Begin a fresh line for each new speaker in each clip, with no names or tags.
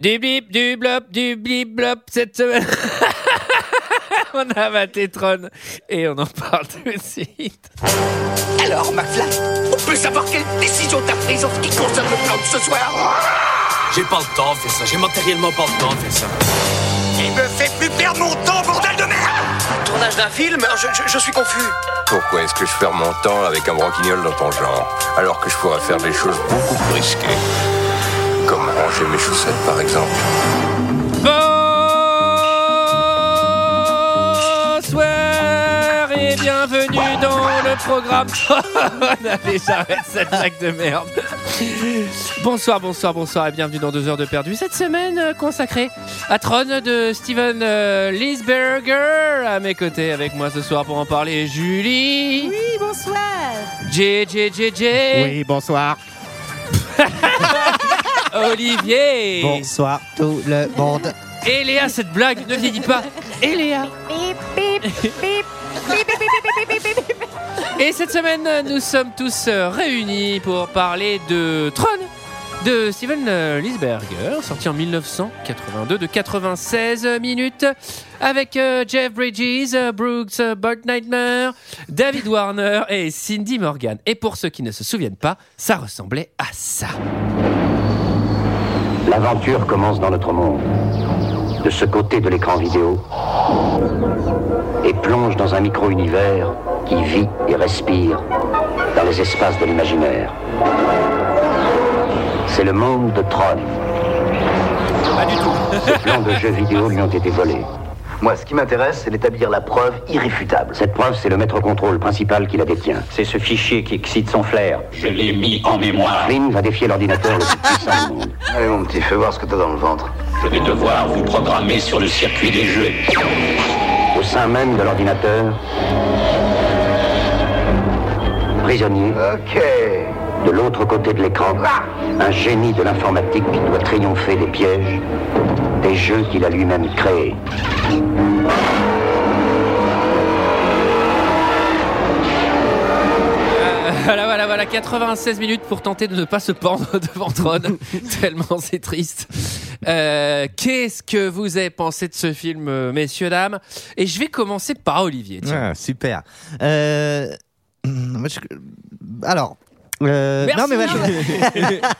Du bip, du blop, du blip, blop, cette semaine. on a maté Tron et on en parle tout de suite.
Alors, McFly, on peut savoir quelle décision t'as prise en ce qui concerne le plan de ce soir
J'ai pas le temps de faire ça, j'ai matériellement pas le temps de faire ça.
Il me fait plus perdre mon temps, bordel de merde
Tournage d'un film je, je- je suis confus.
Pourquoi est-ce que je perds mon temps avec un broquignol dans ton genre Alors que je pourrais faire des choses beaucoup plus risquées. Comme ranger mes chaussettes par exemple.
Bonsoir et bienvenue dans le programme. on a déjà arrêté cette blague de merde. Bonsoir, bonsoir, bonsoir et bienvenue dans 2 heures de perdu. Cette semaine euh, consacrée à Tron de Steven euh, Lisberger. À mes côtés avec moi ce soir pour en parler, Julie.
Oui, bonsoir.
JJJJ.
Oui, bonsoir.
Olivier.
Bonsoir tout le monde.
Et Léa, cette blague, ne vieillit pas. Et Léa.
Bip, bip, bip, bip, bip, bip, bip, bip, bip, bip, bip.
Et cette semaine, nous sommes tous euh, réunis pour parler de Tron de Steven euh, Lisberger, sorti en 1982 de 96 minutes, avec euh, Jeff Bridges, euh, Brooks, euh, Burt Nightmare, David Warner et Cindy Morgan. Et pour ceux qui ne se souviennent pas, ça ressemblait à ça.
L'aventure commence dans notre monde, de ce côté de l'écran vidéo, et plonge dans un micro-univers qui vit et respire dans les espaces de l'imaginaire. C'est le monde de Tron. Ces plans de jeux vidéo lui ont été volés.
Moi, ce qui m'intéresse, c'est d'établir la preuve irréfutable.
Cette preuve, c'est le maître contrôle principal qui la détient.
C'est ce fichier qui excite son flair.
Je l'ai mis en mémoire.
Flynn va défier l'ordinateur le plus puissant du monde.
Allez, mon petit, fais voir ce que t'as dans le ventre.
Je vais devoir vous programmer sur le circuit des jeux.
Au sein même de l'ordinateur, prisonnier,
Ok.
De l'autre côté de l'écran, un génie de l'informatique doit triompher des pièges, des jeux qu'il a lui-même créés.
Voilà, voilà, voilà, 96 minutes pour tenter de ne pas se pendre devant Tron, tellement c'est triste. Euh, Qu'est-ce que vous avez pensé de ce film, euh, messieurs, dames Et je vais commencer par Olivier. tiens.
Ah, super. Euh, moi, je- Alors. euh,
Merci,
non mais voilà.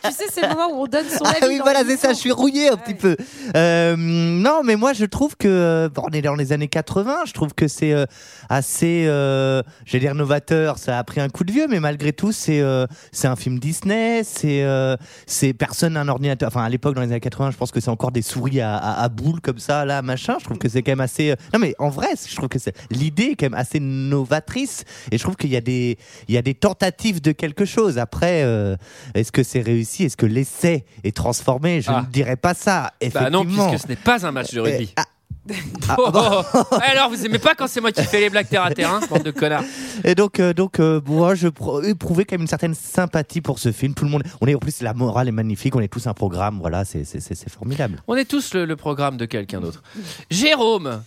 Tu sais, c'est le moment où on donne son
Ah
avis.
oui
dans
voilà c'est
l'émission.
ça je suis rouillé un petit peu. Euh, non mais moi je trouve que euh, bon, on est dans les années 80 je trouve que c'est euh, assez euh, j'allais dire novateur ça a pris un coup de vieux mais malgré tout c'est euh, c'est un film Disney c'est euh, c'est personne n'a un ordinateur enfin à l'époque dans les années 80 je pense que c'est encore des souris à, à, à boules comme ça là machin je trouve que c'est quand même assez euh, non mais en vrai je trouve que c'est l'idée est quand même assez novatrice et je trouve qu'il y a des il y a des tentatives de quelque chose après euh, est-ce que c'est réussi est-ce que l'essai est transformé je
Ah.
ne dirais pas ça
Bah non,
effectivement
puisque ce n'est pas un match de rugby.
Eh, ah,
Oh, oh, oh. Alors, vous aimez pas quand c'est moi qui fais les blagues terre à terre, hein, bande de connards.
Et donc, euh, donc euh, moi, je pro- éprouvais quand même une certaine sympathie pour ce film. Tout le monde, on est en plus, la morale est magnifique. On est tous un programme. Voilà, c'est c'est- c'est- c'est formidable.
On est tous le, le programme de quelqu'un d'autre. Jérôme,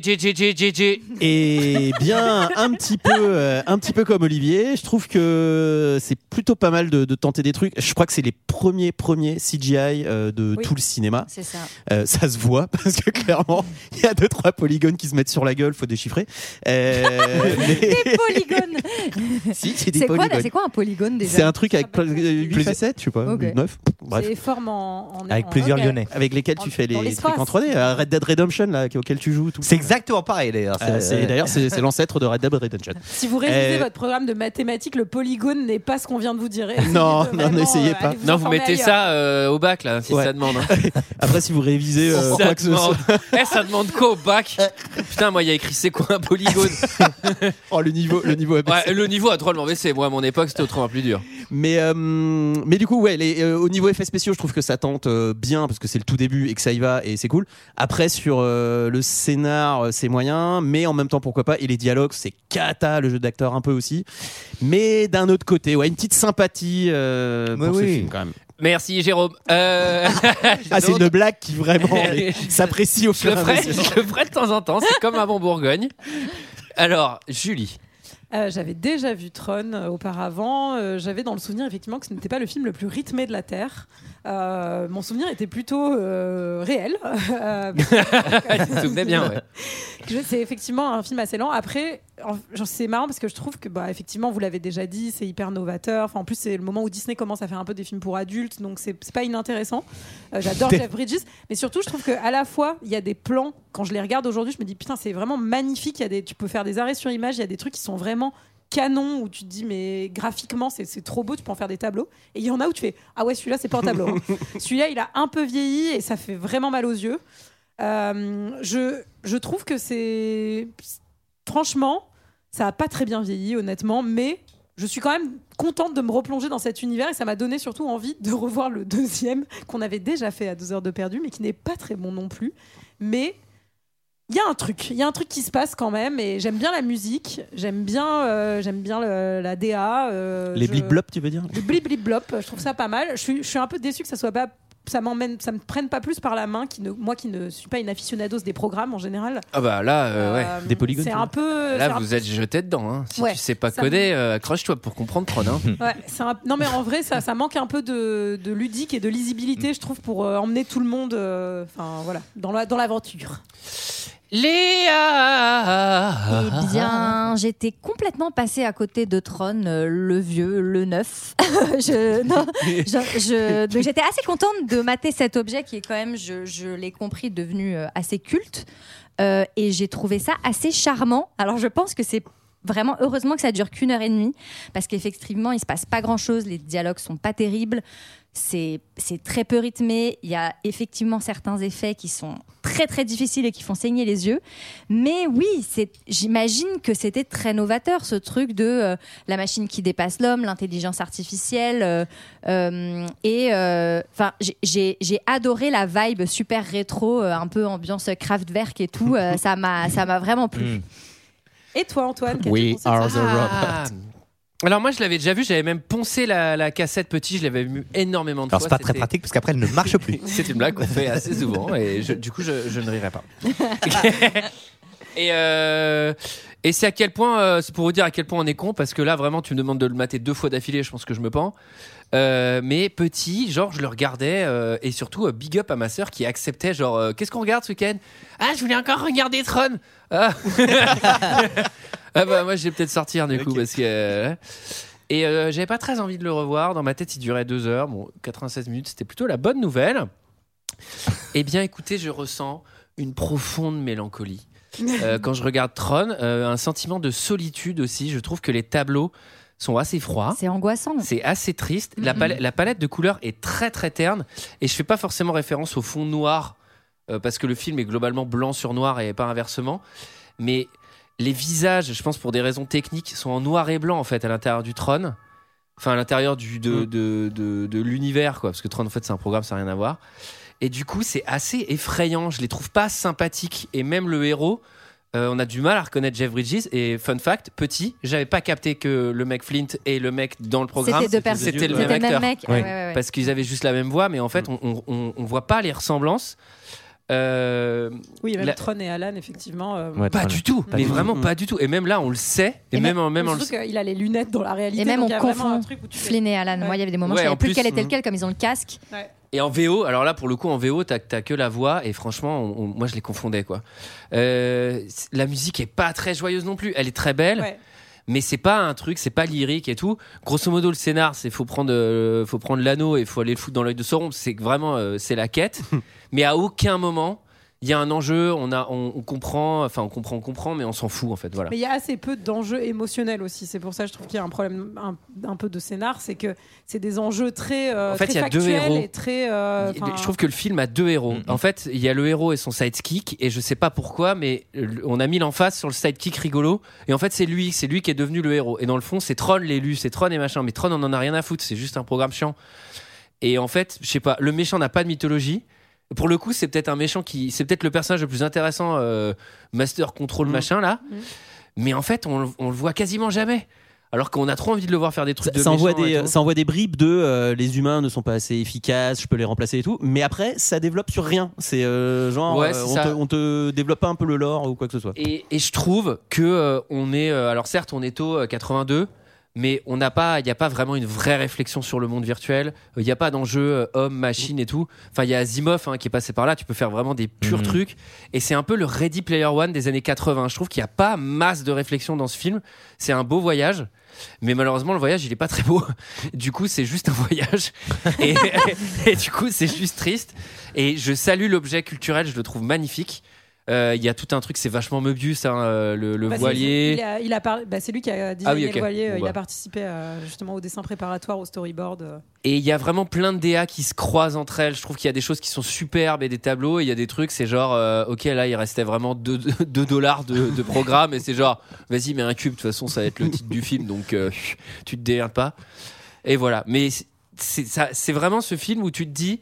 JJJJJJJJ.
Eh bien, un petit peu, euh, un petit peu comme Olivier, je trouve que c'est plutôt pas mal de, de tenter des trucs. Je crois que c'est les premiers, premiers CGI euh, de
Oui.
tout le cinéma.
C'est ça.
Euh, ça se voit parce que clairement, il y a deux trois polygones qui se mettent sur la gueule, faut déchiffrer. Euh, mais-
Des polygones.
si, c'est des
C'est quoi,
polygones.
c'est quoi un polygone déjà
C'est un truc avec
Ah, bah,
8 facettes, je sais pas,
Ok.
huit, neuf, bref.
C'est forme en, en-
Avec
en-
plusieurs
ok.
Lyonnais.
Avec lesquels tu
Dans-
fais
dans
les
l'espace.
trucs en 3D. euh, Red Dead Redemption, là, auquel tu joues. tout.
C'est exactement pareil d'ailleurs. C'est-
Euh, c'est- D'ailleurs, c'est c'est l'ancêtre de Red Dead Redemption.
Si vous révisez
Euh,
votre programme de mathématiques, le polygone n'est pas ce qu'on vient de vous dire. Essayez de
Non, non,
vraiment,
n'essayez
euh,
pas.
aller vous
Non, vous
informer
mettez
ailleurs.
ça euh, au bac, là, si
Ouais.
ça demande. hein.
Après, si vous révisez euh,
ça
quoi que ce soit.
demande. Eh, ça demande quoi au bac
Euh.
Putain, moi, il y a écrit c'est quoi un polygone
Oh, le niveau, le niveau abaissé.
Ouais, le niveau a drôlement baissé. Moi, à mon époque, c'était autrement plus dur.
Mais, euh, mais du coup, ouais, les, euh, au niveau effets spéciaux, je trouve que ça tente euh, bien parce que c'est le tout début et que ça y va et c'est cool. Après, sur euh, le scénar, euh, c'est moyen, mais en même temps, pourquoi pas. Et les dialogues, c'est cata, le jeu d'acteur un peu aussi. Mais d'un autre côté, ouais, une petite sympathie euh,
Mais
pour ce
oui.
film quand même.
Merci, Jérôme. Euh,
Ah, c'est une blague qui vraiment
mais,
s'apprécie au
je,
fur
le
et à
ferai,
mesure.
je le ferai de temps en temps. C'est comme avant Bourgogne. Alors, Julie.
Euh, j'avais déjà vu Tron euh, auparavant. Euh, j'avais dans le souvenir effectivement que ce n'était pas le film le plus rythmé de la Terre. Euh, mon souvenir était plutôt euh, réel. Euh,
tu te souvenais bien, ouais.
Je- C'est effectivement un film assez lent. Après, en- genre, c'est marrant parce que je trouve que, bah, effectivement, vous l'avez déjà dit, c'est hyper novateur. Enfin, en plus, c'est le moment où Disney commence à faire un peu des films pour adultes, donc c'est c'est pas inintéressant. Euh, J'adore Jeff Bridges, mais surtout, je trouve qu'à la fois, il y a des plans. Quand je les regarde aujourd'hui, je me dis putain, c'est vraiment magnifique. Il y a des, tu peux faire des arrêts sur image. Il y a des trucs qui sont vraiment canon où tu te dis mais graphiquement c'est- c'est trop beau tu peux en faire des tableaux et il y en a où tu fais ah ouais celui-là c'est pas un tableau hein. celui-là il a un peu vieilli et ça fait vraiment mal aux yeux Euh, je, je trouve que c'est franchement ça a pas très bien vieilli honnêtement mais je suis quand même contente de me replonger dans cet univers et ça m'a donné surtout envie de revoir le deuxième qu'on avait déjà fait à 2 heures de perdu mais qui n'est pas très bon non plus mais il y a un truc, il y a un truc qui se passe quand même, et j'aime bien la musique, j'aime bien, euh, j'aime bien le- la DA. euh,
Les
je-
blip blop, tu veux dire
les blip blip blop, je trouve ça pas mal. Je suis, je suis un peu déçu que ça soit pas, ça m'emmène, ça me prenne pas plus par la main, qui ne, moi qui ne suis pas une aficionados des programmes en général.
Ah bah là, euh, ouais.
Euh, C'est un peu. c'est
Là,
un-
vous êtes jeté dedans. hein. Si
Ouais,
tu sais pas
ça
coder, euh, accroche-toi pour comprendre Tron. hein.
Ouais, c'est un- Non mais en vrai, ça, ça manque un peu de, de ludique et de lisibilité, je trouve, pour euh, emmener tout le monde, euh, enfin voilà, dans la- dans l'aventure.
Léa
Eh bien, j'étais complètement passée à côté de Tron, euh, le vieux, le neuf. je, non, je- je- donc j'étais assez contente de mater cet objet qui est quand même, je, je l'ai compris, devenu euh, assez culte. Euh, et j'ai trouvé ça assez charmant. Alors je pense que c'est vraiment heureusement que ça dure qu'une heure et demie parce qu'effectivement il se passe pas grand chose, les dialogues sont pas terribles, c'est c'est très peu rythmé, il y a Ah, effectivement certains effets qui sont très très difficiles et qui font saigner les yeux, mais oui c'est j'imagine que c'était très novateur ce truc de euh, la machine qui dépasse l'homme, l'intelligence artificielle euh, euh, et enfin j'ai j'ai adoré la vibe super rétro, euh, un peu ambiance Kraftwerk et tout, euh, ça m'a ça m'a vraiment plu.
Hmm.
Et toi, Antoine
We are the
Ah.
robot.
Alors moi, je l'avais déjà vu. J'avais même poncé la, la cassette petit. Je l'avais vu énormément de
Alors, c'est
fois.
pas très
C'était-
pratique parce qu'après, elle ne marche plus.
C'est une blague qu'on fait assez souvent et je- du coup je, je ne rirai pas. et euh, et c'est à quel point, euh, c'est pour vous dire à quel point on est con parce que là vraiment tu me demandes de le mater deux fois d'affilée, je pense que je me pends. Euh, mais petit, genre je le regardais euh, et surtout euh, big up à ma sœur qui acceptait genre euh, qu'est-ce qu'on regarde ce week-end Ah je voulais encore regarder Tron. Ah, Ah bah moi j'ai peut-être sortir du coup parce que. euh, et euh, j'avais pas très envie de le revoir. Dans ma tête, il durait deux heures. Bon, 96 minutes, c'était plutôt la bonne nouvelle. eh bien, écoutez, je ressens une profonde mélancolie. Euh, quand je regarde Tron, euh, un sentiment de solitude aussi. Je trouve que les tableaux sont assez froids.
C'est angoissant.
C'est assez triste. La,
Mhm.
palette, la palette de couleurs est très très terne. Et je fais pas forcément référence au fond noir, euh, parce que le film est globalement blanc sur noir et pas inversement. Mais les visages, je pense pour des raisons techniques, sont en noir et blanc en fait à l'intérieur du trône. Enfin, à l'intérieur du, de, de, de- de l'univers, quoi. Parce que Tron, en fait, c'est un programme, ça n'a rien à voir. Et du coup, c'est assez effrayant. Je les trouve pas sympathiques. Et même le héros, euh, on a du mal à reconnaître Jeff Bridges. Et fun fact, petit, j'avais pas capté que le mec Flint et le mec dans le programme,
C'était deux personnes.
c'était le
C'était
même
le même
acteur.
mec. Ouais, ouais, ouais, ouais.
Parce qu'ils avaient juste la même voix, mais en fait, on, on, on- on voit pas les ressemblances. Euh,
Oui, même
la-
Tron et Alan, effectivement. euh,
Pas
Bah,
du tout, mais vraiment pas du tout. Et même là, on le sait. Et, même, même, en le
Surtout qu'il a les lunettes dans la réalité.
Et même
donc
on
il y a vraiment un
confond
truc où tu fais-
Flynn et Alan. Moi, il y avait des moments,
Ouais,
je savais
en
plus
plus,
quel était
mhm.
lequel, comme ils ont le casque.
Ouais.
Et en VO, alors là pour le coup en VO, t'as t'as que la voix et franchement, on- on- moi je les confondais quoi. Euh, c- la musique est pas très joyeuse non plus, elle est très belle,
Ouais.
mais c'est pas un truc, c'est pas lyrique et tout. Grosso modo, le scénar, c'est faut prendre, euh, faut prendre l'anneau et faut aller le foutre dans l'œil de Sauron. C'est que vraiment, euh, c'est la quête, mais à aucun moment il y a un enjeu, on a, on, on comprend, enfin on comprend, on comprend, mais on s'en fout en fait, voilà.
Mais il y a assez peu d'enjeux émotionnels aussi. C'est pour ça que je trouve qu'il y a un problème un, un peu de scénar, c'est que c'est des enjeux très, euh,
En fait,
très
il y a deux
factuels
héros.
et très. euh,
Il-
enfin,
Je trouve que le film a deux
Mm,
héros. En fait, il y a le héros et son sidekick, et je sais pas pourquoi, mais le- on a mis l'emphase sur le sidekick rigolo, et en fait, c'est lui, c'est lui qui est devenu le héros. Et dans le fond, c'est Tron l'élu, c'est Tron et machin, mais Tron, on en a rien à foutre, c'est juste un programme chiant. Et en fait, je sais pas, le méchant n'a pas de mythologie. Pour le coup, c'est peut-être un méchant qui. C'est peut-être le personnage le plus
Mm.
intéressant, euh, Master Control machin là. Mais en fait, on, le- on le voit quasiment jamais. alors qu'on a trop envie de le voir faire des trucs de
ça envoie,
méchants et
des, euh,
tout.
ça envoie des bribes de euh, les humains ne sont pas assez efficaces, je peux les remplacer et tout. Mais après, ça développe sur rien. C'est euh, genre,
Ouais,
euh,
c'est
on,
ça.
te, on te développe pas un peu le lore ou quoi que ce soit.
Et, et je trouve que euh, on est euh, alors certes on est au euh, 82 mais on n'a pas il n'y a pas vraiment une vraie réflexion sur le monde virtuel Euh, il n'y a pas d'enjeu euh, homme machine et tout enfin il y a Asimov hein, qui est passé par là tu peux faire vraiment des purs
Mhm.
trucs et c'est un peu le Ready Player One des années 80 je trouve qu'il n'y a pas masse de réflexion dans ce film c'est un beau voyage mais malheureusement le voyage il est pas très beau du coup c'est juste un voyage et, et du coup c'est juste triste et je salue l'objet culturel je le trouve magnifique Euh, il y a tout un truc c'est vachement Möbius hein, euh, le, le
Bah, c'est-
voilier
il a- il a par- bah, C'est lui qui a designé
oui, ok.
le voilier. euh,
Bon,
Il
bah.
a participé euh, justement au dessin préparatoire, au storyboard. euh.
Et il y a vraiment plein de DA qui se croisent entre elles. Je trouve qu'il y a des choses qui sont superbes et des tableaux. Et il y a des trucs, c'est genre, euh, ok, là, il restait vraiment 2 dollars de, de programme. Et c'est genre, vas-y, mets un cube. De toute façon, ça va être le titre du film. Donc, euh, tu te démerdes pas. Et voilà. Mais c'est- c'est ça- c'est vraiment ce film où tu te dis,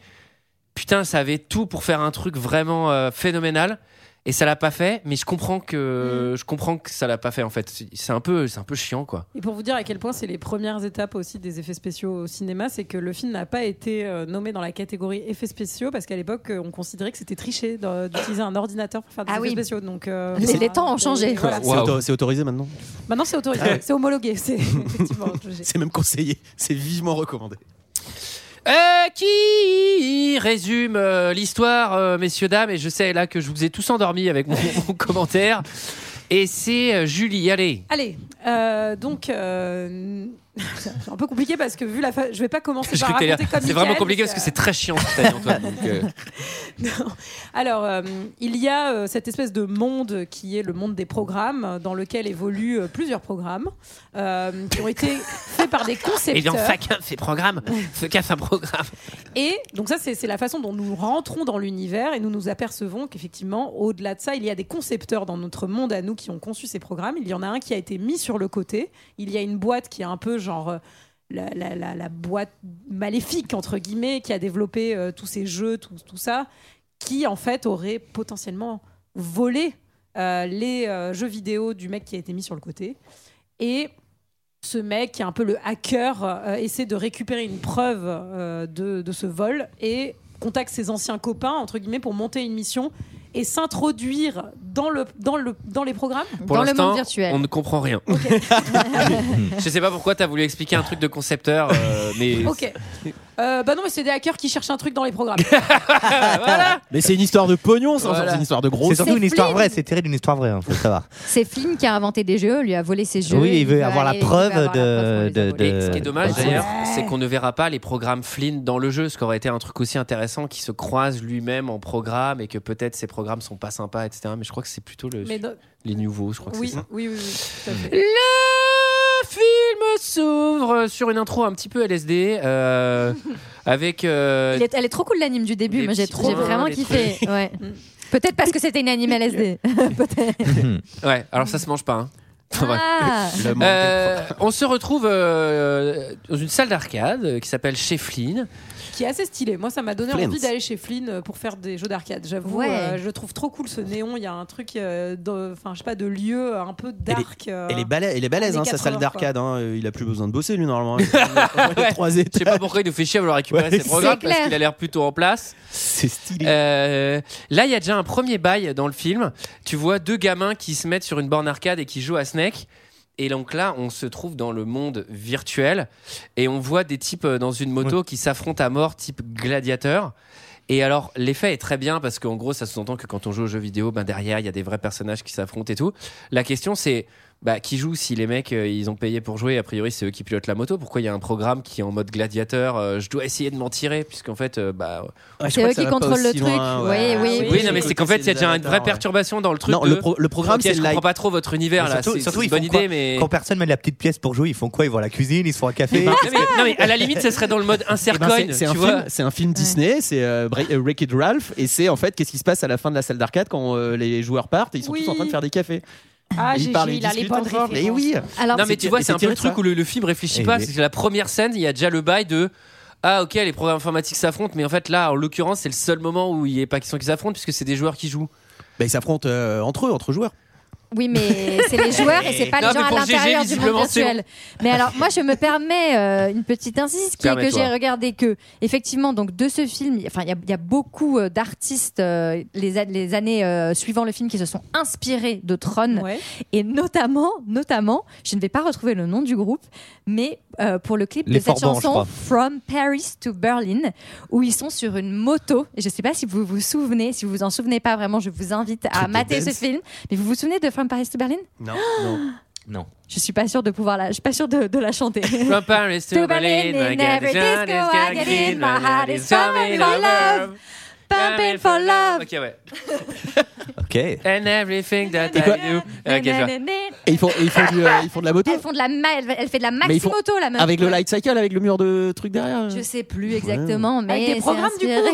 putain, ça avait tout pour faire un truc vraiment euh, phénoménal. Et ça l'a pas fait. Mais je comprends que, je comprends que ça l'a pas fait, en fait. C'est- C'est un, peu- c'est un peu chiant, quoi.
Et pour vous dire à quel point c'est les premières étapes aussi des effets spéciaux au cinéma, c'est que le film n'a pas été euh, nommé dans la catégorie effets spéciaux parce qu'à l'époque, euh, on considérait que c'était triché d'en- d'utiliser un ordinateur pour faire des
Ah
effets
oui.
spéciaux. Donc, euh,
Les-
voilà.
les temps ont changé.
Et voilà.
C'est auto- c'est autorisé maintenant.
Maintenant, c'est autorisé,
Ah ouais.
c'est homologué. C'est effectivement.
C'est même conseillé. C'est vivement recommandé.
Euh, qui résume euh, l'histoire, euh, messieurs, dames, et je sais là que je vous ai tous endormis avec mon, mon commentaire. Et c'est euh, Julie, allez.
Allez, euh, donc euh, c'est un peu compliqué parce que vu la, fa... je vais pas commencer
Je
par
crois que t'allais
raconter
dire,
comme euh,
C'est vraiment
Michael,
compliqué parce que c'est très chiant ce que t'as dit, Antoine. Donc, euh,
Non. Alors, euh, il y a euh, cette espèce de monde qui est le monde des programmes, euh, dans lequel évoluent euh, plusieurs programmes euh, qui ont été faits par des
Et Eh bien,
concepteurs.
chacun fait programme, se casse un programme.
Et donc ça, c'est c'est la façon dont nous rentrons dans l'univers et nous nous apercevons qu'effectivement, au-delà de ça, il y a des concepteurs dans notre monde à nous qui ont conçu ces programmes. Il y en a un qui a été mis sur le côté. Il y a une boîte qui est un peu genre... euh, La, la- la- la boîte maléfique, entre guillemets, qui a développé euh, tous ces jeux, tout, tout ça, qui en fait aurait potentiellement volé euh, les euh, jeux vidéo du mec qui a été mis sur le côté. Et ce mec qui est un peu le hacker euh, essaie de récupérer une preuve euh, de, de ce vol et contacte ses anciens copains entre guillemets pour monter une mission et s'introduire dans le dans le dans les programmes
Pour l'instant, on ne comprend rien. je sais pas pourquoi t'as voulu expliquer un truc de concepteur, euh, mais.
ok Euh, bah non mais c'est des hackers qui cherchent un truc dans les programmes
Mais c'est une histoire de pognon, ça,
Voilà.
c'est une histoire de gros.
C'est surtout
C'est
une histoire
Flynn.
vraie, c'est tiré d'une histoire vraie, hein, faut le savoir.
C'est Flynn qui a inventé des jeux, lui a volé ses jeux.
oui, il veut avoir
aller- il
la
veut
preuve
avoir la
de, de,
Et
de-
ce qui est dommage
de-
d'ailleurs, c'est qu'on ne verra pas les programmes Flynn dans le jeu, ce qui aurait été un truc aussi intéressant qui se croise lui-même en programme et que peut-être ces programmes sont pas sympas, etc. Mais je crois que c'est plutôt le,
mais non-
les nouveaux, je crois que
oui,
c'est ça.
oui oui oui tout à fait.
Euh,
Le film s'ouvre sur une intro un petit peu LSD euh, avec. euh,
Il est- elle est trop cool l'anime du début,
Des
moi j'ai
petits
trop- j'ai
points,
vraiment
des
kiffé. Ouais.
Mm.
Peut-être parce que c'était une anime LSD. Peut-être.
Ouais, alors ça se mange pas. hein. Enfin, bref.
Ah.
Euh, on se retrouve euh, dans une salle d'arcade euh, qui s'appelle chez Flynn.
qui est assez stylé. Moi, ça m'a donné
Flint.
envie d'aller chez Flynn euh, pour faire des jeux d'arcade. J'avoue,
Ouais.
euh, je le trouve trop cool ce néon. Il y a un truc, euh, de- enfin, je sais pas, de lieu un peu dark. euh,
Elle est balèze,
Ah,
elle est balèze,
années
hein, sa
80,
salle d'arcade. hein. Euh, Il a plus besoin de bosser, lui, normalement.
Ouais.
Trois
Je sais pas pourquoi il nous fait chier à vouloir récupérer
Ouais,
ses
c'est
programmes
clair.
parce qu'il a l'air plutôt en place.
C'est stylé.
Euh, là, il y a déjà un premier bail dans le film. Tu vois deux gamins qui se mettent sur une borne arcade et qui jouent à Snake. Et donc là, on se trouve dans le monde virtuel et on voit des types euh, dans une moto qui s'affrontent à mort, type gladiateur. Et alors, l'effet est très bien parce qu'en gros, ça sous-entend que quand on joue aux jeux vidéo, ben derrière, il y a des vrais personnages qui s'affrontent et tout. La question, c'est bah, qui joue Si les mecs, euh, ils ont payé pour jouer, a priori, c'est eux qui pilotent la moto. Pourquoi il y a un programme qui est en mode gladiateur euh, Je dois essayer de m'en tirer, puisqu'en fait, euh, bah.
Ouais, je
C'est
crois
eux
que ça
qui
va pas
contrôlent le
aussi
truc.
loin,
Oui, oui,
Oui, non, mais c'est qu'en fait, il y a déjà une vraie perturbation dans le truc.
Non,
de-
le, pro- le programme,
Ok,
c'est
je
live.
comprends pas trop votre univers là.
surtout,
C'est- c'est
surtout,
une
ils font
bonne
quoi
idée, mais.
Quand personne met la petite pièce pour jouer, ils font quoi Ils vont à la cuisine, ils se font un café.
Non, mais, non, mais à la limite, ça serait dans le mode insert
Eh ben,
coin,
c'est- c'est un
tu vois.
film- c'est un, film Disney, c'est euh, Bra- euh, Wreck-It Ralph, et c'est en fait qu'est-ce qui se passe à la fin de la salle d'arcade quand euh, les joueurs partent et ils sont
Oui.
tous en train de faire des cafés.
Ah,
Et
j'ai
ils parlent,
il
ils
a les
discutent
bonnes
ensemble.
références.
Et oui.
Alors,
non, mais
c'est
tu
tiré-
vois,
c'est
c'est un peu
tiré
le
de
truc
ça. Eh,
où le, le film réfléchit
Et
pas.
oui.
C'est que la première scène, il y a déjà le bail de. Ah, ok, les programmes informatiques s'affrontent, mais en fait, là, en l'occurrence, c'est le seul moment où il n'y a pas question qu'ils s'affrontent, puisque c'est des joueurs qui jouent.
Bah, ils s'affrontent euh, entre eux, entre joueurs.
Oui, mais c'est les joueurs et c'est pas
Non,
les gens
mais
Ah, à
pour GG,
l'intérieur du monde
visiblement, c'est
virtuel. Mais alors, moi, je me permets euh, une petite insiste qui est que
Permets-toi.
j'ai regardé que, effectivement, donc de ce film, enfin, il y a- il y, a beaucoup euh, d'artistes euh, les, a- les années euh, suivant le film qui se sont inspirés de Tron, et notamment, notamment, je ne vais pas retrouver le nom du groupe, mais euh, pour le clip de
Les
cette
Forbans, je
chanson
crois.
From Paris to Berlin, où ils sont sur une moto. Et je ne sais pas si vous vous souvenez, si vous vous en souvenez pas vraiment, je vous invite à
de
Ah, mater ce
dance.
film. Mais vous vous souvenez de From Paris to Berlin
Non, non.
Non.
Je suis pas sûre de pouvoir la, je suis pas sûre de, de la chanter.
From Paris to
To
Berlin,
Berlin,
I
in
got
every
this one,
disco,
it's
I
got
get
this
in,
one,
my heart
it's
is pumping for love, pumping for love.
Ok, ouais.
Ok.
And everything that I
quoi
do. Ok, je vois.
Et ils font, et ils font, du, euh, ils font de la moto
Elles font de la, ma- elle, elle fait de la
Mais ils font-
maximoto la meuf.
Avec le light cycle, avec le mur de trucs derrière
Je sais plus exactement, mais
Avec des
c'est
programmes du
inspiré.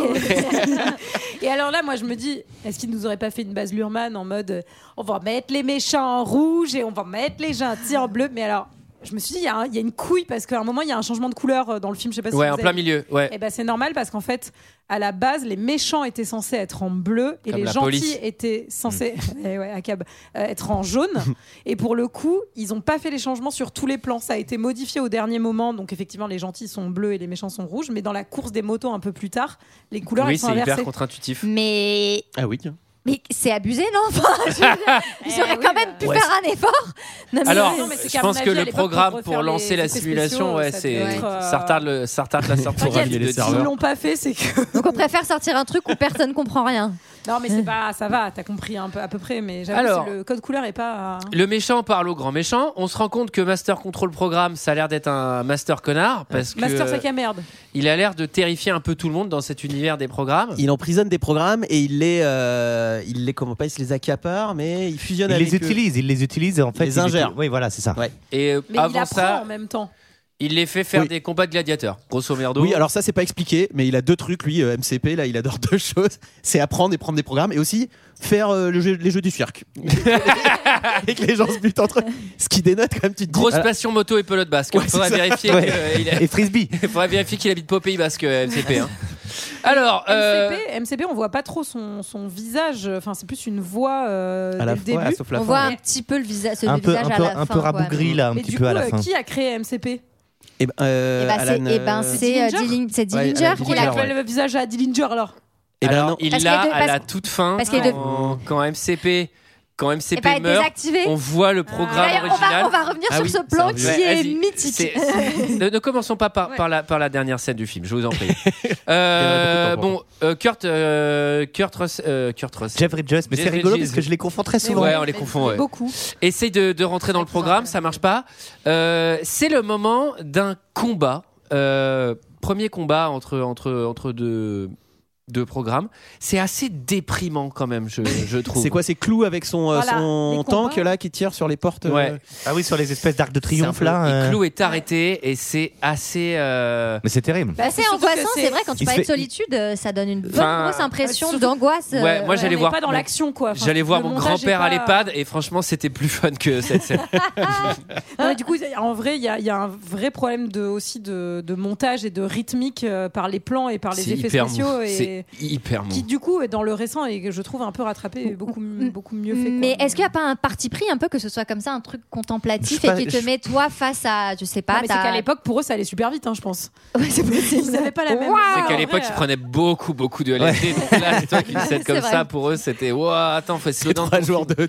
coup. Et alors là, moi, je me dis, est-ce qu'ils nous auraient pas fait une base Lurman en mode, euh, on va mettre les méchants en rouge et on va mettre les gentils en bleu. Mais alors, je me suis dit, il y, a un- il y a une couille parce qu'à un moment, il y a un changement de couleur euh, dans le film. Je sais pas si
Ouais,
vous
en
avez
plein
vu.
milieu, ouais.
Et ben c'est normal parce qu'en fait, à la base, les méchants étaient censés être en bleu et
Comme
les
la
gentils
police. Hmm.
étaient censés, Eh ouais, à cab, euh, être en jaune. et pour le coup, ils ont pas fait les changements sur tous les plans. Ça a été modifié au dernier moment. Donc effectivement, les gentils sont bleus et les méchants sont rouges. Mais dans la course des motos un peu plus tard, les couleurs
Oui,
elles sont
c'est
inversées.
hyper contre-intuitif.
mais
Ah oui, tiens.
mais c'est abusé, non Enfin, je veux dire, Ils
Eh
auraient quand même pu
Ouais.
faire un effort. Non, mais-
Alors,
non, mais c'est
je
qu'à
pense
mon
que
avis, à
le
l'époque,
programme
pour
pour
refaire
lancer
les
la
effets
simulation,
spéciaux,
ouais,
ça
c'est
devait être, euh,
ça retarde le- ça retarde la sortie
Pour
de
raviver les
de
Ils
serveurs.
l'ont pas fait, c'est que
donc on préfère sortir un truc où personne comprend rien.
non mais c'est pas ça va, t'as compris un peu à peu près, mais j'avoue
Alors.
que le code couleur est pas. euh,
Le méchant parle au grand méchant. On se rend compte que Master Control Programme, ça a l'air d'être un master connard parce que
Master
euh,
sac à merde.
il a l'air de terrifier un peu tout le monde dans cet univers des programmes.
Il emprisonne des programmes et il les, euh, il les comment pas, il se les accapare, mais il fusionne
Ils
avec euh,
les
eux.
utilisent, ils les utilisent en fait.
les
ils
ingèrent.
utilisent- Oui, voilà, c'est ça.
Ouais.
Et euh,
Mais il
avant
apprend
ça,
en même temps.
il les fait faire
Oui.
des combats de gladiateurs. Grosso merdo.
Oui, alors ça c'est pas expliqué, mais il a deux trucs lui, euh, MCP là, il adore deux choses, c'est apprendre et prendre des programmes et aussi faire euh, le jeu- les jeux du cirque. et que les gens se butent entre eux. Ce qui dénote quand même, tu te dis,
Grosse
voilà.
passion moto et pelote basque.
Ouais,
Il faudrait
c'est ça.
vérifier
Ouais.
que, euh, il a-
Et frisbee.
faudrait vérifier qu'il habite pas au Pays Basque, euh, MCP. hein. Alors, euh,
MCP, MCP, on voit pas trop son, son visage. Enfin, c'est plus une voix euh,
à la
dès le
fois,
début.
sauf la
On
fin.
voit un petit peu le visage, ce
Un peu,
visage
un
à
peu,
la
un
fin,
peu
quoi.
rabougri là, un
Mais
petit
du
peu
coup,
à la
euh,
fin.
qui a créé MCP
Et ben, euh,
Eh ben, c'est-
Alan,
eh ben,
euh,
c'est euh,
Dillinger
Dilling- c'est
Ouais,
Dillinger,
Alan
qui l'a
Dillinger,
créé.
ouais.
Quel visage à Dillinger alors
eh ben,
alors
non.
il
Parce
l'a
qu'il est de-
à la
parce-
toute fin
parce Eh qu'il est de-
quand, quand MCP quand
Et
MCP
pas être
meurt,
désactivé.
on voit le programme
D'ailleurs, on
original.
va, on va revenir
Ah
sur
oui,
ce
ça
plan
revient.
qui
Ouais,
est
vas-y.
mythique.
C'est- c'est- ne, ne commençons pas par, par, la, par la dernière scène du film, je vous en prie. Euh,
Il y en a beaucoup de temps,
bon, euh, Kurt, euh, Kurt, Russ- euh, Kurt Russ-
Jeff Bridges, mais c'est
Jeff
rigolo
Bridges.
parce que je les confonds très souvent.
Ouais, on les confond. ouais.
Beaucoup.
Essaye de, de rentrer dans le programme, ça marche pas. Euh, c'est le moment d'un combat. Euh, premier combat entre, entre, entre deux, deux programmes. C'est assez déprimant quand même, je, je trouve.
C'est quoi C'est Clou avec son, euh,
Voilà,
son
les
tank
combats.
là qui tire sur les portes euh,
Ouais.
Ah oui, sur les espèces d'arcs de
C'est un
triomphe
peu-
là.
Et
euh,
Clou est arrêté et c'est assez. euh,
Mais c'est terrible.
Bah, c'est
Surtout que
angoissant,
c'est-
c'est vrai, quand tu
Il se
parles de
fait-
solitude, euh, ça donne une bonne
Enfin,
grosse impression
surtout-
d'angoisse. euh,
Ouais, moi,
On
j'allais
n'est
voir-
pas dans
mon-
l'action quoi. Enfin,
J'allais voir
le
mon
montage est
grand-père à
pas-
l'EHPAD et franchement, c'était plus fun que cette scène.
Non, mais du coup, en vrai, il y, a- il y a un vrai problème de, aussi de, de montage et de rythmique euh, par les plans et par les
C'est
effets
hyper
spéciaux
mou.
et
C'est hyper mou.
qui du coup est dans le récent et que je trouve un peu rattrapé et beaucoup beaucoup mieux fait. quoi.
Mais est-ce qu'il n'y a pas un parti pris un peu que ce soit comme ça, un truc contemplatif
Je sais
et qui
pas,
te
je-
met toi face à, je sais
Non,
pas,
mais c'est
t'as-
qu'à l'époque pour eux ça allait super vite hein, je pense.
Ouais, c'est possible.
Ils n'avaient pas la même.
C'est qu'à
Ouais,
l'époque,
ouais.
ils prenaient beaucoup, beaucoup de LSD. Donc là, toi qui
C'est
scène comme
vrai.
ça, pour eux, c'était Ouah, attends, fais slow down.
Trois joueurs de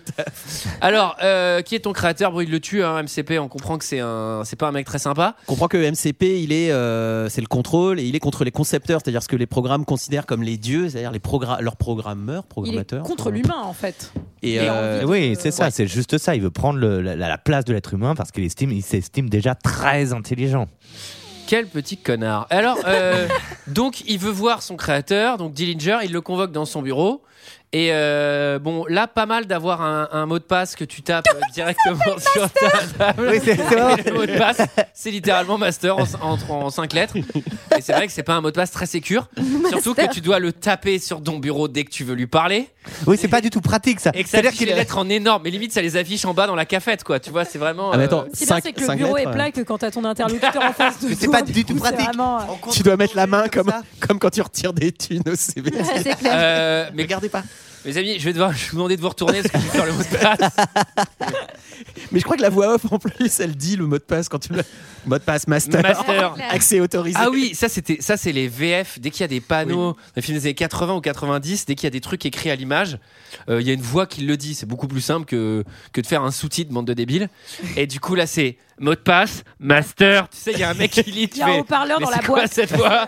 Alors, euh, qui est ton créateur Bon, il le tue, hein, MCP. On comprend que c'est un, c'est pas un mec très sympa.
On comprend que MCP, il est, euh, c'est le contrôle et il est contre les concepteurs, c'est-à-dire ce que les programmes considèrent comme les dieux, c'est-à-dire les progra- leurs programmeurs,
Il est
programmateurs.
contre l'humain en fait.
Et,
Et
euh,
envie.
Et Oui, c'est ça, c'est juste ça. Il veut prendre le- la, la place de l'être humain parce qu'il estime, il s'estime déjà très intelligent.
Quel petit connard. Alors, euh, donc, il veut voir son créateur, donc Dillinger. Il le convoque dans son bureau. Et euh, bon, là, pas mal d'avoir un, un mot de passe que tu tapes directement sur ta table.
Oui, c'est- c'est vrai.
Et le mot de passe, c'est littéralement master en, en, en cinq lettres. Et c'est vrai que c'est pas un mot de passe très sécure. Surtout que tu dois le taper sur ton bureau dès que tu veux lui parler.
Oui, c'est pas du tout pratique ça.
Et que ça affiche
qu'il
les lettres en énorme. Mais limite, ça les affiche en bas dans la cafette, quoi. Tu vois, c'est vraiment.
Ah, mais
euh,
attends,
Si bien
cinq-
c'est que le
cinq
bureau
lettres,
euh,
est plat et que quand t'as ton interlocuteur en face de
Mais
toi,
c'est pas du tout
coup, c'est
pratique.
vraiment, euh,
Tu dois mettre la main comme, comme quand tu retires des thunes au CV.
Ouais, c'est clair.
euh, mais
Regardez pas.
Mes amis, je vais devoir, je vais vous demander de vous retourner parce que je vais faire le mot de passe.
Mais je crois que la voix off en plus, elle dit le mot de passe quand tu le mot de passe master,
Master.
accès autorisé.
Ah oui, ça c'était, ça c'est les VF. Dès qu'il y a des panneaux, dans les films des années 80 ou 90, dès qu'il y a des trucs écrits à l'image, euh, il y a une voix qui le dit. C'est beaucoup plus simple que, que de faire un sous-titre bande de débiles. Et du coup là c'est mot de passe master. Tu sais, il y a un mec qui lit. tu
Il y a un
fais,
haut-parleur
mais
dans la
c'est quoi
boîte.
cette voix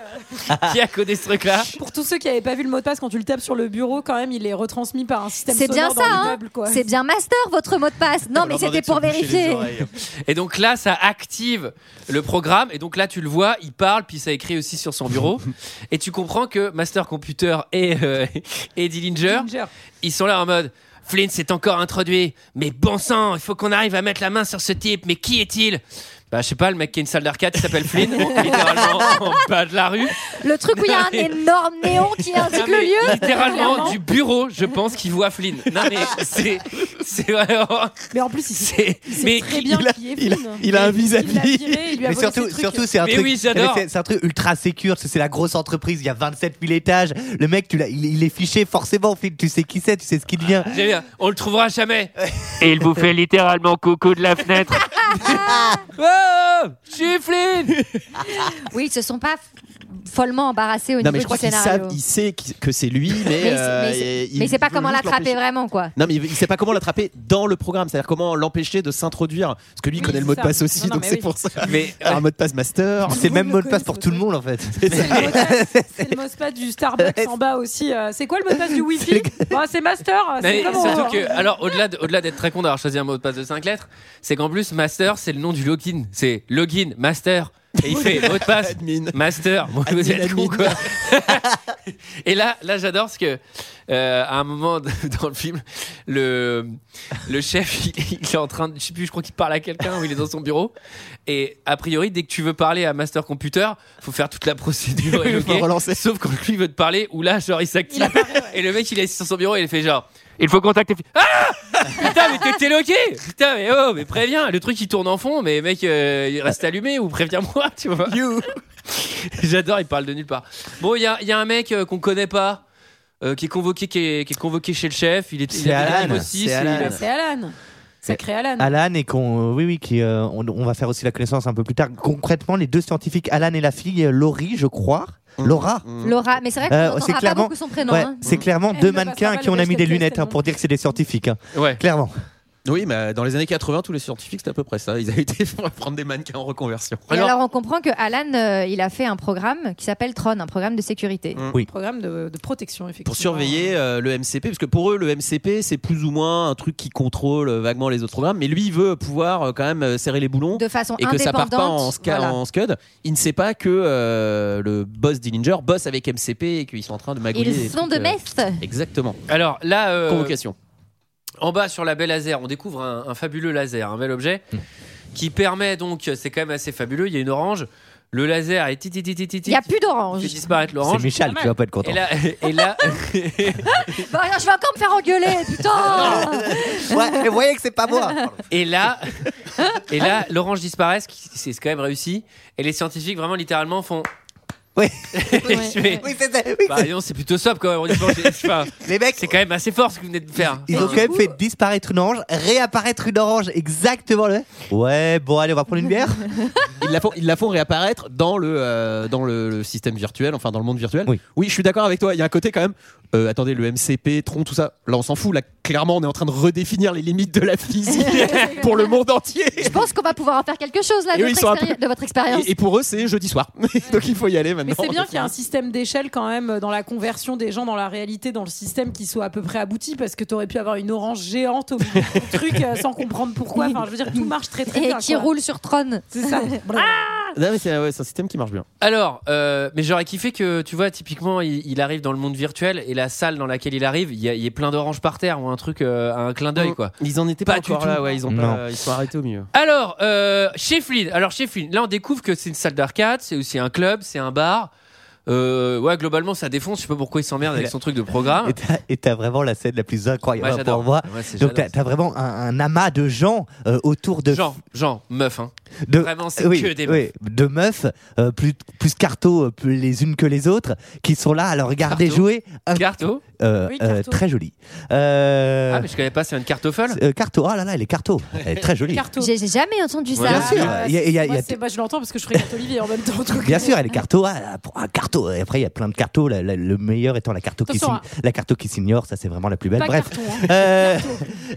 Qui a codé ce truc-là
Pour tous ceux qui n'avaient pas vu le mot de passe, quand tu le tapes sur le bureau, quand même, il est retransmis par un système
C'est bien
sonore
ça,
dans
hein
l'immeuble, quoi.
C'est bien master votre mot de passe. Non, mais c'était pour vérifier.
Et donc là, ça active le programme. Et donc là, tu le vois, il parle, puis ça écrit aussi sur son bureau. et tu comprends que Master Computer et, euh, et Dillinger,
Dillinger.
ils sont là en mode. Flynn s'est encore introduit. Mais bon sang, il faut qu'on arrive à mettre la main sur ce type. Mais qui est-il Bah, je sais pas, le mec qui a une salle d'arcade qui s'appelle Flynn, littéralement en bas de la rue.
Le truc où il y a un énorme néon qui indique le lieu.
Littéralement
Clairement.
du bureau, je pense qu'il voit Flynn. Non, mais c'est. C'est vraiment.
Mais en plus, il
sait,
C'est très bien
il a-
qui est
il a-
Flynn.
il a un
Et
vis-à-vis.
il l'a viré, il lui a
mais
volé
surtout,
ses trucs.
surtout c'est un
Mais
truc,
oui, j'adore.
c'est- c'est un truc ultra sécure. C'est la grosse entreprise. Il y a 27 000 étages. Le mec, tu l'as- il, il est fiché forcément. Phil. Tu sais qui c'est, tu sais ce qu'il vient.
J'aime bien. On le trouvera jamais.
Et il vous fait littéralement coucou de la fenêtre.
Oh, je suis Flynn.
Oui, ils se sont pas follement embarrassés au niveau
Non mais je
du
crois qu'il
scénario.
savent, il sait qui- que c'est lui, mais,
Mais,
euh,
mais-
il-
mais c'est pas
il
comment
veut juste
l'attraper
l'empêcher.
vraiment quoi.
Non mais il il sait pas comment l'attraper dans le programme, c'est-à-dire comment l'empêcher de s'introduire, parce que lui il
Oui,
connaît le
c'est
mot de
ça.
passe aussi,
Non, non,
donc
mais
c'est
oui.
pour ça.
Mais
Ah,
un mot de passe master.
C'est le même
le
mot de passe
connaissez,
pour tout le monde en fait.
C'est le mot de passe du Starbucks en bas aussi. euh, C'est quoi le mot de passe du Wi-Fi Bah, C'est master.
Non,
C'est
mais
comme on-
surtout que, alors, au-delà de- au-delà d'être très con d'avoir choisi un mot de passe de 5 lettres, c'est qu'en plus, Master, c'est le nom du login. C'est login, Master. Et il fait mot de passe,
Admin.
Master. Bon, vous
Admin,
êtes con,
admin.
quoi. Et là, là j'adore parce que, euh, à un moment d- dans le film, le, le chef, il, il est en train de, je sais plus, je crois qu'il parle à quelqu'un ou il est dans son bureau. Et a priori, dès que tu veux parler à Master Computer, faut faire toute la procédure. et le
Faut
guet.
relancer.
Sauf quand lui veut te parler, ou là, genre, il s'active. Et le mec, il est assis sur son bureau et il fait genre.
Il faut contacter.
Ah Putain, mais t'es- t'es loqué Putain, mais oh, mais préviens Le truc, il tourne en fond, mais mec, euh, il reste allumé ou préviens-moi, tu vois. J'adore, il parle de nulle part. Bon, il y a, il y a un mec euh, qu'on connaît pas, euh, qui, est convoqué, qui, est, qui est convoqué chez le chef. Il est, il
C'est
a des
Alan,
rimes aussi,
c'est
c'est-
Alan.
Ah, C'est Alan. Sacré Alan.
Alan et qu'on, euh, oui oui, qui, euh, on, on va faire aussi la connaissance un peu plus tard. Concrètement, les deux scientifiques, Alan et la fille, euh, Laurie, je crois, Laura.
Mmh.
Laura, mais c'est vrai qu'on
Euh,
n'entendra pas beaucoup son prénom.
ouais,
hein.
c'est clairement
Elle
deux
ne passera
mannequins à
pas
qui
le
on a mis
test
des
de
lunettes hein,
tellement.
pour dire que c'est des scientifiques. hein.
Ouais.
Clairement.
Oui, mais dans les années 80, tous les scientifiques c'était à peu près ça. Ils avaient été prendre des mannequins en reconversion.
Et alors, on comprend que Alan, euh, il a fait un programme qui s'appelle Tron, un programme de sécurité.
Oui.
Programme de, de protection, effectivement.
Pour surveiller euh, le MCP, parce que pour eux, le MCP, c'est plus ou moins un truc qui contrôle euh, vaguement les autres programmes, mais lui, il veut pouvoir euh, quand même euh, serrer les boulons
De façon
et que ça part
indépendante.
pas en, sca-
voilà.
en scud. Il ne sait pas que euh, le boss Dillinger bosse avec MCP et qu'ils sont en train de magouiller. des
Ils sont
trucs,
de
euh,
Metz.
Exactement.
Alors là, euh,
Convocation.
en bas sur la belle laser, on découvre un, un fabuleux laser, un bel objet
Hmm.
qui permet donc, c'est quand même assez fabuleux. Il y a une orange. Le laser est titi titi
Il
titi.
n'y a plus
fait
d'orange.
disparaître
C'est
l'orange.
Michel qui va pas être content.
Et là, et là,
Bon, alors, Bah, je vais encore me faire engueuler, putain
Ouais, mais vous voyez que c'est pas moi.
Et là, et là, l'orange disparaît, ce qui- c'est quand même réussi. Et les scientifiques, vraiment, littéralement, font.
Oui.
Je fais,
Oui, c'est ça. oui,
Bah,
c'est-
non, c'est plutôt sobre quand même. On dit, bon, j'ai- enfin,
les mecs,
c'est quand même assez fort ce que vous venez de faire.
Ils ont quand même fait disparaître une orange, réapparaître une orange, exactement le. Ouais, bon, allez, on va prendre une bière.
Ils la, font, ils la font réapparaître dans le, euh, dans le, le système virtuel, enfin dans le monde virtuel.
Oui.
je suis d'accord avec toi. Il y a un côté quand même. euh, attendez, le MCP, Tron, tout ça. Là, on s'en fout. Là, clairement, on est en train de redéfinir les limites de la physique pour le monde entier.
Je pense qu'on va pouvoir en faire quelque chose là,
Et
de,
eux, ils
votre
sont un peu-
expéri- de votre expérience.
Et, et pour eux, c'est jeudi soir. Donc il faut y aller
Mais
maintenant.
c'est bien qu'il y ait un système d'échelle quand même dans la conversion des gens dans la réalité, dans le système qui soit à peu près abouti, parce que t'aurais pu avoir une orange géante au milieu de ton truc euh, sans comprendre pourquoi. Enfin, je veux dire, tout marche très très
Et,
bien.
qui
quoi.
roule Ah. sur Tron.
C'est ça.
Non, mais c'est ouais, c'est un système qui marche bien.
Alors, euh, mais j'aurais kiffé que, tu vois, typiquement, il, il arrive dans le monde virtuel et la salle dans laquelle il arrive, il y a, il y a plein d'oranges par terre ou un truc, euh, un clin d'œil, quoi.
Ils en étaient
Pas
pas,
du
encore
tout.
là. Ouais, ils, ont
Non.
pas- ils sont arrêtés au milieu.
Alors, euh, chez Flynn, alors chez Flynn, là on découvre que c'est une salle d'arcade, c'est aussi un club, c'est un bar. Euh, ouais, globalement ça défonce, je sais pas pourquoi il s'emmerde avec son truc de programme.
Et t'as- Et t'as vraiment la scène la plus
Ouais,
incroyable
j'adore.
pour moi.
Ouais, c'est-
Donc
j'adore.
t'as t'as vraiment un, un amas de gens euh, autour de.
Genre, genre, meuf, hein.
de,
Vraiment, c'est
oui,
que des
oui, de meufs euh, plus plus carto euh, plus les unes que les autres qui sont là à le regarder jouer. Un- Euh,
Oui,
euh,
carto.
très jolie. Euh,
Ah, mais je connais pas, c'est une carte folle
euh, carto, ah là là, elle est carto, elle est très jolie.
J'ai j'ai jamais entendu ça.
Bien sûr,
Ah,
il y a- il y a- il y
Moi,
a-
c'est- moi, je l'entends parce que je regarde Olivier en même temps. donc-
Bien sûr, elle est carto. Ah, là, pour un carto. Et après, il y a plein de cartos. la- la- le meilleur étant la carto qui
Attention,
s'ign- la carto qui s'ignore. Ça, c'est vraiment la plus belle.
Pas
Bref,
carton,
hein.
Euh,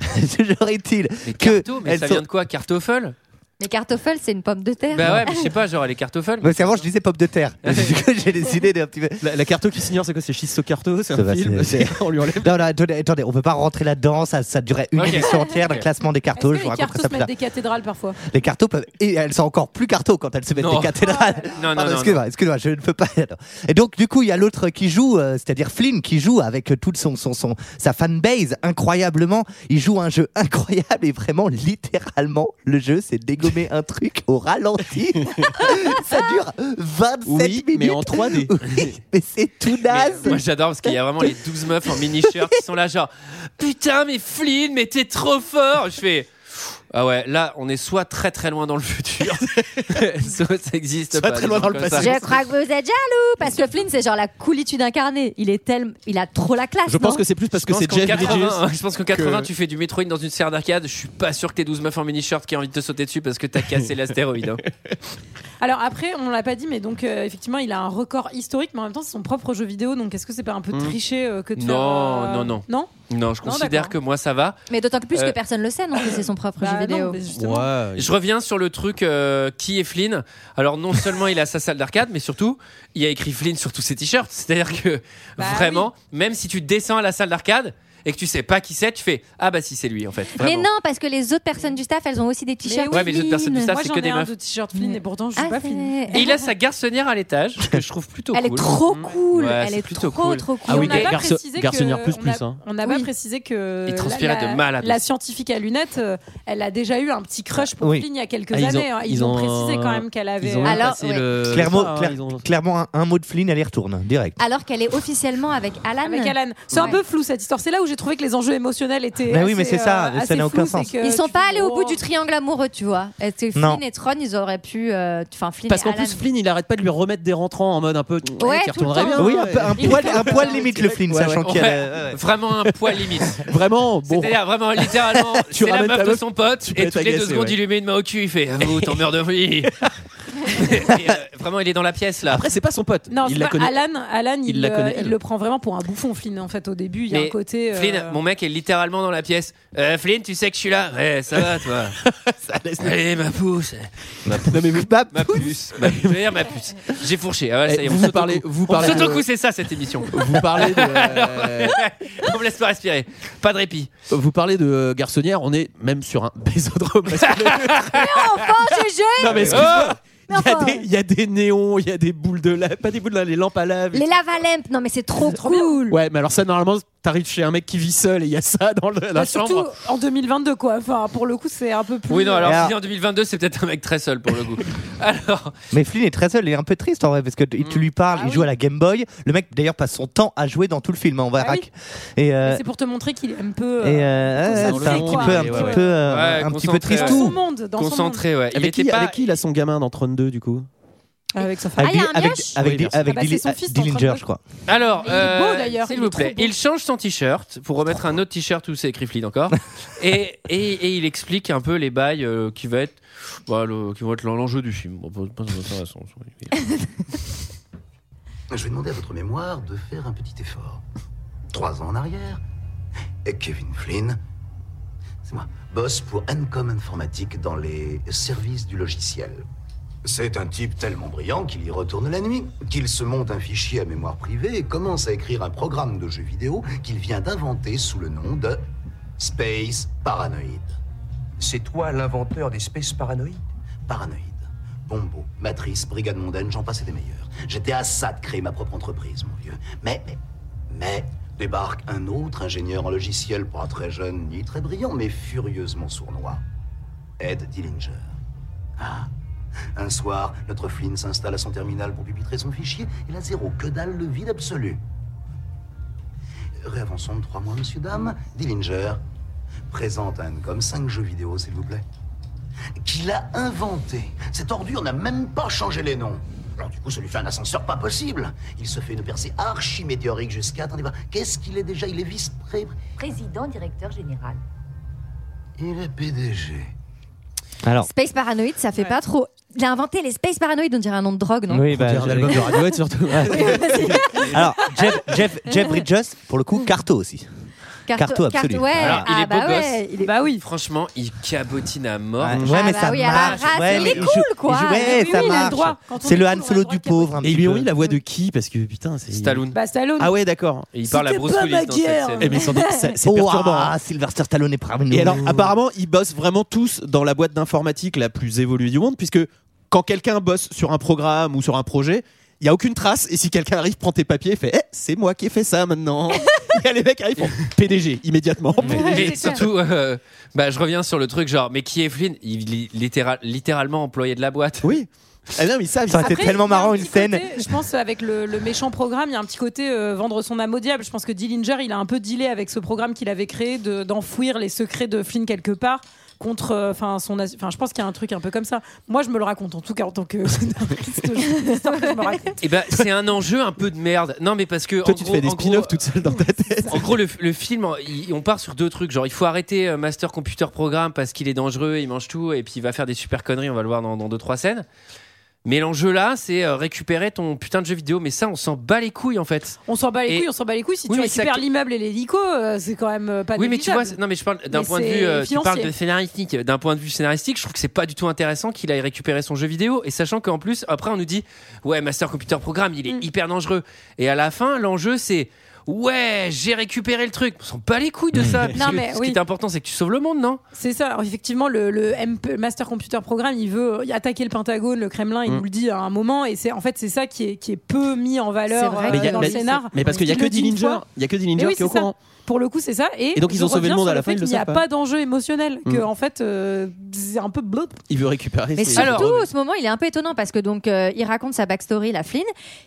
toujours est-il que
Carto, mais
elles
ça
sont-
vient de quoi Cartoffel
Mais Cartoffel, c'est une pomme de terre.
Bah ouais, mais je sais pas, genre elle est cartoffel.
Parce qu'avant, je disais pop de terre.
Ah,
Du coup, j'ai décidé d'un petit peu.
La, carte qui s'ignore, c'est quoi C'est Schisto Carto C'est
Ça
un
va,
film
c'est-
On lui enlève.
Non, non, attendez, attendez, on peut pas rentrer là-dedans. Ça, ça durait une
Ok.
émission entière, le
Ok.
classement des
Est-ce que
cartos. Je vous
les
raconterai
cartos
ça
se
plus
mettent
tard.
des cathédrales parfois.
Les cartos peuvent. Et elles sont encore plus cartos quand elles se mettent
Non.
des cathédrales.
Non, non,
Pardon,
non,
Excuse-moi, excuse-moi, je ne peux pas. non. Et donc, du coup, il y a l'autre qui joue, euh, c'est-à-dire Flynn, qui joue avec euh, toute son, son, son, sa fanbase incroyablement. Il joue un jeu incroyable et vraiment, littéralement, le jeu, c'est dégommer un truc au ralenti. ça dure 27
Oui,
minutes.
mais en 3D.
Oui, mais c'est tout naze.
euh, Moi j'adore parce qu'il y a vraiment les 12 meufs en mini-shirt qui sont là, genre Putain, mais Flynn, mais t'es trop fort Je fais. Ah ouais, là on est soit très très loin dans le futur, soit ça existe pas. des trucs comme ça.
Je crois que vous êtes jaloux parce que Flynn, c'est genre la coolitude incarnée. Il est tellement, il a trop la classe. non
plus parce
Je
que
pense
c'est
qu'en
Jeff
80,
Bridges
Je pense qu'en 80,
que-
tu fais du Metroid dans une serre d'arcade. Je suis pas sûr que t'es 12 meufs en mini-shirt qui ont envie de te sauter dessus parce que t'as cassé l'astéroïde. hein.
Alors après, on l'a pas dit, mais donc euh, effectivement, il a un record historique, mais en même temps, c'est son propre jeu vidéo, donc est-ce que c'est pas un peu
Hmm.
triché euh, que de faire,
Non,
euh,
non, non.
Non
Non, je
Non,
considère
d'accord.
que moi ça va.
Mais d'autant que plus
Euh,
que personne le sait, non que c'est son propre
Bah
jeu
non,
vidéo.
mais
Je reviens sur le truc euh, qui est Flynn. Alors non seulement il a sa salle d'arcade, mais surtout il y a écrit Flynn sur tous ses t-shirts. C'est-à-dire que
Bah
vraiment, même si tu descends à la salle d'arcade et que tu sais pas qui c'est, tu fais ah bah si c'est lui en fait.
Mais
Vraiment.
non, parce que les autres personnes du staff, elles ont aussi des t-shirts.
Ouais, mais les autres personnes du
Flynn. Ah,
staff, c'est que des
un
meufs.
de t-shirt Flynn et pourtant je suis pas Flynn.
Et il a sa garçonnière à l'étage, que je trouve plutôt
Elle est
cool. Mm.
trop cool,
Ouais,
elle
c'est
est
plutôt
trop,
cool.
trop cool.
Ah oui,
On n'a pas
garçon-
précisé que-
garçonnière plus,
on
plus,
a-
hein.
On n'a pas précisé que
Il
la-
transpirait
la,
de malade.
La scientifique à lunettes, euh, elle a déjà eu un petit crush pour
Oui.
Flynn il y a quelques
Ah, ils
années.
ont-
hein. Ils,
ils
ont,
ont-
précisé quand même qu'elle avait. euh,
ils ont
bah,
même
Alors,
euh,
passé
ouais.
le- Clairement,
soir,
clair-
ils ont-
clairement un, un mot de Flynn, elle y retourne hein, direct.
Alors qu'elle est officiellement avec Alan.
Avec Alan. C'est un peu flou cette histoire. C'est là où j'ai trouvé que les enjeux émotionnels étaient.
Mais oui, mais
assez,
c'est ça,
euh,
ça
assez
n'a aucun
flous, c'est
sens.
que
Ils sont
tu
pas
fais,
allés au
oh.
bout du triangle amoureux, tu vois. Est-ce que Flynn
Non.
et Tron, ils auraient pu. euh, Enfin, Flynn
Parce
et
qu'en
Alan.
plus, Flynn, il arrête pas de lui remettre des rentrants en mode un peu.
Ouais,
Ouais,
tout
qui
le
retournerait
temps.
bien.
Oui, un peu- un
Il
poil-
fait
un
pas
poil
mal.
limite, le Flynn, sachant qu'il y a la- ouais, ouais.
Vraiment un poil limite.
Vraiment, bon.
C'est-à-dire vraiment littéralement, c'est
Tu
la
ramènes
meuf
ta
de
meuf,
son pote
tu peux
et
être
toutes les deux
agacé,
secondes
ouais.
il lui met une main au cul, il fait ah, vous t'en meurs de lui. Et, euh, vraiment il est dans la pièce là.
Ah,
Après, c'est pas son pote.
Non,
il
c'est
la
pas
connaît.
Alan. Alan,
Il
il,
la
euh,
connaît,
il
elle.
le prend vraiment pour un bouffon Flynn. En fait, au début, il y a
Mais
un côté. euh,
Flynn,
Oh,
mon mec est littéralement dans la pièce. Euh, Flynn, tu sais que je suis là Ouais, ça va, toi Allez, ma pousse
Non, mais vous-
Bah,
Ma puce Ma, je veux dire, ma puce J'ai fourché. Ah ouais, ça y est,
Eh,
on
vous
saute au
parlez-
cou.
vous
On
parlez
saute au
de-
cou, c'est ça cette émission.
Vous parlez de. euh,
on me laisse pas respirer. Pas de répit.
Vous parlez de euh, garçonnière, on est même sur un bésodrome. parce que-
Enfin, GG
non, Ah, mais excuse-moi.
Mais
Il y a
enfin.
des- il y, a des néons, il y a des boules de lave, pas des boules de lave, les lampes à lave.
Les lavalemps, non mais c'est trop cool.
Ouais, mais alors ça, normalement, t'arrives chez un mec qui vit seul et il y a ça dans le- la
bah, surtout
chambre.
en 2022, quoi. Enfin, pour le coup, c'est un peu plus.
Oui, non, alors,
alors-
si en 2022, c'est peut-être un mec très seul pour le coup. Alors,
Mais Flynn est très seul, il est un peu triste en vrai, parce que t-
Mm.
tu lui parles,
Ah
il joue à la Game Boy. Le mec d'ailleurs passe son temps à jouer dans tout le film, hein, on va
Ah oui.
rac- Et, euh,
Mais C'est pour te montrer qu'il est un peu. euh,
et euh, ouais,
concentré,
c'est un petit
quoi.
peu, un petit
Ouais, ouais.
peu, euh,
Ouais,
un petit peu
concentré,
triste.
Dans son monde, dans son monde.
concentré, ouais. Il
Avec, qui,
était pas.
avec qui il a son gamin dans 32 du coup
Avec sa femme.
Ah, il y a
Bill-
un
avec,
mioche
avec,
Oui,
Di-
merci.
avec
Ah bah,
Dilli-
c'est son fils,
Dillinger,
t'entends.
je crois.
Alors, euh,
Il est beau, d'ailleurs,
s'il
il est
vous
trop
plaît,
beau.
il change son t-shirt pour remettre un autre t-shirt où c'est écrit Flynn encore, et, et, et il explique un peu les bails euh, qui va être, bah, le- qui vont être l'enjeu du film. Bon, pas- pas intéressant, ça.
Je vais demander à votre mémoire de faire un petit effort. Trois ans en arrière, et Kevin Flynn, c'est moi, boss pour Encom Informatique dans les services du logiciel. C'est un type tellement brillant qu'il y retourne la nuit, qu'il se monte un fichier à mémoire privée et commence à écrire un programme de jeu vidéo qu'il vient d'inventer sous le nom de Space Paranoid. C'est toi l'inventeur des Space Paranoïdes Paranoïde. Bombo, Matrice, Brigade Mondaine, j'en passais des meilleurs. J'étais à ça de créer ma propre entreprise, mon vieux. Mais, mais, mais, débarque un autre ingénieur en logiciel, pas très jeune ni très brillant, mais furieusement sournois. Ed Dillinger. Ah. Un soir, notre Flynn s'installe à son terminal pour pupitrer son fichier. Il a zéro, que dalle, le vide absolu. Réavançons de trois mois, monsieur, dame. Dillinger, présente un comme cinq jeux vidéo, s'il vous plaît. qu'il a inventé. Cette ordure n'a même pas changé les noms. Alors du coup, ça lui fait un ascenseur pas possible. Il se fait une percée archi-météorique jusqu'à... Attendez voir, qu'est-ce qu'il est déjà Il est vice-pré...
Président, directeur général.
Il est PDG.
Alors,
Space Paranoid, ça fait pas trop. Il a inventé les Space Paranoid, on dirait un nom de drogue, non
bah,
dirait l'album de Radiohead, surtout.
Alors, Jeff, Jeff, Jeff Bridges, pour le coup, Carto aussi. Carto, absolu.
ouais.
Alors, il
ah,
est beau
bah
gosse.
ouais, il est-
Bah oui. Franchement, il cabotine à mort.
Ah,
Ouais, ouais, mais
bah
ça
oui, à la
marche.
race,
ouais,
il
mais
est
je-
cool,
je-
quoi.
ouais,
Oui,
ça
oui, il a le
marche.
droit. Quand on
C'est
est
le
cool,
Han
on a
Solo
le droit
du
de capoter.
pauvre. un
Et ils
petit
lui ont
peu.
mis la voix de qui Parce que putain, c'est.
Stallone.
Bah, Stallone.
Ah ouais, d'accord.
Et il parle à
C'était
Bruce
pas
Willis
ma
dans cette
guerre.
scène.
Eh, mais sans doute, ça- c'est
Oh,
perturbant. hein.
ah, Sylvester Stallone est parmi nous.
Et alors, apparemment, ils bossent vraiment tous dans la boîte d'informatique la plus évoluée du monde, puisque quand quelqu'un bosse sur un programme ou sur un projet, il n'y a aucune trace. Et si quelqu'un arrive, prend tes papiers et fait Eh, c'est moi qui ai fait ça maintenant. Il y a les mecs qui arrivent, font PDG immédiatement.
Mais
c'est clair.
surtout, euh, bah, je reviens sur le truc genre, mais qui est Flynn Il est littéra- littéralement employé de la boîte.
Oh.
Oui. Ah non, mais ils savent.
Ça aurait été
Après,
tellement
il y a un
marrant
petit
une scène.
côté, je pense avec le, le méchant programme, il y a un petit côté euh, vendre son âme au diable. Je pense que Dillinger, il a un peu dealé avec ce programme qu'il avait créé de- d'enfouir les secrets de Flynn quelque part contre euh, enfin son as- enfin je pense qu'il y a un truc un peu comme ça. Moi je me le raconte en tout cas en tant que scénariste, je- je me raconte.
Et ben, c'est un enjeu un peu de merde. Non, mais parce que.
Toi,
en
tu te
gros-
fais des
en gros,
spin-offs toute seule dans ta tête.
En gros, le, le film, en- il- on part sur deux trucs. Genre, il faut arrêter euh, Master Computer Programme parce qu'il est dangereux, il mange tout, et puis il va faire des super conneries. On va le voir dans, dans deux, trois scènes. Mais l'enjeu là, c'est euh, récupérer ton putain de jeu vidéo. Mais ça, on s'en bat les couilles en fait.
On s'en bat les
Et-
couilles, on s'en bat les couilles si
Oui,
tu
mais ça-
récupères l'immeuble et l'hélico, euh, c'est quand même euh, pas
Oui, mais tu vois,
négligeable.
c'est- non, mais je parle d'un
Mais
point de
c'est
vue, euh, tu
financier.
parles de scénaristique, d'un point de vue scénaristique, je trouve que c'est pas du tout intéressant qu'il aille récupérer son jeu vidéo. Et sachant qu'en plus, après, on nous dit, ouais, Master Computer Programme, il est
Mm.
hyper dangereux. Et à la fin, l'enjeu, c'est, ouais, j'ai récupéré le truc. On s'en bat les couilles de ça. parce
Mm. Non,
que
mais
ce
oui.
qui est important, c'est que tu sauves le monde, non
C'est ça. Alors effectivement, le, le MP Master Computer Programme, il veut euh, attaquer le Pentagone, le Kremlin. Il
Mm.
nous le dit à un moment, et c'est en fait c'est ça qui est, qui est peu mis en
C'est
valeur
vrai
euh,
Mais il y a-
dans
mais-
le scénar.
Mais parce qu'il y a
Il
que
le dit une
Dillinger,
fois.
il y a que Dillinger
Mais oui,
qui est au
c'est ça.
courant.
Pour le coup, c'est ça. Et,
Et donc, ils
je
ont sauvé
reviens
le monde
sur
à la fin,
fait
ils le
qu'il n'y a
savent pas.
pas, d'enjeu émotionnel. Que
Mm.
en fait, euh, c'est un peu bleu.
Il veut récupérer.
Mais
ses-
surtout,
Alors-
au ce moment, il est un peu étonnant parce que donc euh, il raconte sa backstory, la Flynn,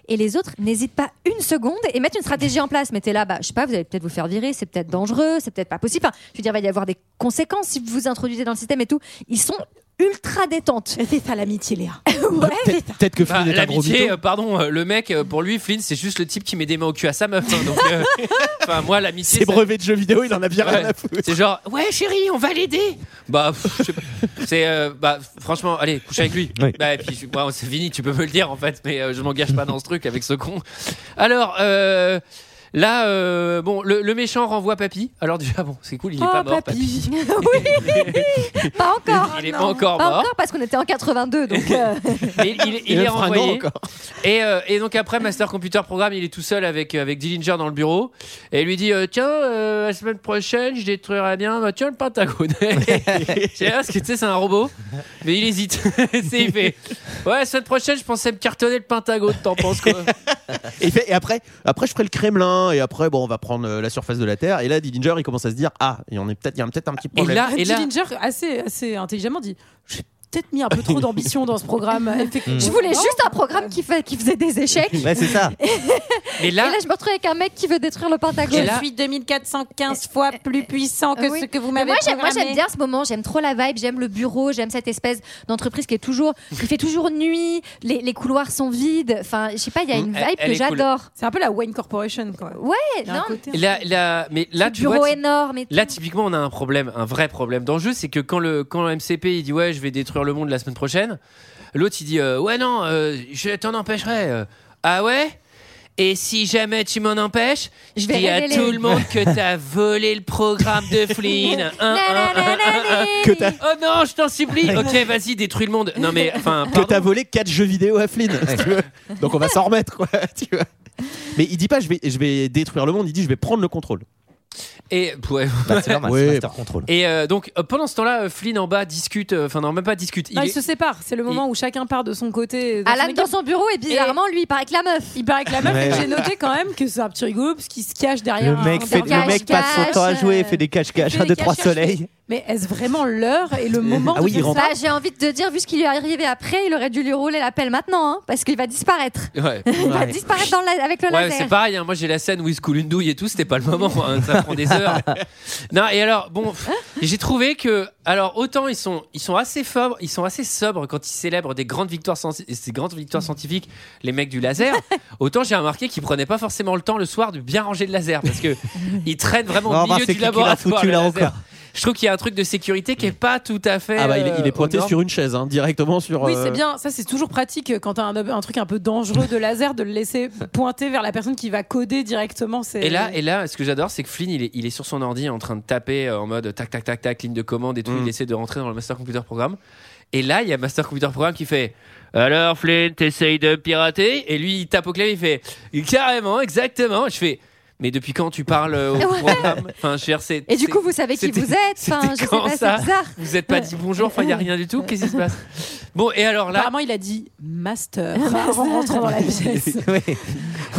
et les autres n'hésitent pas une seconde et mettent une stratégie en place. Mettez là, bah, je sais pas, vous allez peut-être vous faire virer, c'est peut-être dangereux, c'est peut-être pas possible. Enfin, je veux dire, il va y avoir des conséquences si vous vous introduisez dans le système et tout. Ils sont ultra détentes.
C'est ça l'amitié, Léa.
Peut-être peut-être que
Bah,
Flynn est un gros
L'amitié,
mytho.
euh, pardon, euh, le mec, euh, pour lui, Flynn, c'est juste le type qui met des mains au cul à sa meuf. hein, donc, euh, enfin, moi, l'amitié.
C'est
ça-
brevet de jeux vidéo, il en a bien
Ouais.
rien à foutre.
C'est genre, ouais, chérie, on va l'aider. Bah, pff, je sais pas. c'est. euh, bah, franchement, allez, couche avec lui.
Oui.
Bah, et puis, je- bah, c'est fini, tu peux me le dire, en fait, mais euh, je m'engage pas dans ce truc avec ce con. Alors, euh, Là, euh, bon, le, le méchant renvoie Papy. Alors déjà, bon, c'est cool, il est
Oh,
pas mort, Papy.
papy.
Pas encore.
Il est
Non.
pas encore
Pas
mort.
encore parce qu'on était en 82, donc euh,
Mais il, il- il
même
est
fera un an
renvoyé.
encore.
Et, euh, et donc après, Master Computer Programme, il est tout seul avec, euh, avec Dillinger dans le bureau. Et il lui dit, euh, tiens, euh, la semaine prochaine, je détruirai bien, bah, tiens, le Pentagone. c'est parce que tu sais, c'est un robot. Mais il hésite. c'est, il fait, ouais, la semaine prochaine, je pensais me cartonner le Pentagone, t'en penses quoi
Et, il fait- et après, après, je ferai le Kremlin, et après, bon, on va prendre euh, la surface de la Terre. Et là, Dillinger, il commence à se dire Ah, il y en a peut-être peut un petit
Et
problème.
là, et là,
Dillinger, Ah, assez, assez intelligemment, dit J'ai peut-être mis un peu trop d'ambition dans ce programme. Effectivement.
Mm. je voulais juste un programme qui, fait, qui faisait des échecs.
Ah.
Ouais, c'est ça.
mais
Et
là,
là, je me retrouve avec un mec qui veut détruire le Pentagone. Euh,
Et là-
Je suis 2415 fois plus puissant que
Oui.
ce que vous
Mais
m'avez
moi, j'aime- moi,
programmé.
j'aime bien ce moment. J'aime trop la vibe. J'aime le bureau. J'aime cette espèce d'entreprise qui est toujours, qui fait toujours nuit. Les, les couloirs sont vides. Enfin, je sais pas. Il y a une
Mm,
vibe
elle- elle
que
est cool.
j'adore.
C'est un peu la Wayne Corporation, quoi.
Ouais,
Il y a un
non.
côté un peu-
là, là- mais là,
ce
tu
bureau
vois,
énorme. Et tout.
Là, typiquement, on a un problème, un vrai problème d'enjeu, c'est que quand le, quand le MCP il dit ouais, je vais détruire le monde la semaine prochaine, l'autre il dit euh, ouais non, euh, je t'en empêcherai. Euh, ah ouais Et si jamais tu m'en empêches, je,
Je vais
dis à
révéler.
tout le monde que t'as volé le programme de Flynn. Un, un, un, un, un.
que t'as
Oh non, je t'en supplie. Ok, vas-y, détruis le monde. Non mais enfin,
que
pardon.
t'as volé 4 jeux vidéo à Flynn. si tu veux. Donc on va s'en remettre, quoi. Tu vois. Mais il dit pas je vais, je vais détruire le monde, il dit je vais prendre le contrôle.
Et ouais.
Bah, c'est normal,
Ouais.
c'est Master Control.
Et euh, donc euh, pendant ce temps-là, euh, Flynn en bas discute, euh, enfin non même pas discute.
Non,
il
ils
est-
Bah, se séparent. C'est le moment où chacun part de son côté. dans son
Alan
équipe.
dans son bureau et bizarrement, lui, il part avec la meuf.
Il part avec la meuf.
Ouais,
et
ouais.
J'ai noté quand même que c'est un petit rigolo parce qu'il se cache derrière.
Le mec,
un
fait, le
derrière un
cache-cache,
mec passe son temps à jouer, euh, fait des cache-cache,
fait
un,
des
deux, trois
cache-cache.
soleils.
Mais est-ce vraiment l'heure et le moment
Ah oui, il rentre.
Bah, J'ai envie de te dire, vu ce qui lui est arrivé après, il aurait dû lui rouler la pelle maintenant, hein, parce qu'il va disparaître.
Ouais.
Il va disparaître dans la- avec le
Ouais,
laser.
c'est pareil. hein. Moi, j'ai la scène où il se coule une douille et tout. C'était pas le moment. hein. Ça prend des heures. Non. Et alors, bon, pff, j'ai trouvé que, alors, autant ils sont, ils sont assez sobres, ils sont assez sobres quand ils célèbrent des grandes victoires, scienci- ces grandes victoires scientifiques, les mecs du laser. Autant j'ai remarqué qu'ils prenaient pas forcément le temps le soir de bien ranger le laser parce que ils traînent
On va
vraiment au
voir
milieu
c'est
du
qui qui l'a
laboratoire.
foutu,
le
là,
laser.
encore.
Je trouve qu'il y a un truc de sécurité qui est pas tout à fait.
Ah bah, il est, il est
euh,
pointé
aux normes.
sur une chaise, hein, directement sur.
Oui,
euh,
c'est bien. Ça, c'est toujours pratique euh, quand t'as un, ob- un truc un peu dangereux de laser, de le laisser pointer vers la personne qui va coder directement. c'est-
Et là, et là, ce que j'adore, c'est que Flynn, il est, il est sur son ordi en train de taper euh, en mode tac, tac, tac, tac, ligne de commande et tout. Il essaie de rentrer dans le Master Computer Programme. Et là, il y a Master Computer Programme qui fait Alors, Flynn, t'essayes de pirater Et lui, il tape au clavier, il fait Carrément, exactement. Je fais Mais depuis quand tu parles euh, au
Ouais.
programme Enfin, je veux dire, c'est-
Et du
c'est-
coup, vous savez qui
c'était-
vous êtes. Enfin,
c'était
je sais
quand,
pas,
ça
c'est bizarre.
Vous n'êtes pas dit bonjour, enfin, il n'y a rien du tout. Qu'est-ce qui se passe Bon, et alors là.
Apparemment, il a dit master en rentrant dans la pièce.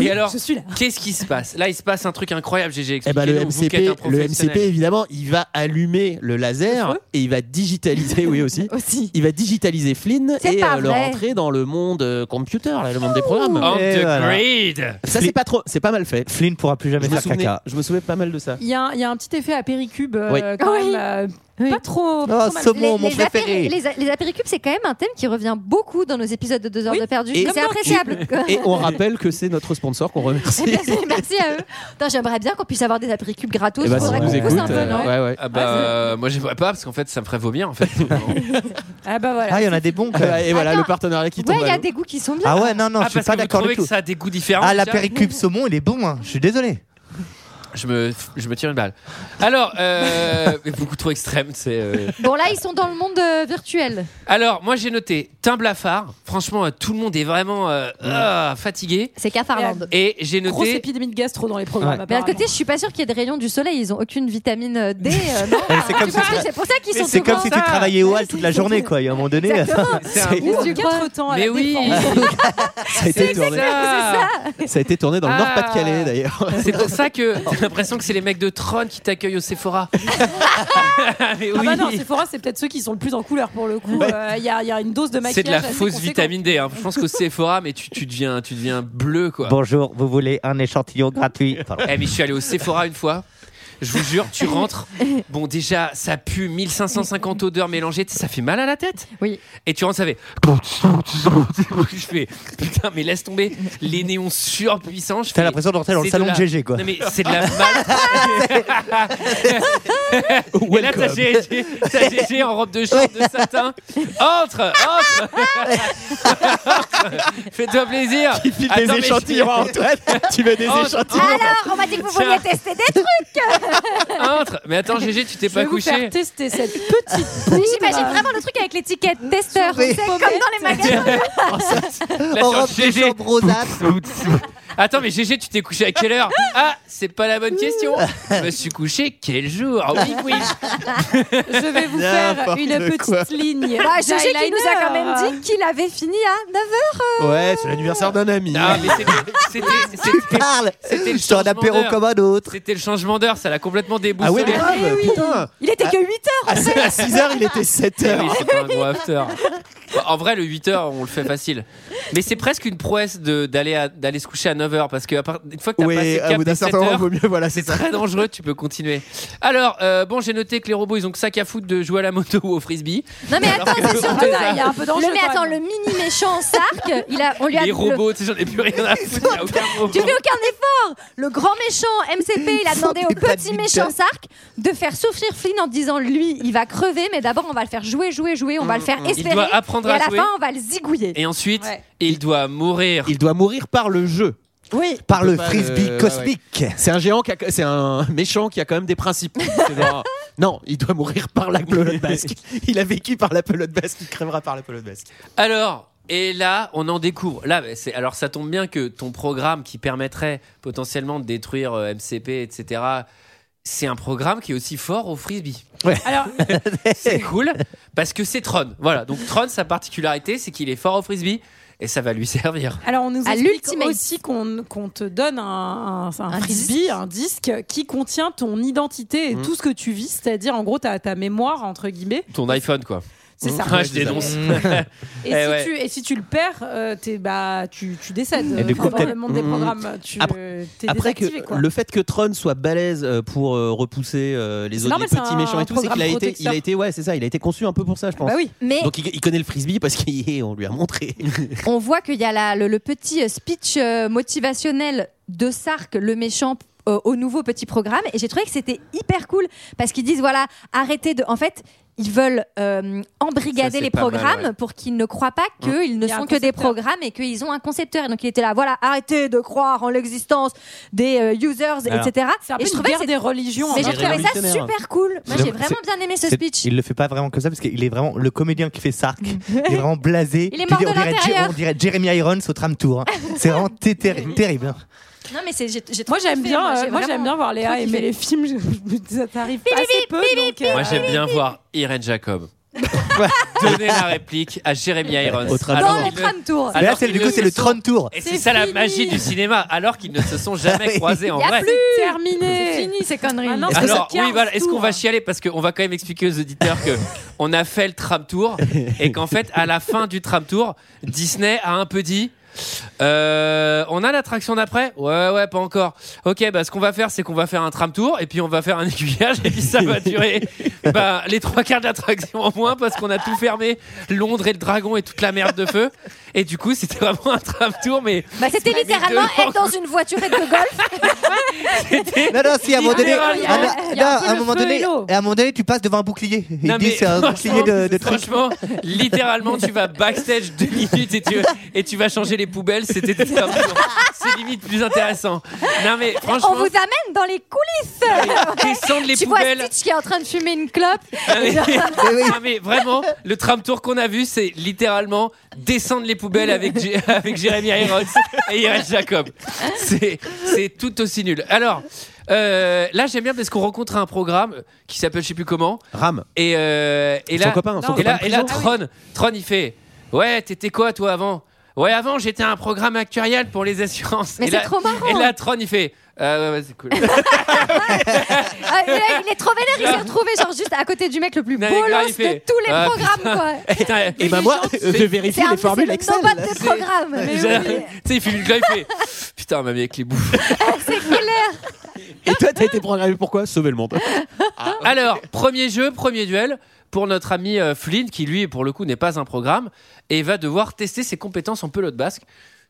et alors, qu'est-ce qui se passe Là, il se passe un truc incroyable, GG.
Eh ben,
Expliquez-nous,
le,
vous qui êtes un
MCP, le
professionnel.
MCP, évidemment, il va allumer le laser et il va digitaliser, oui aussi, il va digitaliser Flynn
C'est
et
pas
euh, le
vrai.
rentrer dans le monde euh, computer, là, le monde des programmes.
On
Et
the
voilà.
grid
Ça, c'est pas trop, c'est pas mal fait.
Flynn pourra plus jamais
Je me
faire
souvenais-
caca.
Je me souviens pas mal de ça.
Il y, a un- il y a un petit effet à Péricube
Oui.
quand
Oui. Eh ben,
même. euh, Pas trop.
Ah,
Oh,
pas trop mal.
saumon, mon préféré.
apéri- les, a- les apéricubes, c'est quand même un thème qui revient beaucoup dans nos épisodes de 2 heures de perdu.
Et-
C'est appréciable.
Et on rappelle que c'est notre sponsor qu'on remercie.
merci, merci à eux. Putain, J'aimerais bien qu'on puisse avoir des apéricubes gratos.
Eh ben, si
Faudrait
on
qu'on
nous
pousse un
écoute,
peu,
euh,
non
ouais, ouais.
Ah bah, euh, moi j'aimerais pas parce qu'en fait ça me ferait vomir en fait.
Ah bah voilà.
Ah, il y en a des bons. quand
Et
même.
voilà le partenariat qui
Ouais,
tombe.
il y
à
a
l'eau.
des goûts qui sont bien.
Ah ouais, non, non,
Ah,
je suis
parce
pas
que vous
d'accord
trouvez
du
que
tout.
ça a des goûts différents.
Ah, la
déjà
péricube saumon, il est bon, hein. je suis désolé.
je me, je me tire une balle. Alors, euh, beaucoup trop extrême, c'est. euh.
Bon, là, ils sont dans le monde euh, virtuel.
Alors, moi j'ai noté Tim Blafard. Franchement, euh, tout le monde est vraiment euh, ah, fatigué.
C'est Cafarland.
Et j'ai
Grosse
noté.
épidémie de gastro dans les programmes.
Mais à
apparemment.
côté, je suis pas sûre qu'il y ait des rayons du soleil. Ils ont aucune vitamine euh, D. euh, non.
Eh,
C'est comme
Tu
si
penses
tu-
que c'est pour ça qu'ils sont
C'est
tout
comme
grands
si tu travaillais au hall toute la journée, quoi. Il y a un moment donné.
Exactement.
C'est un-
Ou en
Tu
quatre
crois
temps à
Mais
la
oui Ah,
Défense.
Ça a été tourné.
ça.
Ça a été tourné dans le
Ah.
Nord-Pas-de-Calais d'ailleurs.
C'est pour ça que j'ai l'impression que c'est les mecs de Tron qui t'accueillent au Sephora. Mais
Ah
oui.
bah non, Sephora, c'est peut-être ceux qui sont le plus en couleur pour le coup. Euh, Il y, a, il y a une dose de maquillage.
c'est de la
assez
fausse
conséquente.
vitamine D. hein. Je pense qu'au Sephora, mais tu, tu deviens, tu deviens bleu quoi.
Bonjour, vous voulez un échantillon gratuit Pardon.
Eh mais je suis allé au Sephora une fois. Je vous jure, tu rentres. Bon, déjà, ça pue 1550 odeurs mélangées. tu sais, Ça fait mal à la tête.
Oui.
Et tu rentres, ça fait. Je fais. Putain, mais laisse tomber. Les néons surpuissants. je
T'as
fais-
l'impression de rentrer dans le
c'est
salon
la-
de GG, quoi.
Non, mais c'est de la mal. Et là, t'as
Welcome.
GG, t'as GG en robe de chambre de satin. Entre, entre. Fais-toi plaisir.
Il file
Attends,
des
mais je-
échantillons à Antoine. Tu veux des
Oh,
échantillons
Alors, on m'a dit que vous
Tiens.
vouliez tester des trucs.
Entre. Mais attends, GG, tu t'es
Je vais
pas
vous
couché.
faire tester cette petite poudre.
J'imagine vraiment le truc avec l'étiquette testeur. C'est comme dans les magasins.
Oh, La
En
chance,
robe de
GG.
chambre rosâtre.
Attends, mais GG, tu t'es couché à quelle heure Ah, c'est pas la bonne question. Je me suis couché quel jour Ah Oui, oui.
Je vais vous faire
N'importe
une petite
quoi.
ligne.
Bah, je sais qu'il nous a quand
d'eyeliner.
même dit qu'il avait fini à 9
Ouais, c'est l'anniversaire d'un ami.
Ah, mais c'était- c'était- c'était-
Parle
c'était le
Je suis un
changement
apéro
d'heure.
comme un autre.
C'était le changement d'heure, ça l'a complètement
Ah
déboussolé.
oui, mais grave, putain.
Il était que 8 heures.
À 6h, il était
Ah oui,
7h.
c'est pas un gros after. Bah, En vrai, le 8h, on le fait facile. Mais c'est presque une prouesse de- d'aller à- d'aller se coucher à 9h parce que à part- une fois que t'as
Oui,
passé le
à
cap
euh,
bout d'un
des
certain
7
moment,
heures,
vaut mieux, voilà, c'est
c'est
ça.
très dangereux, tu peux continuer. Alors, euh, bon, j'ai noté que les robots, ils ont que ça qu'à foutre de jouer à la moto ou au frisbee.
Non mais attends, c'est sûr que
il y a un peu d'enjeu
Le, mais
quand
attends,
même.
le mini méchant Sark, il a, on lui a
les
le-
robots, tu sais, j'en ai plus rien à foutre. il y a aucun robot.
Tu fais aucun effort. Le grand méchant MCP, il a demandé au
des pas de
petit
leader.
méchant Sark de faire souffrir Flynn en disant lui, il va crever, mais d'abord on va le faire jouer, jouer, jouer, on va le faire
Mm. Il
espérer.
doit apprendre
et
à
à la
jouer.
fin, on va le zigouiller.
Et ensuite,
Ouais.
il doit mourir.
Il doit mourir par le jeu.
Oui.
Par
peut
le
pas
frisbee
euh,
le- ouais,
cosmique.
C'est un géant qui a- c'est un méchant qui a quand même des principes. C'est genre, non, il doit mourir par la pelote basque. Il a vécu par la pelote basque, il crèvera par la pelote basque.
Alors, et là, on en découvre. Là, bah, c'est alors ça tombe bien que ton programme qui permettrait potentiellement de détruire euh, MCP, etc. C'est un programme qui est aussi fort au frisbee.
Alors,
C'est cool parce que c'est Tron. Voilà. Donc Tron, sa particularité, c'est qu'il est fort au frisbee et ça va lui servir.
Alors, on nous
À
explique
l'ultimate.
aussi qu'on qu'on te donne un, un- un
Un
frisbee,
disque.
un disque qui contient ton identité et
Mm.
tout ce que tu vis, c'est-à-dire en gros ta, ta mémoire, entre guillemets.
Ton iPhone, quoi.
Mm.
C'est ça.
Ah, je dénonce.
Et,
Eh
si,
ouais.
tu, et si tu le perds, euh, t'es- bah, tu, tu décèdes. euh,
Et du coup,
Enfin, dans
peut-être-
le monde des
Mm.
programmes, tu
Après-
t'es
Après que
désactivé, quoi.
le fait que Tron soit balèze euh, pour euh, repousser euh, les
C'est
autres,
normal,
les
c'est
petits
un
méchants et tout, c'est qu'il a
programme
été, il a
protecteur.
été, ouais, c'est ça, il a été conçu un peu pour ça, je pense.
Bah oui.
Mais-
Donc il, il connaît le frisbee parce qu'on lui a montré.
on voit qu'il y a la- le, le petit euh, speech euh, motivationnel de Sark, le méchant euh, au nouveau petit programme et j'ai trouvé que c'était hyper cool parce qu'ils disent voilà arrêtez de en fait ils veulent euh,
Ça,
embrigader
c'est
les
pas mal,
programmes
ouais.
pour qu'ils ne croient pas qu'ils ne
Il y a un
sont que des
concepteur.
programmes et qu'ils ont un concepteur. Et donc il était là, voilà, arrêtez de croire en l'existence des euh, users,
Alors,
etc.
C'est un peu
et je
une
trouvais que
guerre
c'est-
des religions, hein. en
Mais je
fait.
trouvais ça
Révolutionnaire.
super cool. Moi
C'est-
j'ai vraiment bien aimé ce
C'est-
speech.
Il le fait pas vraiment comme ça parce qu'il est vraiment le comédien qui fait Sark.
Mm.
il est vraiment blasé.
Il est
Tu
mort
dis,
de
on, dirait,
l'intérieur.
on dirait Jeremy Irons au tram tour. hein. C'est vraiment té-
Mm.
terri- terrible. hein.
Non mais c'est j'ai- j'ai
Moi
trop
j'aime
kiffé,
bien,
moi,
euh,
j'ai
moi j'aime
vraiment
bien voir
trop
Léa aimer
kiffé.
les films. je- je- ça t'arrive pas assez peu. donc, euh,
Moi, j'aime bien voir Irene Jacob. Donner la réplique à Jérémy Irons.
Au tram
Alors
Dans le
qu'il ne-
tram tour.
Mais là,
Alors
c'est,
qu'ils
du
ne
coup, c'est
se
le
sont-
Tron tour.
Et
C'est
c'est ça la
fini.
magie du cinéma, alors qu'ils ne se sont jamais croisés en
Il y a
vrai.
plus
terminé.
C'est fini ces conneries.
Ah non,
Est-ce que
Alors
ça-
oui, voilà, est-ce qu'on va
Tour.
chialer parce qu'on va quand même expliquer aux auditeurs que on a fait le tram tour et qu'en fait à la fin du tram tour, Disney a un peu dit euh, on a l'attraction d'après Ouais, ouais, pas encore. Ok, bah ce qu'on va faire, c'est qu'on va faire un tram tour et puis on va faire un aiguillage et puis ça va durer bah, les trois quarts de l'attraction en moins parce qu'on a tout fermé, Londres et le dragon et toute la merde de feu. Et du coup, c'était vraiment un tram tour, mais
Bah, c'était littéralement
Évidemment.
être dans une voiturette de golf.
Non, non, si à un moment donné,
Littéralement.
à un-
Il y a-
il y a un
non,
peu
à un
le
moment
feu
donné,
et l'eau.
à un moment donné, tu passes devant un bouclier. Il
Non,
dit
mais
c'est un bouclier de, de trucs.
Franchement, littéralement, tu vas backstage deux minutes et tu, et tu vas changer les poubelles. C'était tout un peu- C'est limite plus intéressant. Non, mais
On
franchement,
vous amène dans les coulisses.
descendre les
tu Eh vois
poubelles.
Stitch qui est en train de fumer une clope.
Non, mais, non, mais vraiment, le tram tour qu'on a vu, c'est littéralement descendre les poubelles avec, J- avec Jérémy Irons et Irene Jacob. C'est c'est tout aussi nul. Alors. euh, là, j'aime bien parce qu'on rencontre un programme qui s'appelle je sais plus comment,
Ram.
Et, euh, et
Son
là,
copain, son
et là,
copain de
et
Ah
là,
prison.
Tron, Tron, il fait Ouais, t'étais quoi, toi, avant Ouais, avant, j'étais un programme actuarial pour les assurances.
Mais
et
c'est
là,
trop marrant.
Et là, Tron, il fait Euh, ouais, ouais, c'est cool.
Ah, il est- il est trop vénère. Il s'est retrouvé genre juste à côté du mec le plus
Non, mais
beau
grave,
lance
il fait,
de tous les
ah,
programmes
putain.
quoi.
Putain,
Et ben
les
moi,
gens,
euh, je
c'est-
vérifie
C'est un
les
c'est
formules
le
Excel.
nomade des
C'est-
programmes.
Tu
Mais oui.
sais, il filme une gueule, il fait Putain, mamie avec les bouffes.
Et toi, t'as été programmé pourquoi Sauver le monde.
Ah.
Alors, premier jeu, premier duel pour notre ami euh, Flynn, qui lui, pour le coup, n'est pas un programme et va devoir tester ses compétences en pelote basque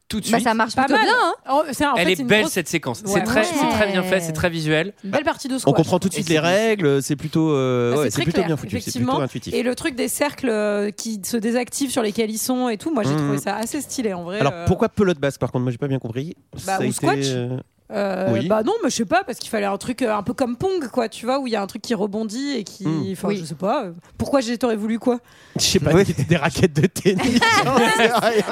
tout de
Bah,
suite.
ça marche
Pas
plutôt
mal.
bien. hein.
Oh, c'est- en
Elle
fait,
est
c'est une
belle
grosse-
cette séquence.
Ouais,
c'est très, c'est
franchement.
très bien fait, c'est très visuel.
une belle partie de
On
squash.
comprend tout de suite
Et
les
c'est-
règles, c'est plutôt, euh,
Ah,
ouais,
c'est
c'est
très
plutôt
clair,
bien foutu, c'est
effectivement.
plutôt intuitif.
Et le truc des cercles euh, qui se désactivent sur lesquels ils sont et tout, moi j'ai
Mhm.
trouvé ça assez stylé en vrai. euh,
Alors pourquoi pelote basse Par contre, moi j'ai pas bien compris.
Bah,
Ça a
ou
été,
squash.
euh,
euh,
Oui.
Bah non, mais je sais pas, parce qu'il fallait un truc euh, un peu comme Pong, quoi, tu vois, où il y a un truc qui rebondit et qui.
Mhm.
Enfin,
Oui.
je sais pas. euh, Pourquoi j'ai- t'aurais voulu quoi
Je sais pas,
Oui.
c'était des raquettes de tennis.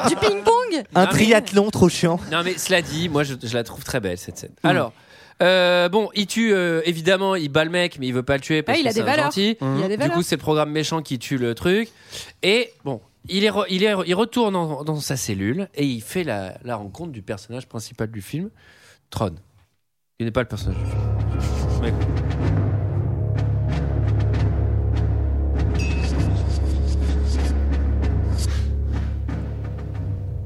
Du ping pong.
Un
Non, mais-
triathlon trop chiant.
Non mais cela dit, moi je, je la trouve très belle cette scène. Alors, euh, bon, il tue euh, évidemment, il bat le mec, mais il veut pas le tuer parce
Ah, il
que
a des
c'est un
valeurs.
gentil.
Il y a des
Du
valeurs.
coup, c'est le programme méchant qui tue le truc. Et bon, il est, re- il est, il retourne en- dans sa cellule et il fait la, la rencontre du personnage principal du film, Tron. Il n'est pas le personnage du film. Mais-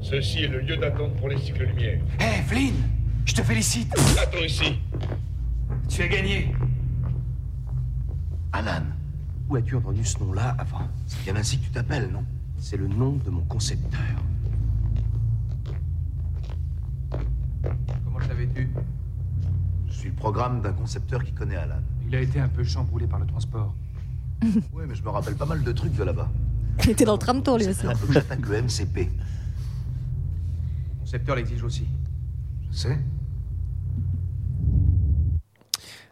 Ceci est le lieu d'attente pour les cycles lumière.
Hé, Flynn Je te félicite
Attends ici.
Tu as gagné
Alan, où as-tu entendu ce nom-là avant C'est bien ainsi que tu t'appelles, non C'est le nom de mon concepteur.
Comment je l'avais tu
Je suis le programme d'un concepteur qui connaît Alan.
Il a été un peu chamboulé par le transport.
Oui, mais je me rappelle pas mal de trucs de là-bas.
Il était dans le tram tour lui aussi.
Faut que j'attaque le MCP.
Le concepteur l'exige aussi.
Je sais.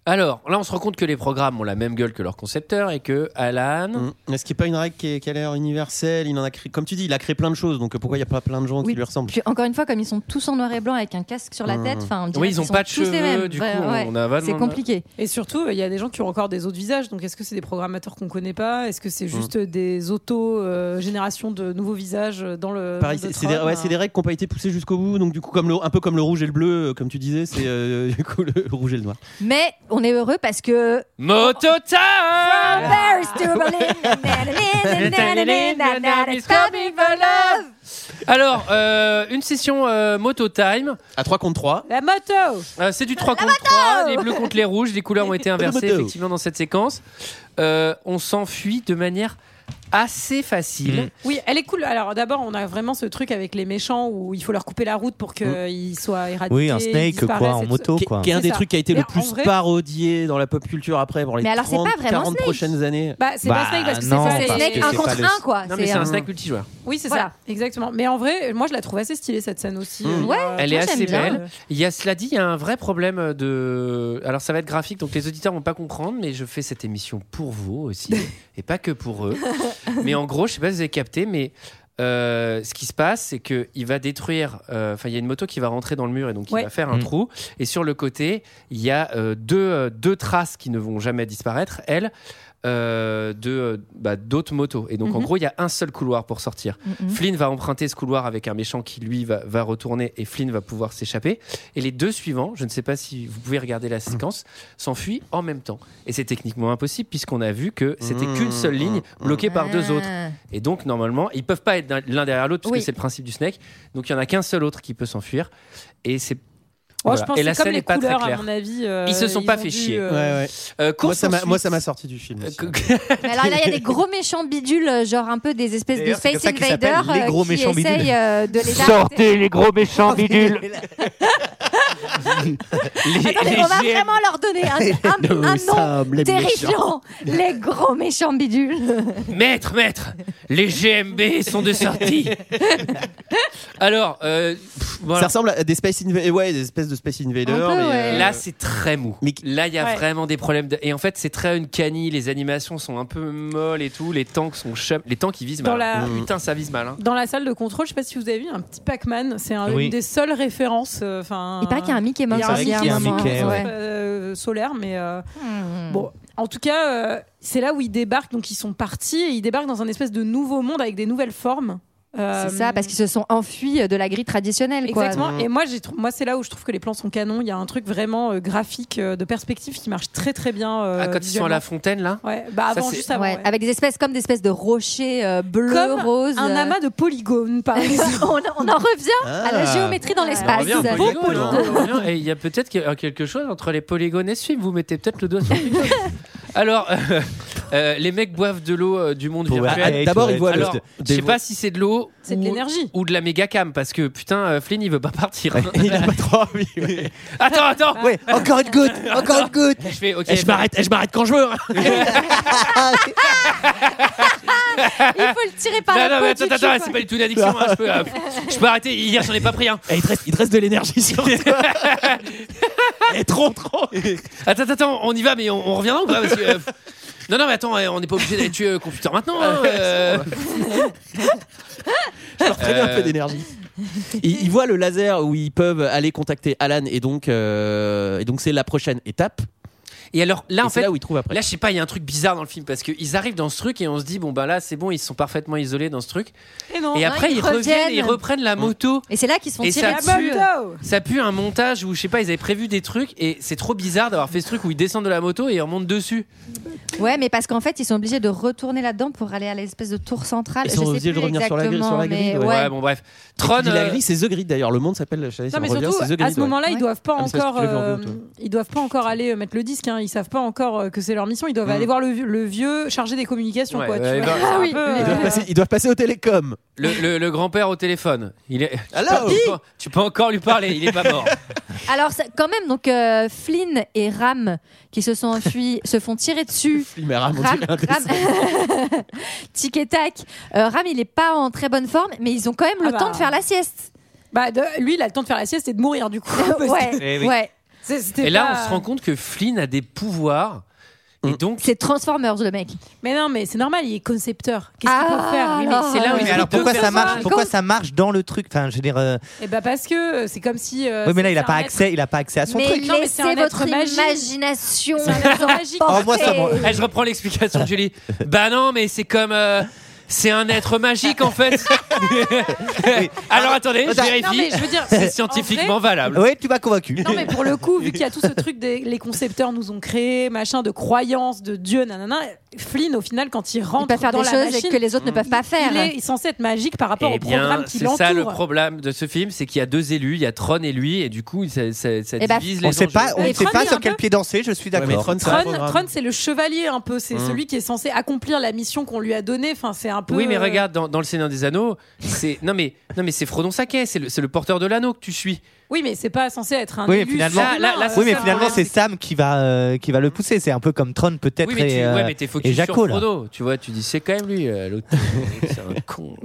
Alors, là, on se rend compte que les programmes ont la même gueule que leur concepteur et que Alan.
Est-ce qu'il n'y a pas une règle qui, est- qui a l'air universelle il en a créé, Comme tu dis, il a créé plein de choses, donc euh, pourquoi il n'y a pas plein de gens qui lui ressemblent
euh,
Puis encore une fois, comme ils sont tous en noir et blanc avec un casque sur la
Mmh.
tête, enfin, on
Oui,
dirait
ils
qu'ils
ont
sont
pas de
tous les
cheveux,
mêmes.
du
Ouais,
coup,
ouais.
on a hein. vraiment-
C'est compliqué.
Et surtout, il y a des gens qui ont encore des autres visages. Donc, est-ce que c'est des programmateurs qu'on connaît pas Est-ce que
Mm.
c'est juste des auto-générations de nouveaux visages dans le.
Pareil,
monde de
c'est c'est des,
Tron, euh.
ouais, c'est des règles qui n'ont pas été poussées jusqu'au bout, donc du coup, comme le- un peu comme le rouge et le bleu, euh, comme tu disais, c'est euh, du coup le rouge et le noir.
Mais on est heureux parce que.
Mototan
Paris to Berlin, nanana, nanana, it's coming for love.
Alors, euh, une session euh, Moto Time. Euh,
À 3 contre 3.
La moto
C'est du 3 contre 3. Les bleus contre les rouges. Les couleurs ont été inversées,
moto.
effectivement, dans cette séquence. Euh, on s'enfuit de manière assez facile.
Oui, elle est cool. Alors d'abord, on a vraiment ce truc avec les méchants où il faut leur couper la route pour qu'ils soient éradiqués.
Oui, un
ils
Snake, quoi,
disparaissent
en
et tout
moto,
ça.
quoi.
Qui est un
C'est
des
ça.
trucs qui a été
Mais
le plus
en vrai-
parodié dans la pop culture après, pour les
Mais alors, c'est
30,
pas vraiment
40
Snake.
prochaines années.
Bah, c'est pas Snake parce que c'est
non,
pas
parce
les-
que c'est pas le-
Non, mais c'est un snack multijoueur.
Oui, c'est
Voilà.
ça, exactement. Mais en vrai, moi, je la trouve assez stylée cette scène aussi.
Mm.
Euh,
elle est
moi, j'aime
assez
bien.
belle. Il y a cela dit, il y a un vrai problème de. Alors ça va être graphique, donc les auditeurs vont pas comprendre, mais je fais cette émission pour vous aussi et pas que pour eux. mais en gros, je sais pas si vous avez capté, mais euh, ce qui se passe, c'est que il va détruire. euh, Enfin, il y a une moto qui va rentrer dans le mur et donc
Ouais.
il va faire un
Mm.
trou. Et sur le côté, il y a euh, deux, euh, deux traces qui ne vont jamais disparaître. Elles. euh, de euh, bah, d'autres motos et donc en
Mhm.
gros il y a un seul couloir pour sortir
Mhm.
Flynn va emprunter ce couloir avec un méchant qui lui va, va retourner et Flynn va pouvoir s'échapper. Et les deux suivants, je ne sais pas si vous pouvez regarder la séquence, s'enfuient en même temps. Et c'est techniquement impossible puisqu'on a vu que c'était qu'une seule ligne bloquée par deux autres. Et donc normalement, ils peuvent pas être d'un- l'un derrière l'autre puisque
Oui.
c'est le principe du snake. Donc il y en a qu'un seul autre qui peut s'enfuir. Et c'est
Moi,
voilà.
je pense
Et
que
la
c'est comme
scène
les
n'est pas très
couleurs, à
claire.
mon avis. euh,
ils se sont pas
ont
fait
dû,
chier.
euh,
Euh,
moi,
course
ça m'a-
ensuite-
moi, ça m'a sorti du film. aussi.
Mais alors là, il y a des gros méchants bidules, euh, genre un peu des espèces de
D'ailleurs, c'est
Space
comme ça qu'ils
Invaders
s'appellent,
euh,
les gros
qui
méchants bidules.
essayent euh, de les
Sortez les gros méchants bidules
Les-
Attendez,
les
on va
GM.
vraiment leur donner un, un- un
sommes
nom
les
terrifiant. Les gros méchants bidules.
Maître, maître, les GMB sont de sortie. Alors, euh, pff, voilà.
Ça ressemble à des Space Invaders. Ouais, des espèces de Space Invaders. mais, euh,
Là, c'est très mou. Là, il y a
Ouais.
vraiment des problèmes. de- Et en fait, c'est très une canie. Les animations sont un peu molles et tout. Les tanks sont chum- Les tanks, ils visent
Dans
mal. hein.
Mmh.
la-
Putain, ça vise mal. hein.
Dans la salle de contrôle, je sais pas si vous avez vu un petit Pac-Man, c'est un,
Oui.
une des seules références. euh, Enfin,
Il paraît qu'il y a un Mickey Mouse
il y a un
aussi, à un
Mickey
moment,
Mouse,
ouais.
euh, solaire, mais euh,
Hmm.
bon. En tout cas, euh, c'est là où ils débarquent. Donc ils sont partis et ils débarquent dans un espèce de nouveau monde avec des nouvelles formes. Euh,
C'est ça, parce qu'ils se sont enfuis de la grille traditionnelle. quoi.
Mm.
Exactement. Et moi, j'ai trou- moi, c'est là où je trouve que les plans sont canons. Il y a un truc vraiment euh, graphique, euh, de perspective, qui marche très très bien. euh,
Ah, quand ils sont à la fontaine, là
Ouais, bah
Ça,
avant,
c'est-
juste avant.
Ouais,
ouais.
Avec des espèces comme des espèces de rochers euh, bleus,
Comme
roses.
un
euh.
amas de polygones, par exemple.
on, on en revient à la
Ah.
géométrie dans
On
l'espace.
revient au polygone, hein. On revient. Et il y a peut-être que- euh, quelque chose entre les polygones et ce film. Vous mettez peut-être le doigt sur quelque chose. Alors, euh, euh, les mecs boivent de l'eau euh, du monde
Pour-
virtuel.
Ah, d'abord, ils boivent
Alors,
de-
Je sais
des-
pas si c'est de l'eau.
C'est de
ou-
l'énergie.
Ou de la méga cam, parce que putain, euh, Flynn, il veut pas partir. hein.
Il a pas trop envie. ouais.
Attends, attends.
Ouais, encore une goutte, encore une goutte.
Je fais, ok. bah,
Eh, je m'arrête, eh, je m'arrête quand je veux. hein.
Il faut le tirer par
non,
la
non,
peau
mais
du
bah, attends,
cul,
attends,
quoi.
c'est pas du tout une addiction. hein, je, peux, euh, je peux arrêter. Hier, j'en ai pas pris un.
Eh, il, te reste, il te reste de l'énergie sur toi. Eh, trop, trop.
Attends, attends, attends, on y va, mais on, on reviendra ou pas Parce que, euh, Non, non, mais attends, euh, on n'est pas obligé d'aller tuer euh, Computer maintenant. hein, euh.
Je leur préviens un
Euh,
peu d'énergie. Ils, ils voient le laser où ils peuvent aller contacter Alan et donc euh, et donc c'est la prochaine étape.
Et alors là,
en
Ah, fait,
là où ils trouvent après.
Là, je sais pas, il y a un truc bizarre dans le film parce qu'ils arrivent dans ce truc et on se dit, bon, bah là, c'est bon, ils sont parfaitement isolés dans ce truc.
Et, non.
Et après, ils, reviennent et ils reprennent la moto.
Et c'est là qu'ils se font
Et
tirer
ça
dessus.
pue, ça pue un montage où je sais pas, ils avaient prévu des trucs et c'est trop bizarre d'avoir fait ce truc où ils descendent de la moto et ils remontent dessus.
Ouais, mais parce qu'en fait, ils sont obligés de retourner là-dedans pour aller à l'espèce de tour centrale.
Ils
Je
sont
sais
obligés de
plus
revenir sur la grille. Sur la
exactement,
grille
mais
ouais.
ouais.
bon, bref. Tron.
la
euh,
grille, c'est The Grid d'ailleurs. Le monde s'appelle. je sais pas si
Non,
on
mais
revient,
surtout,
c'est The
à
Grid,
ce moment-là,
ouais.
ils doivent pas
Ah, mais c'est parce
encore,
que je l'ai vu en
euh,
vidéo, toi.
ils doivent pas encore aller euh, mettre le disque. Hein. Ils savent pas encore euh, que c'est leur mission. Ils doivent
Mm.
aller voir le, vieux- le vieux chargé des communications.
Mmh. Ouais,
quoi, tu
ouais,
vois.
bah,
C'est un
Ah oui.
peu, euh,
Ils doivent passer- ils doivent passer au télécom.
Le, le- le grand-père au téléphone. Il est...
Allô
tu, peux, tu peux encore lui parler, il est pas mort.
Alors, ça- quand même, donc euh, Flynn et Ram qui se sont enfuis se font tirer dessus.
Il m'a ramonté
Ram,
un dessin.
Ram, tic et tac. Euh, Ram, il est pas en très bonne forme, mais ils ont quand même le
Ah bah.
temps de faire la sieste.
bah, de- lui, il a le temps de faire la sieste et de mourir du coup.
ouais,
Eh oui.
ouais.
C'était
Et là,
pas-
on se rend compte que Flynn a des pouvoirs. Et donc,
C'est Transformers, le mec.
Mais non, mais c'est normal, il est concepteur. Qu'est-ce qu'il peut
Ah,
faire Oui, mais
alors.
c'est là où
Mais
il
alors
peut
pourquoi
faire
ça marche Pourquoi ça marche dans le truc Enfin, je veux dire. euh,
Eh ben parce que euh, c'est comme si. euh,
oui, mais là,
c'est
il a pas
un
accès. Il a pas accès à son
Mais-
truc.
Non, c'est un
Laissez
être
votre
magique.
imagination.
Oh, moi, ça m'en-
Eh, je reprends l'explication de Julie. bah non, mais c'est comme. euh, C'est un être magique en fait. Alors attendez, je
Attends.
vérifie.
Non, mais je veux dire, en
c'est
vrai-
scientifiquement valable.
Oui, tu m'as convaincu.
Non mais pour le coup, vu qu'il y a tout ce truc des les concepteurs nous ont créé, machin de croyances, de dieu, nanana, Flynn au final quand il rentre
peut faire
dans
des
la
choses
machine,
que les autres ne peuvent pas
il-
faire.
Il est, il est censé être magique par rapport
Eh
au
bien,
programme qui
c'est ça le
l'entoure.
problème de ce film, c'est qu'il y a deux élus, il y a Tron et lui, et du coup, ça, ça- ça
Eh bah,
divise les
On ne sait
enjeux.
pas, on
Et
ne sait
Tron
pas
est
sur
un
quel
peu-
pied danser. Je suis
mais
d'accord.
Tron, ça-
Tron,
programme.
Tron, c'est le chevalier un peu, c'est
Mm.
celui qui est censé accomplir la mission qu'on lui a donnée. Enfin, c'est un peu.
Oui, mais
euh,
regarde, dans, dans le Seigneur des Anneaux, c'est non mais non mais c'est Frodon Saquet, c'est le, c'est le porteur de l'anneau que tu suis.
Oui, mais c'est pas censé être un.
Oui, mais
élu
finalement,
surhumain,
Là, là,
euh,
c'est
oui, mais
ça,
finalement,
voilà.
c'est Sam qui va, euh, qui va le pousser. C'est un peu comme Tron peut-être
Oui, mais tu,
et, euh,
ouais, mais t'es
et
focus sur
Jaco là.
Frodo. Tu vois, tu dis c'est quand même lui, euh, l'autre. c'est un con.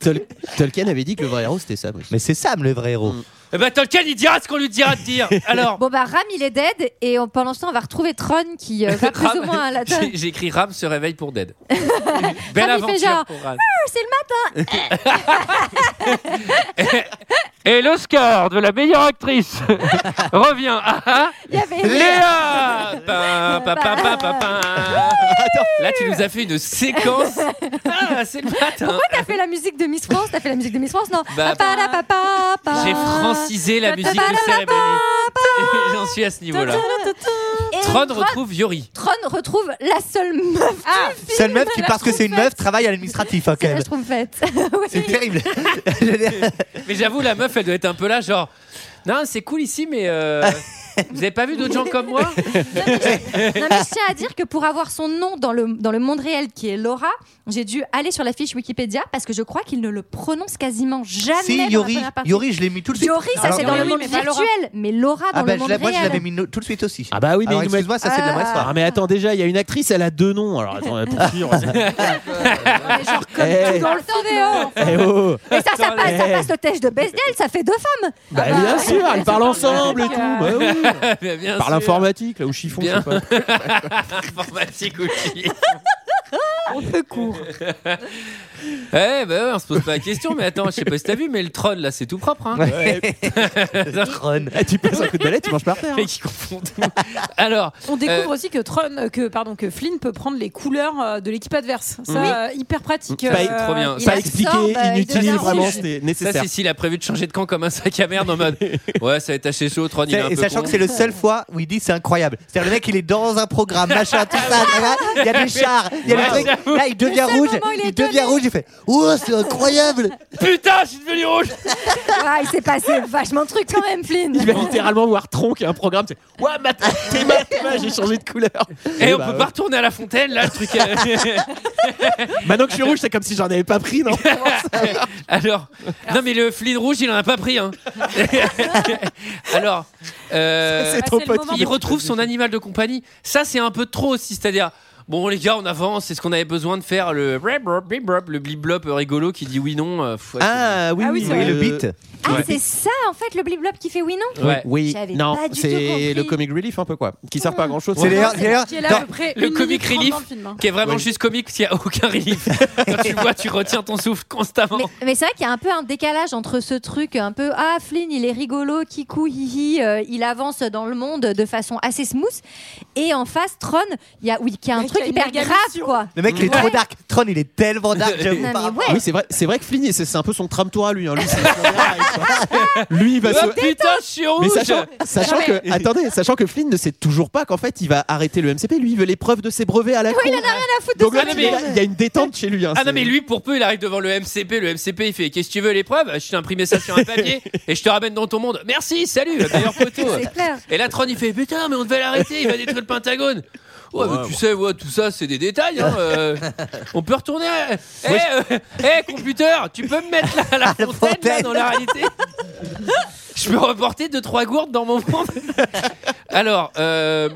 Tol- Tolkien avait dit que le vrai héros c'était Sam. oui.
Mais c'est Sam le vrai héros.
Eh ben Tolkien, il dira ce qu'on lui dira de dire. Alors.
Bon bah Ram il est dead et on- pendant ce temps on va retrouver Tron qui euh, va plus
Ram-
ou moins à la
j'ai- j'ai écrit Ram se réveille pour Dead. Belle
Ram, il fait
aventure
genre,
pour Ram.
Ah, C'est le matin
Et l'Oscar de la meilleure actrice revient à
Il y avait
Léa Pin, pin, pin, pin, pin, pin. Là, tu nous as fait une séquence. Ah, c'est le matin.
Pourquoi t'as fait la musique de Miss France T'as fait la musique de Miss France Non
Bah,
Papa, la papa, papa.
J'ai francisé la musique de cérémonie. J'en suis à ce niveau-là.
Et
Tron retrouve Yori.
Tron retrouve la seule meuf du film.
Ah, Seule meuf qui,
La
parce que c'est une
trompette.
meuf, travaille à l'administratif hein, quand
La
même.
trompette.
C'est
Oui.
terrible. Je veux dire,
Mais j'avoue, la meuf, elle doit être un peu là, genre. Non, c'est cool ici, mais. euh, Vous avez pas vu d'autres gens comme moi
Non, mais je tiens à dire que pour avoir son nom dans le, dans le monde réel qui est Laura, j'ai dû aller sur la fiche Wikipédia parce que je crois qu'il ne le prononce quasiment jamais. dans
si
la
Yori,
première partie.
Yori, je l'ai mis tout de suite.
Yori, ça
Alors-
c'est dans
oui,
le
oui,
monde
mais pas Laura.
virtuel, mais Laura dans
Ah bah,
le
je
monde
l'ai- moi je
réel.
l'avais mis no- tout de suite aussi.
Ah bah oui, mais
Alors,
il nous met-
excuse-moi, ça c'est de la mauvaise foi.
Ah, mais attends, déjà, il y a une actrice, elle a deux noms. Alors attends, poursuivre.
On est genre comme
Eh.
tout dans le film.
Eh oh
Et ça, ça passe, ça
Eh.
passe le test de Bechdel, ça fait deux femmes.
Bah bien sûr, ils parlent ensemble et tout. Bah oui.
Bien sûr.
Par l'informatique, là, ou chiffon,
Bien.
je sais pas.
Informatique ou qui
On peut court.
Eh ben ouais, on se pose pas la question, mais attends, je sais pas si t'as vu, mais le Tron là, c'est tout propre. Hein.
Tron.
Eh, tu passes un coup de balai, tu manges par terre. hein.
Les mecs, ils confondent tout. Alors,
On découvre
Euh,
aussi que Tron, euh, que pardon, que Flynn peut prendre les couleurs euh, de l'équipe adverse. Ça,
Oui.
euh, hyper pratique. euh,
Pas- trop bien.
il
Pas
absorbe,
expliqué,
euh, il
inutile,
devient
vraiment,
rouge.
c'était
ça,
nécessaire.
c'est s'il a prévu de changer de camp comme un sac à merde en mode Ouais, ça va être assez chaud, Tron il est un
Et
peu.
sachant
con.
que c'est le seul fois où il dit c'est incroyable. C'est-à-dire le mec il est dans un programme, machin, tout ça, tout ça, il y a des chars, il y a des
Ouais,
trucs. Là il devient
Le seul
rouge,
moment où il
il,
est
devient
étonné.
rouge, il fait Oh c'est incroyable
Putain, je suis devenu rouge
Ah, il s'est passé vachement de trucs quand même, Flynn.
Il va littéralement voir Tronc et un programme, c'est Ouah, ma t'es ma, t'es ma, j'ai changé de couleur.
Et
Eh
on
bah,
peut
ouais.
pas retourner à la fontaine là, le truc. euh,
Maintenant que je suis rouge, c'est comme si j'en avais pas pris, non
Alors, non, mais le Flynn rouge, il en a pas pris. Hein. Alors, euh,
bah,
C'est trop
c'est le moment
petit.
il retrouve son animal de compagnie. Ça, c'est un peu trop aussi, c'est-à-dire. Bon les gars, on avance, c'est ce qu'on avait besoin de faire, le blip-blop, blip-blop, le blip-blop rigolo qui dit oui non. euh, faut-
Ah oui,
Ah oui,
oui,
c'est
Oui,
vrai.
le beat.
Ah,
Ouais.
c'est ça en fait le blip-blop qui fait oui non
Ouais.
Oui,
J'avais
non,
pas du tout
c'est
compris.
le comic relief un peu quoi, qui sert pas à grand chose.
C'est d'ailleurs- d'ailleurs-
Qui est là à
dans-
peu près
le
une
comic
minute trente
relief.
dans le film, hein.
qui est vraiment
Oui.
juste comique, s'il n'y a aucun relief. Quand tu vois, tu retiens ton souffle constamment.
Mais, mais c'est vrai qu'il y a un peu un décalage entre ce truc un peu ah Flynn il est rigolo, kikou hihi, euh, il avance dans le monde de façon assez smooth et en face Tron, il y a oui, qui a un truc
Mec, il a une
hyper
méga
grave
mission.
quoi.
Le mec il est
Ouais.
trop dark. Tron il est tellement dark, j'avoue.
Non,
par
mais
rapport-
ouais.
Oui, c'est vrai, c'est vrai que Flynn, c'est c'est un peu son tramtoir lui. hein. Lui, c'est- lui, il va se.
Oh, putain, je suis rouge
bah, Mais sachant, sachant
Non,
que, attendez, sachant que Flynn ne sait toujours pas qu'en fait il va arrêter le MCP, lui il veut l'épreuve de ses brevets à la con. Donc là,
ça,
il
Ah, mais-
a- il y a une détente chez lui. hein,
Ah
c'est-
non mais lui pour peu il arrive devant le MCP, le MCP il fait qu'est-ce que tu veux l'épreuve Je t'ai imprimé ça sur un papier et je te ramène dans ton monde. Merci, salut, meilleur poteau.
C'est clair.
Et là Tron il fait putain mais on devait l'arrêter, il va détruire le Pentagone. Ouais, mais tu sais, ouais, tout ça c'est des détails. hein, euh, on peut retourner. à- Eh euh, eh, computer, tu peux me mettre là, à la fontaine, là,
fontaine.
dans la réalité Je Je peux reporter deux trois gourdes dans mon monde. Alors, euh,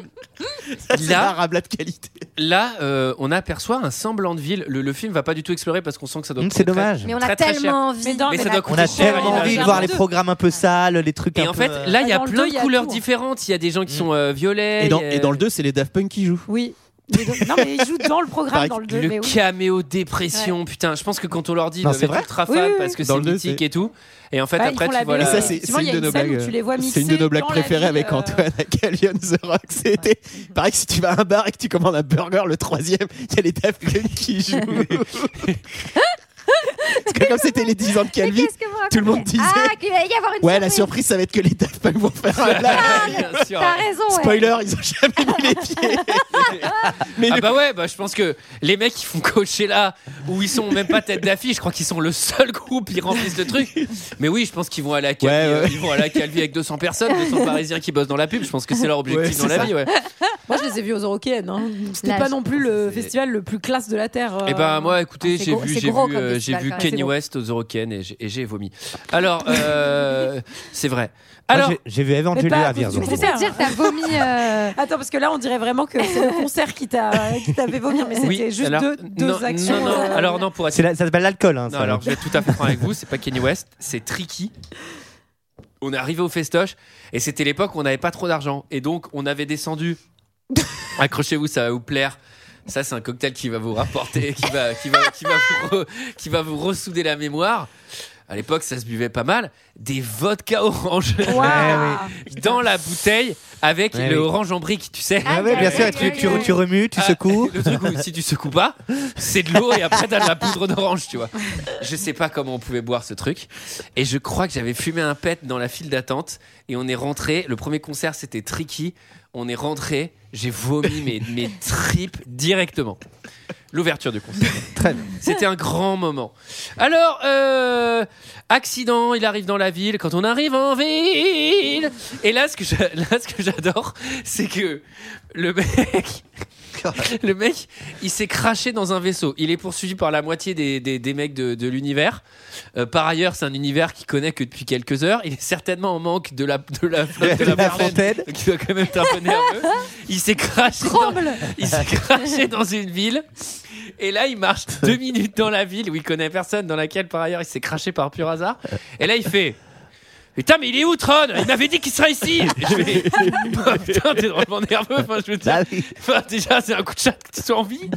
là,
de qualité.
là, euh, on aperçoit un semblant de ville. Le, le film va pas du tout explorer parce qu'on sent que ça doit.
Mm,
coûter
c'est
très-
dommage.
Mais on a
très, très cher.
tellement envie.
non,
mais
mais
ça
la
doit
On
coûter
a
cher,
tellement
Alien
envie de
Alien
voir les
2.
programmes un peu sales, les trucs un
Et
peu. euh,
en fait, là, il y a
Dans le
plein
deux, il y
de
a
couleurs
tout.
différentes. Il y a des gens qui sont euh, violets.
Et dans,
il y a-
et dans le 2, c'est les Daft Punk qui jouent.
Oui. Mais dans- non, mais il joue dans le programme,
Pareil,
dans le 2.
le
mais oui.
caméo dépression, putain, je pense que quand on leur dit, ils
Non,
doivent
c'est
être
vrai
ultra
Oui,
fan
oui,
parce que
Dans
c'est
le deux,
mythique
c'est-
et tout. Et en fait,
Ouais, ils
après,
font
tu
la
vois
BO.
la-
Ça, c'est
Euh, Effectivement,
c'est
il
une
y a
de
une
nos
scène où
blagues. euh,
tu les vois
C'est une de
mixer
nos blagues
dans la
préférées
vie,
avec
euh.
Antoine Alien The Rock. C'était pareil si tu vas à un bar et que tu commandes un burger, le troisième, il y a les Daft Punk qui jouent. Parce que comme c'était les 10 ans de Calvin,
Qu'est-ce que vous racontez
tout le monde disait.
Ah, qu'il va y avoir une
Ouais, la surprise, ça va être que les Daft Punk vont faire
Ah,
un
Ah,
live.
Ah, Bien sûr.
T'as raison. ouais.
Spoiler, ils ont jamais mis les pieds. Mais
Ah
le-
bah ouais, bah je pense que les mecs qui font coacher là, où ils sont même pas tête d'affiche, je crois qu'ils sont le seul groupe, ils remplissent le truc. Mais oui, je pense qu'ils vont à la Calvi,
Ouais, ouais.
euh, ils vont à la Calvi avec 200 personnes, 200 parisiens qui bossent dans la pub, je pense que c'est leur
Ouais,
objectif
c'est
dans la
ça.
vie, ouais.
Moi, je les ai vus aux Eurokéennes. hein. C'était
Là,
pas
je-
non plus le festival le plus classe de la Terre. euh.
Et ben moi, écoutez,
Oh. Ah, c'est
j'ai
gros-
vu,
c'est
j'ai
gros
vu,
comme
euh, j'ai
festival,
vu
quand même, c'est
Kenny
gros.
West aux Eurocaines et j'ai- et j'ai vomi. Alors, euh, c'est vrai.
Moi,
Alors,
j'ai- j'ai vu Eve
Mais pas à
Angelina
cause
venir.
du
donc
Mais
bon.
C'est-à-dire que t'as vomi. euh,
Attends, parce que là, on dirait vraiment que c'est le concert qui t'a qui t'a fait vomir, mais c'était
oui,
juste
alors,
deux, deux
non,
actions.
Non, non,
euh,
alors non, pour être
C'est la- ça s'appelle l'alcool. hein,
Non,
ça.
alors je vais être tout à fait franc avec vous, c'est pas Kenny West, c'est Tricky. On est arrivé au festoche et c'était l'époque où on n'avait pas trop d'argent et donc on avait descendu. Accrochez-vous, ça va vous plaire. Ça, c'est un cocktail qui va vous rapporter, qui va, qui va, qui va, vous, re- qui va vous ressouder la mémoire. À l'époque, ça se buvait pas mal. Des vodkas orange
Waouh.
dans la bouteille avec
Ouais,
le
oui.
orange en brique, tu sais.
Ah ouais, bien sûr,
Aïe,
les trucs,
aïe,
tu,
aïe.
tu remues, tu
Ah,
secoues.
Le truc où si tu secoues pas, c'est de l'eau et après t'as de la poudre d'orange, tu vois. Je sais pas comment on pouvait boire ce truc. Et je crois que j'avais fumé un pet dans la file d'attente et on est rentré. Le premier concert c'était tricky. On est rentré, j'ai vomi mes, mes tripes directement. L'ouverture du concert.
Très bien.
C'était un grand moment. Alors, euh, accident, il arrive dans la ville. Quand on arrive en ville, et là ce que j'a- là, ce que j'adore, c'est que le mec, le mec, il s'est craché dans un vaisseau. Il est poursuivi par la moitié des, des- des mecs de, de l'univers. Euh, par ailleurs, c'est un univers qu'il connaît que depuis quelques heures. Il est certainement en manque de la, de la flotte de la,
La
Marlène,
fontaine.
donc il doit quand même être un peu nerveux. Il s'est craché, dans,
Tremble.
il s'est craché dans une ville. Et là, il marche deux minutes dans la ville où il connaît personne, dans laquelle, par ailleurs, il s'est craché par pur hasard. Et là, il fait. Putain, mais il est où Tron Il m'avait dit qu'il serait ici Et je fais, Putain, t'es drôlement nerveux, enfin, je veux dire.
Bah,
Ah oui.
Enfin, déjà, c'est un coup de chat que tu sois en vie.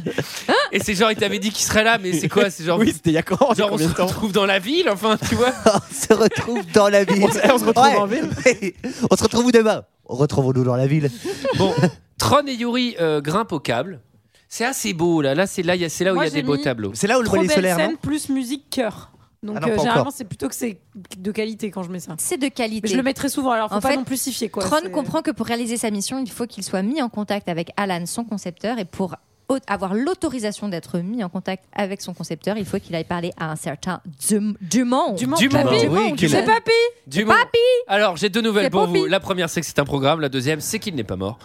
Et c'est genre, il t'avait dit qu'il serait là, mais c'est quoi C'est genre,
Oui, c'était il y a quand
genre on se
Combien de temps
retrouve dans la ville, enfin, tu vois.
on se retrouve dans la ville.
On se- on se retrouve en ville.
mais On se retrouve où demain Retrouvons-nous dans la ville.
Bon, Tron et Yuri euh, grimpent au câble. C'est assez beau, là. Là, c'est là, il y a- c'est là où il
Moi,
y a des
j'ai
beaux
mis
tableaux.
C'est là où le
Trop
relais
belle
solaire,
scène
non
plus musique cœur. Donc
Ah non,
euh,
pas encore.
généralement c'est plutôt que c'est de qualité quand je mets ça.
C'est de
Mais
qualité.
je le mets très souvent alors faut
En
pas
fait,
non plus s'y fier quoi.
Tron
c'est-
comprend que pour réaliser sa mission, il faut qu'il soit mis en contact avec Alan, son concepteur, et pour au- avoir l'autorisation d'être mis en contact avec son concepteur, il faut qu'il aille parler à un certain Dum- Dumont.
Dumont,
Dumont,
Papy.
oui,
Dumont,
qui est
Dumont.
C'est papy.
Du moment-
Papy
Alors, j'ai deux nouvelles
C'est
pour
Pompy.
vous. La première, c'est que c'est un programme. La deuxième, c'est qu'il n'est pas mort.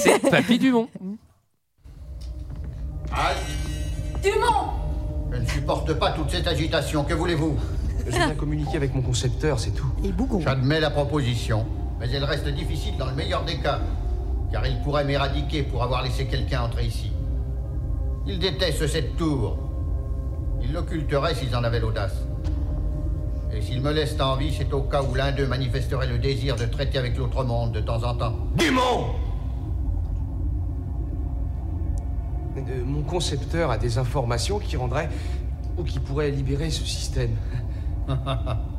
C'est Papy Dumont.
Je ne supporte pas toute cette agitation. Que voulez-vous
Je viens communiquer avec mon concepteur, c'est tout.
Et Bougon.
J'admets la proposition, mais elle reste difficile dans le meilleur des cas, car il pourrait m'éradiquer pour avoir laissé quelqu'un entrer ici. Il déteste cette tour. Il l'occulterait s'ils en avaient l'audace. Et s'ils me laissent en vie, c'est au cas où l'un d'eux manifesterait le désir de traiter avec l'autre monde de temps en temps.
Démon
Euh, mon concepteur a des informations qui rendraient ou qui pourraient libérer ce système.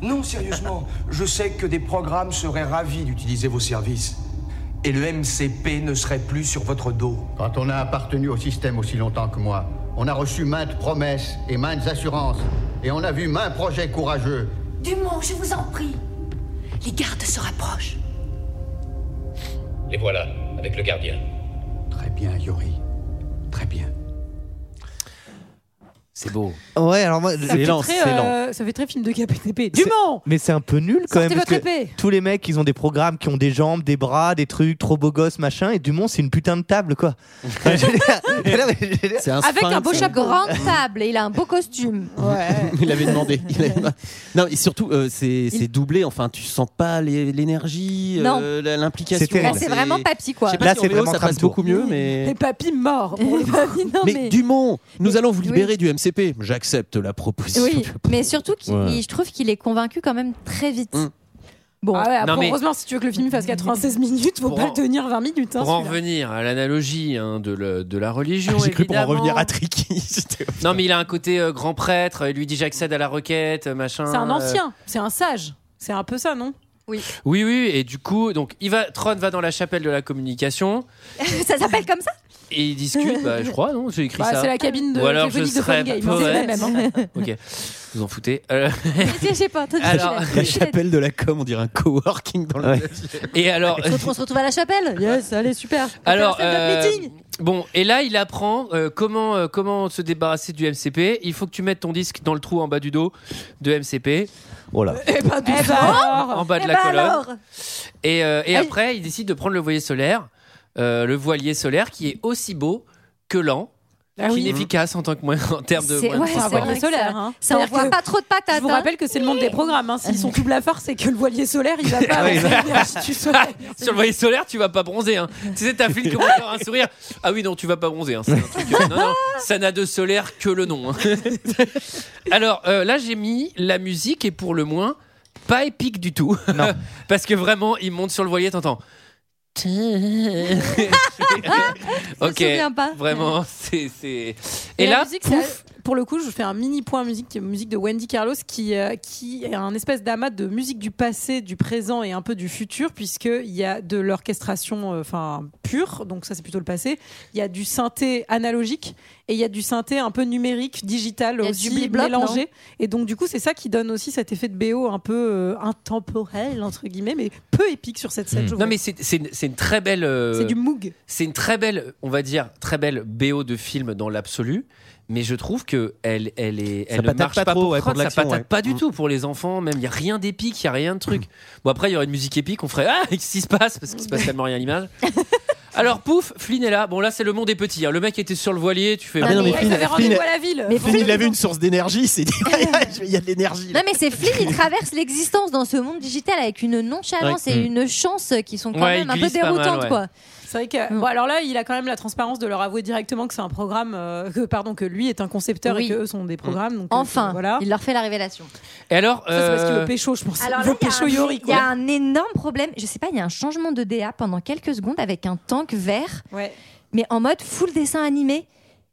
non, sérieusement, je sais que des programmes seraient ravis d'utiliser vos services. Et le MCP ne serait plus sur votre dos.
Quand on a appartenu au système aussi longtemps que moi, on a reçu maintes promesses et maintes assurances, et on a vu maints projets courageux.
Dumont, je vous en prie. Les gardes se rapprochent.
Les voilà, avec le gardien.
Très bien, Yori. Très bien.
C'est beau.
Ouais, alors moi,
Ça, fait très, euh, ça fait très film de KPTP. Du Dumont
Mais c'est un peu nul quand
Sortez
même.
votre
que
épée.
tous les mecs, ils ont des programmes qui ont des jambes, des bras, des trucs, trop beau gosse, machin. Et Dumont, c'est une putain de table, quoi.
C'est un
Avec un
sphinx, hein.
beau
ça.
chapeau. Grande table et il a un beau costume. Ouais.
il avait demandé. Il avait demandé. Non, et surtout, euh, c'est c'est doublé. Enfin, tu sens pas les- l'énergie, euh, la- l'implication.
Là, c'est vraiment papy, quoi.
Je sais pas si en VO, ça passe beaucoup mieux, mais.
Les papy morts. pour les papys, non,
Mais,
mais-
Dumont, nous allons vous libérer du MCP. J'accepte la proposition.
Oui, mais surtout, qu'il-
Ouais.
il- je trouve qu'il est convaincu quand même très vite. Bon,
Ah ouais,
Mm. Non,
après,
mais-
heureusement, si tu veux que le film fasse 96 minutes, faut
Pour
pas
en-
le tenir 20 minutes. hein,
Pour en
celui-là.
revenir à l'analogie hein, de, le- de la religion.
J'ai cru pour en
évidemment.
revenir à Tricky.
non, mais il a un côté euh, grand prêtre. euh, Il lui dit j'accède à la requête, euh, machin.
C'est un
euh.
ancien, c'est un sage. C'est un peu ça, non
Oui.
Oui, oui. Et du coup, donc, il va, Tron va dans la chapelle de la communication
ça s'appelle comme ça
et ils discutent. bah, je crois, non J'ai écrit
Bah,
ça.
c'est la cabine de
Ou alors je
téléphonique de
serais
Fun Game, hein, c'est la
poète.
même, hein.
ok. Vous en foutez. Euh,
J'ai pas entendu.
Alors-
La chapelle de la com, on dirait un coworking dans le.
et alors.
On se retrouve- on se retrouve à la chapelle Yes, allez, super.
Alors,
euh...
euh, bon, et là, il apprend euh, comment, euh, comment se débarrasser du MCP. Il faut que tu mettes ton disque dans le trou en bas du dos de MCP.
Voilà.
Eh ben,
Eh ben alors En bas de
Eh
la
ben
colonne.
alors
Et, euh, et après, il décide de prendre le voilier solaire, euh, le voilier solaire qui est aussi beau que lent,
Ah
qui
oui.
est efficace en, tant que moyen- en termes de.
C'est-
moyen de
ouais,
transport.
c'est vrai.
voilier solaire. hein.
Ça
C'est-à-dire
envoie
que-
pas trop de patates. hein.
Je vous rappelle que c'est le monde des programmes. hein. S'ils sont double à force, c'est que le voilier solaire, il va pas.
Ah oui,
avancer
bah.
l'énergie du soleil.
Sur le voilier solaire, tu vas pas bronzer. hein. Tu sais, ta fille commence à avoir un sourire. Ah oui, non, tu vas pas bronzer. hein, c'est un truc, euh, non, non, ça n'a de solaire que le nom. hein. Alors euh, là, j'ai mis la musique et pour le moins, pas épique du tout. Parce que vraiment, il monte sur le voilier, t'entends. ok,
souviens pas.
vraiment, c'est. c'est- Et,
Et la
là,
musique, ça- pour le coup, je fais un mini point musique, qui est musique de Wendy Carlos, qui, euh, qui est un espèce d'amas de musique du passé, du présent et un peu du futur, puisqu'il y a de l'orchestration euh, enfin pure, donc ça c'est plutôt le passé, il y a du synthé analogique et il y a du synthé un peu numérique, digital
Il y a
aussi,
du bebop, non
mélangé. Et donc du coup, c'est ça qui donne aussi cet effet de BO un peu euh, intemporel, entre guillemets, mais peu épique sur cette scène. je
Mmh. Non
trouve.
mais c'est c'est une- c'est une très belle. euh,
C'est du moog.
C'est une très belle, on va dire, très belle BO de film dans l'absolu. Mais je trouve que elle, elle est,
Ça
elle ne
patate
marche
pas
pas,
trop,
pour
ouais,
Trot,
pour de
ça
l'action,
patate
ouais. Mm.
pas du tout pour les enfants. Même il y a rien d'épique, il y a rien de truc. Bon après il y aurait une musique épique, on ferait ah qu'est-ce qui se passe parce qu'il se passe tellement rien à l'image. Alors pouf, Flynn est là. Bon là c'est le monde des petits. hein. Le mec était sur le voilier, tu fais.
Ah,
bon,
mais non, mais
euh,
Flynn-
Ça fait rendez-vous à la ville.
Mais
Flynn, il avait une source d'énergie, il s'est dit il y a de l'énergie.
Non mais c'est Flynn, il traverse l'existence dans ce monde digital avec une nonchalance
Ouais.
et une chance qui sont quand
Ouais,
même
il
un peu
glisse pas mal,
déroutantes
ouais.
quoi. Mm.
C'est vrai que bon alors là il a quand même la transparence de leur avouer directement que c'est un programme euh, que pardon que lui est un concepteur
Oui.
et que eux sont
Mm.
des programmes donc euh,
Enfin,
voilà.
il leur fait la révélation.
Et alors.
Ça, c'est parce qu'il
euh,
veut pécho, je pense.
Alors
il veut
là, il y a
pécho
un-
Yori.
il y, a un énorme problème. Je sais pas, il y a un changement de DA pendant quelques secondes avec un tank vert,
Ouais.
mais en mode full dessin animé.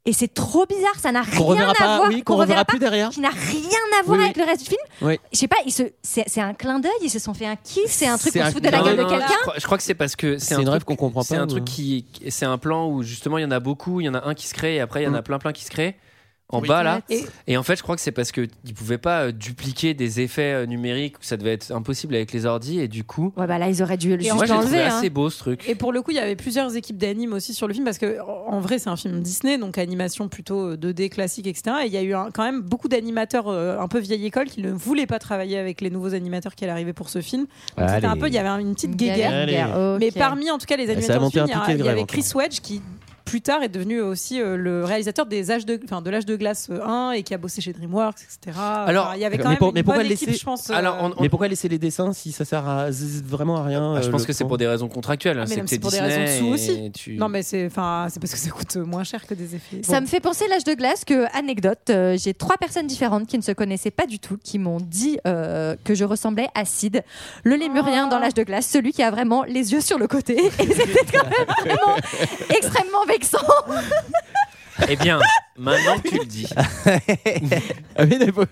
Et c'est trop bizarre, ça n'a rien
Qu'on reverra
à
pas,
voir.
oui, qu'on reverra plus derrière.
Qui n'a rien à voir
Oui,
avec
oui.
le reste du film.
Oui.
Je sais pas, ils se- c'est c'est un clin d'œil, ils se sont fait un kiff, c'est un truc
C'est
pour
un-
se foutre de la
Non,
gueule de
non, non,
quelqu'un.
je crois- Je crois que c'est parce que
C'est
c'est un
une
truc
rêve qu'on comprend pas.
C'est un
mais-
truc qui, qui- c'est un plan où justement il y en a beaucoup, il y en a un qui se crée et après il y
Mm.
en a plein plein qui se créent en
Oui.
bas là.
Et-
Et en fait, je crois que c'est parce que ils pouvaient pas euh, dupliquer des effets euh, numériques, ça devait être impossible avec les ordi et du coup.
Ouais, bah là, ils auraient dû le
Et
juste
moi, je l'ai trouvé
l'enlever. hein.
assez beau ce truc.
Et pour le coup, il y avait plusieurs équipes d'animes aussi sur le film parce que en en vrai, c'est un film Disney, donc animation plutôt euh, 2D classique, etc. Et il y a eu un- quand même beaucoup d'animateurs euh, un peu vieille école qui ne voulaient pas travailler avec les nouveaux animateurs qui allaient arriver pour ce film. Donc, c'était
Allez.
un peu, il y avait une petite
Une galère,
guéguerre.
Allez. guerre,
Mais parmi en tout cas les
ça a
animateurs, du
monté
film,
un
il y a-
piquet de
il y
grève
avait
encore.
Chris Wedge qui plus tard est devenu aussi euh, le réalisateur des âges de, enfin, de l'âge de glace euh, 1 et qui a bossé chez DreamWorks, etc.
Alors,
Enfin, Ah, bah, il y avait quand
mais
même
pour- mais
une
pourquoi
bonne
laisser-
équipe, je pense.
Alors,
euh,
on- on-
Mais pourquoi laisser les dessins si ça sert à, z- vraiment à rien
Ah, je
euh,
pense
le
que c'est
temps
pour des raisons contractuelles. hein,
Ah, mais
c'est
non,
que
c'est
t'es
pour des
Disney
raison de sous
et
aussi.
tu-
Non, mais c'est enfin, c'est parce que ça coûte moins cher que des effets.
Ça
Bon.
me fait penser l'âge de glace que, anecdote, euh, j'ai trois personnes différentes qui ne se connaissaient pas du tout, qui m'ont dit euh, que je ressemblais à Sid, le lémurien
Ah.
dans l'âge de glace, celui qui a vraiment les yeux sur le côté. Et c'était quand même vraiment extrêmement vexant.
Eh bien, maintenant que tu le dis.
Ah oui, d'accord.